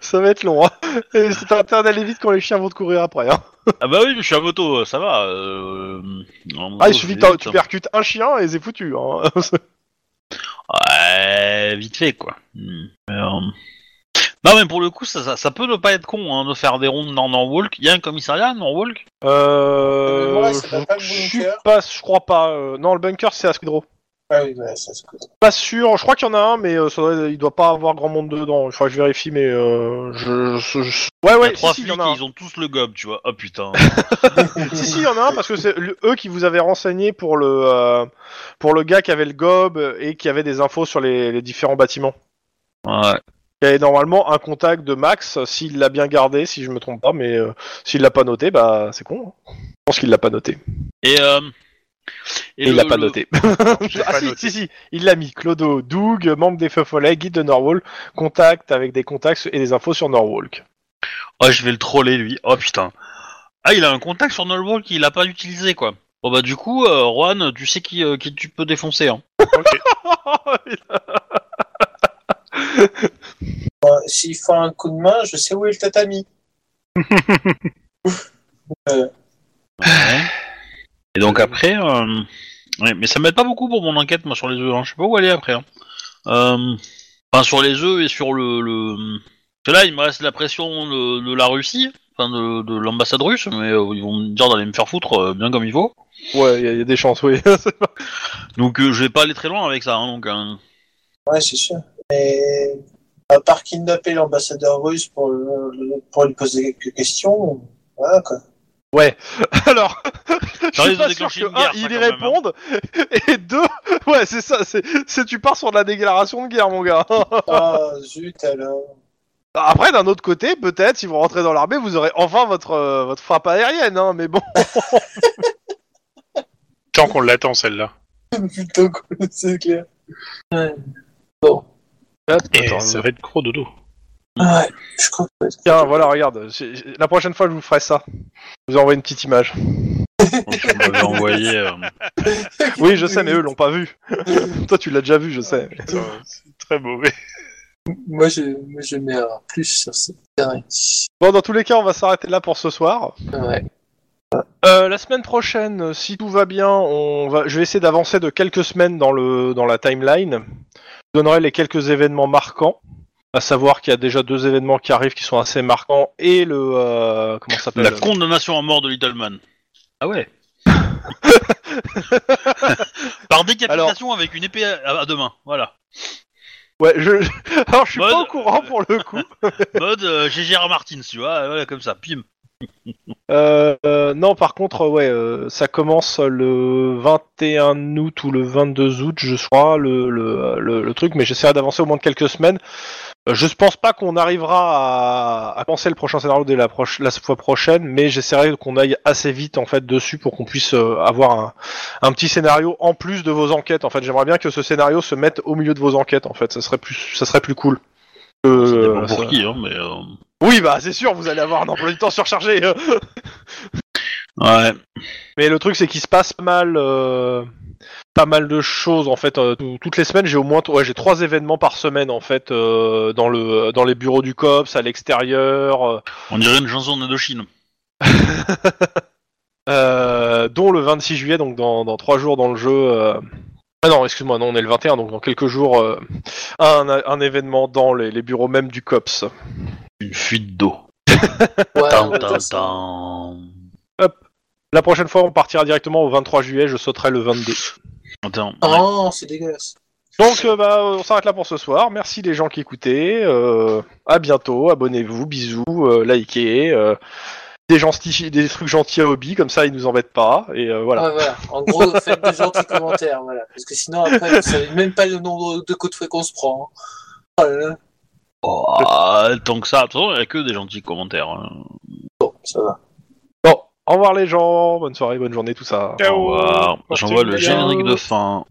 Speaker 2: Ça va être long. Hein. Et C'est intérêt d'aller vite quand les chiens vont te courir après. hein.
Speaker 1: ah bah oui, mais je suis à moto, ça va. euh, en moto,
Speaker 2: Ah, il
Speaker 1: c'est
Speaker 2: suffit que t'en-
Speaker 1: vite,
Speaker 2: tu
Speaker 1: hein.
Speaker 2: percutes un chien et c'est foutu. Hein.
Speaker 1: hein. Ouais, vite fait, quoi. Hmm. Mais, euh, Non, mais pour le coup, ça, ça, ça peut ne pas être con hein, de faire des rondes dans Norwalk. Il y a un commissariat à Norwalk
Speaker 2: Euh,
Speaker 3: Mais moi, ça va pas le
Speaker 2: je suis
Speaker 3: bunker.
Speaker 2: pas, je crois pas. euh, non, le bunker c'est à Skid Row.
Speaker 3: Ah oui, bah, ça se coûte.
Speaker 2: Pas sûr. Je crois qu'il y en a un, mais euh, ça doit- il doit pas avoir grand monde dedans. Il faudra que je vérifie, mais euh, je, je- je-
Speaker 1: Il
Speaker 2: Ouais,
Speaker 1: y
Speaker 2: ouais.
Speaker 1: a trois
Speaker 2: si, si, il y
Speaker 1: flics
Speaker 2: en a
Speaker 1: et
Speaker 2: un.
Speaker 1: ils ont tous le gob, tu vois. Oh putain.
Speaker 2: si, si, il y en a un parce que c'est le- eux qui vous avaient renseigné pour le euh, pour le gars qui avait le gob et qui avait des infos sur les, les différents bâtiments.
Speaker 1: ouais.
Speaker 2: Il y avait normalement un contact de Max euh, s'il l'a bien gardé, si je me trompe pas, mais euh, s'il l'a pas noté, bah c'est con. hein. Je pense qu'il l'a pas noté.
Speaker 1: Et, euh,
Speaker 2: Et il
Speaker 1: le-
Speaker 2: l'a pas
Speaker 1: le-
Speaker 2: noté.
Speaker 4: Je l'ai
Speaker 2: ah
Speaker 4: pas
Speaker 2: si,
Speaker 4: noté.
Speaker 2: si, si, il l'a mis. Clodo, Doug, membre des Feux Follets, guide de Norwalk, contact avec des contacts et des infos sur Norwalk.
Speaker 1: Oh, je vais le troller lui. Oh putain. Ah, il a un contact sur Norwalk qu'il a pas utilisé, quoi. Bon bah du coup, euh, Juan, tu sais qui, euh, qui tu peux défoncer. Hein.
Speaker 4: Ok.
Speaker 3: Enfin, Euh, S'il faut un coup de main, je sais où est le tatami.
Speaker 1: Et donc après, euh, ouais, mais ça m'aide pas beaucoup pour mon enquête, moi, sur les œufs. hein. Je sais pas où aller après. hein. Euh, Enfin, sur les œufs et sur le. le... Parce que Là, il me reste la pression de, de la Russie, enfin de, de l'ambassade russe, mais euh, ils vont me dire d'aller me faire foutre euh, bien comme il faut.
Speaker 2: Ouais, il y, a- y a des chances, oui. C'est pas-
Speaker 1: Donc euh, je vais pas aller très loin avec ça. hein, donc hein.
Speaker 3: Ouais, c'est sûr. Mais à part kidnapper l'ambassadeur russe pour, le- pour lui poser quelques questions, voilà quoi.
Speaker 2: Alors, je suis
Speaker 1: risque de
Speaker 2: pas sûr
Speaker 1: déclencher
Speaker 2: que,
Speaker 1: une guerre, ça,
Speaker 2: un, ils y
Speaker 1: quand même, hein.
Speaker 2: répondent, et deux, ouais, c'est ça, c'est c'est- tu pars sur de la déclaration de guerre, mon gars.
Speaker 3: Ah, zut alors.
Speaker 2: Après, d'un autre côté, peut-être, si vous rentrez dans l'armée, vous aurez enfin votre, euh, votre frappe aérienne, hein, mais bon.
Speaker 4: Tant qu'on l'attend, celle-là.
Speaker 3: Plutôt cool, c'est clair. Ouais.
Speaker 4: Et
Speaker 2: Attends,
Speaker 4: ça va être gros dodo.
Speaker 3: Ouais, je crois que
Speaker 2: Tiens, voilà, regarde, j'ai- j'ai- la prochaine fois, je vous ferai ça. Je vous ai envoyé une petite image.
Speaker 1: Donc, je m'avais envoyé. euh,
Speaker 2: Oui, je sais, mais eux l'ont pas vu. Toi, tu l'as déjà vu, je sais.
Speaker 4: Putain, C'est très mauvais.
Speaker 3: Moi, je, moi, je mets un plus sur ce terrain.
Speaker 2: Bon, dans tous les cas, on va s'arrêter là pour ce soir.
Speaker 3: Ouais.
Speaker 2: Euh, la semaine prochaine, si tout va bien, on va... je vais essayer d'avancer de quelques semaines dans, le... dans la timeline. Je donnerai les quelques événements marquants, à savoir qu'il y a déjà deux événements qui arrivent qui sont assez marquants et le euh, comment ça s'appelle
Speaker 1: la condamnation à mort de Littleman. Ah ouais. Par décapitation avec une épée à, à deux mains. Voilà.
Speaker 2: Ouais, je... alors je suis pas
Speaker 1: Mode-
Speaker 2: au courant pour le coup.
Speaker 1: Mode euh, GGR Martins, tu vois, voilà, comme ça, pim.
Speaker 2: Euh, euh, non, par contre, euh, ouais, euh, ça commence le 21 août ou le 22 août, je crois, le, le, le, le truc, mais j'essaierai d'avancer au moins de quelques semaines. Euh, Je pense pas qu'on arrivera à, à penser le prochain scénario dès la, proche, la fois prochaine, mais j'essaierai qu'on aille assez vite en fait dessus pour qu'on puisse euh, avoir un, un petit scénario en plus de vos enquêtes. En fait, j'aimerais bien que ce scénario se mette au milieu de vos enquêtes. En fait, ça serait plus, ça serait plus cool. Euh,
Speaker 1: Ça dépend pour
Speaker 2: ça-
Speaker 1: qui, hein, mais. euh,
Speaker 2: Oui, bah c'est sûr, vous allez avoir un emploi du temps surchargé. euh.
Speaker 1: Ouais.
Speaker 2: Mais le truc, c'est qu'il se passe pas mal, euh, pas mal de choses en fait. euh, tout- toutes les semaines, j'ai au moins, ouais, j'ai trois événements par semaine en fait euh, dans le, dans les bureaux du cops, à l'extérieur, euh,
Speaker 1: On dirait une chanson d'Indochine.
Speaker 2: euh, dont le 26 juillet, donc dans, dans trois jours dans le jeu. euh, Ah non, excuse-moi, non, on est le 21, donc dans quelques jours, euh, un, un événement dans les, les bureaux même du cops.
Speaker 1: Une fuite d'eau.
Speaker 3: Ouais, on
Speaker 1: Tan,
Speaker 3: va
Speaker 1: tan,
Speaker 3: dire ça.
Speaker 1: tan.
Speaker 2: La prochaine fois, on partira directement au 23 juillet. Je sauterai le 22.
Speaker 1: Attends, ouais.
Speaker 3: Oh, c'est dégueulasse.
Speaker 2: Donc euh, bah, on s'arrête là pour ce soir. Merci les gens qui écoutaient. Euh, à bientôt. Abonnez-vous. Bisous. euh, likez. euh, des, gens sti- des trucs gentils à hobby. Comme ça, ils nous embêtent pas. Et euh, voilà.
Speaker 3: Ouais, voilà. En gros, faites de gentils commentaires, voilà. Parce que sinon, après, vous savez même pas le nombre de coups de fouet qu'on se prend. hein. Oh là là.
Speaker 1: Oh, tant que ça, de toute façon, il n'y a que des gentils commentaires. hein.
Speaker 3: Bon, ça va.
Speaker 2: Bon. Au revoir les gens. Bonne soirée. Bonne journée. Tout ça.
Speaker 1: Au revoir. J'envoie le générique de fin.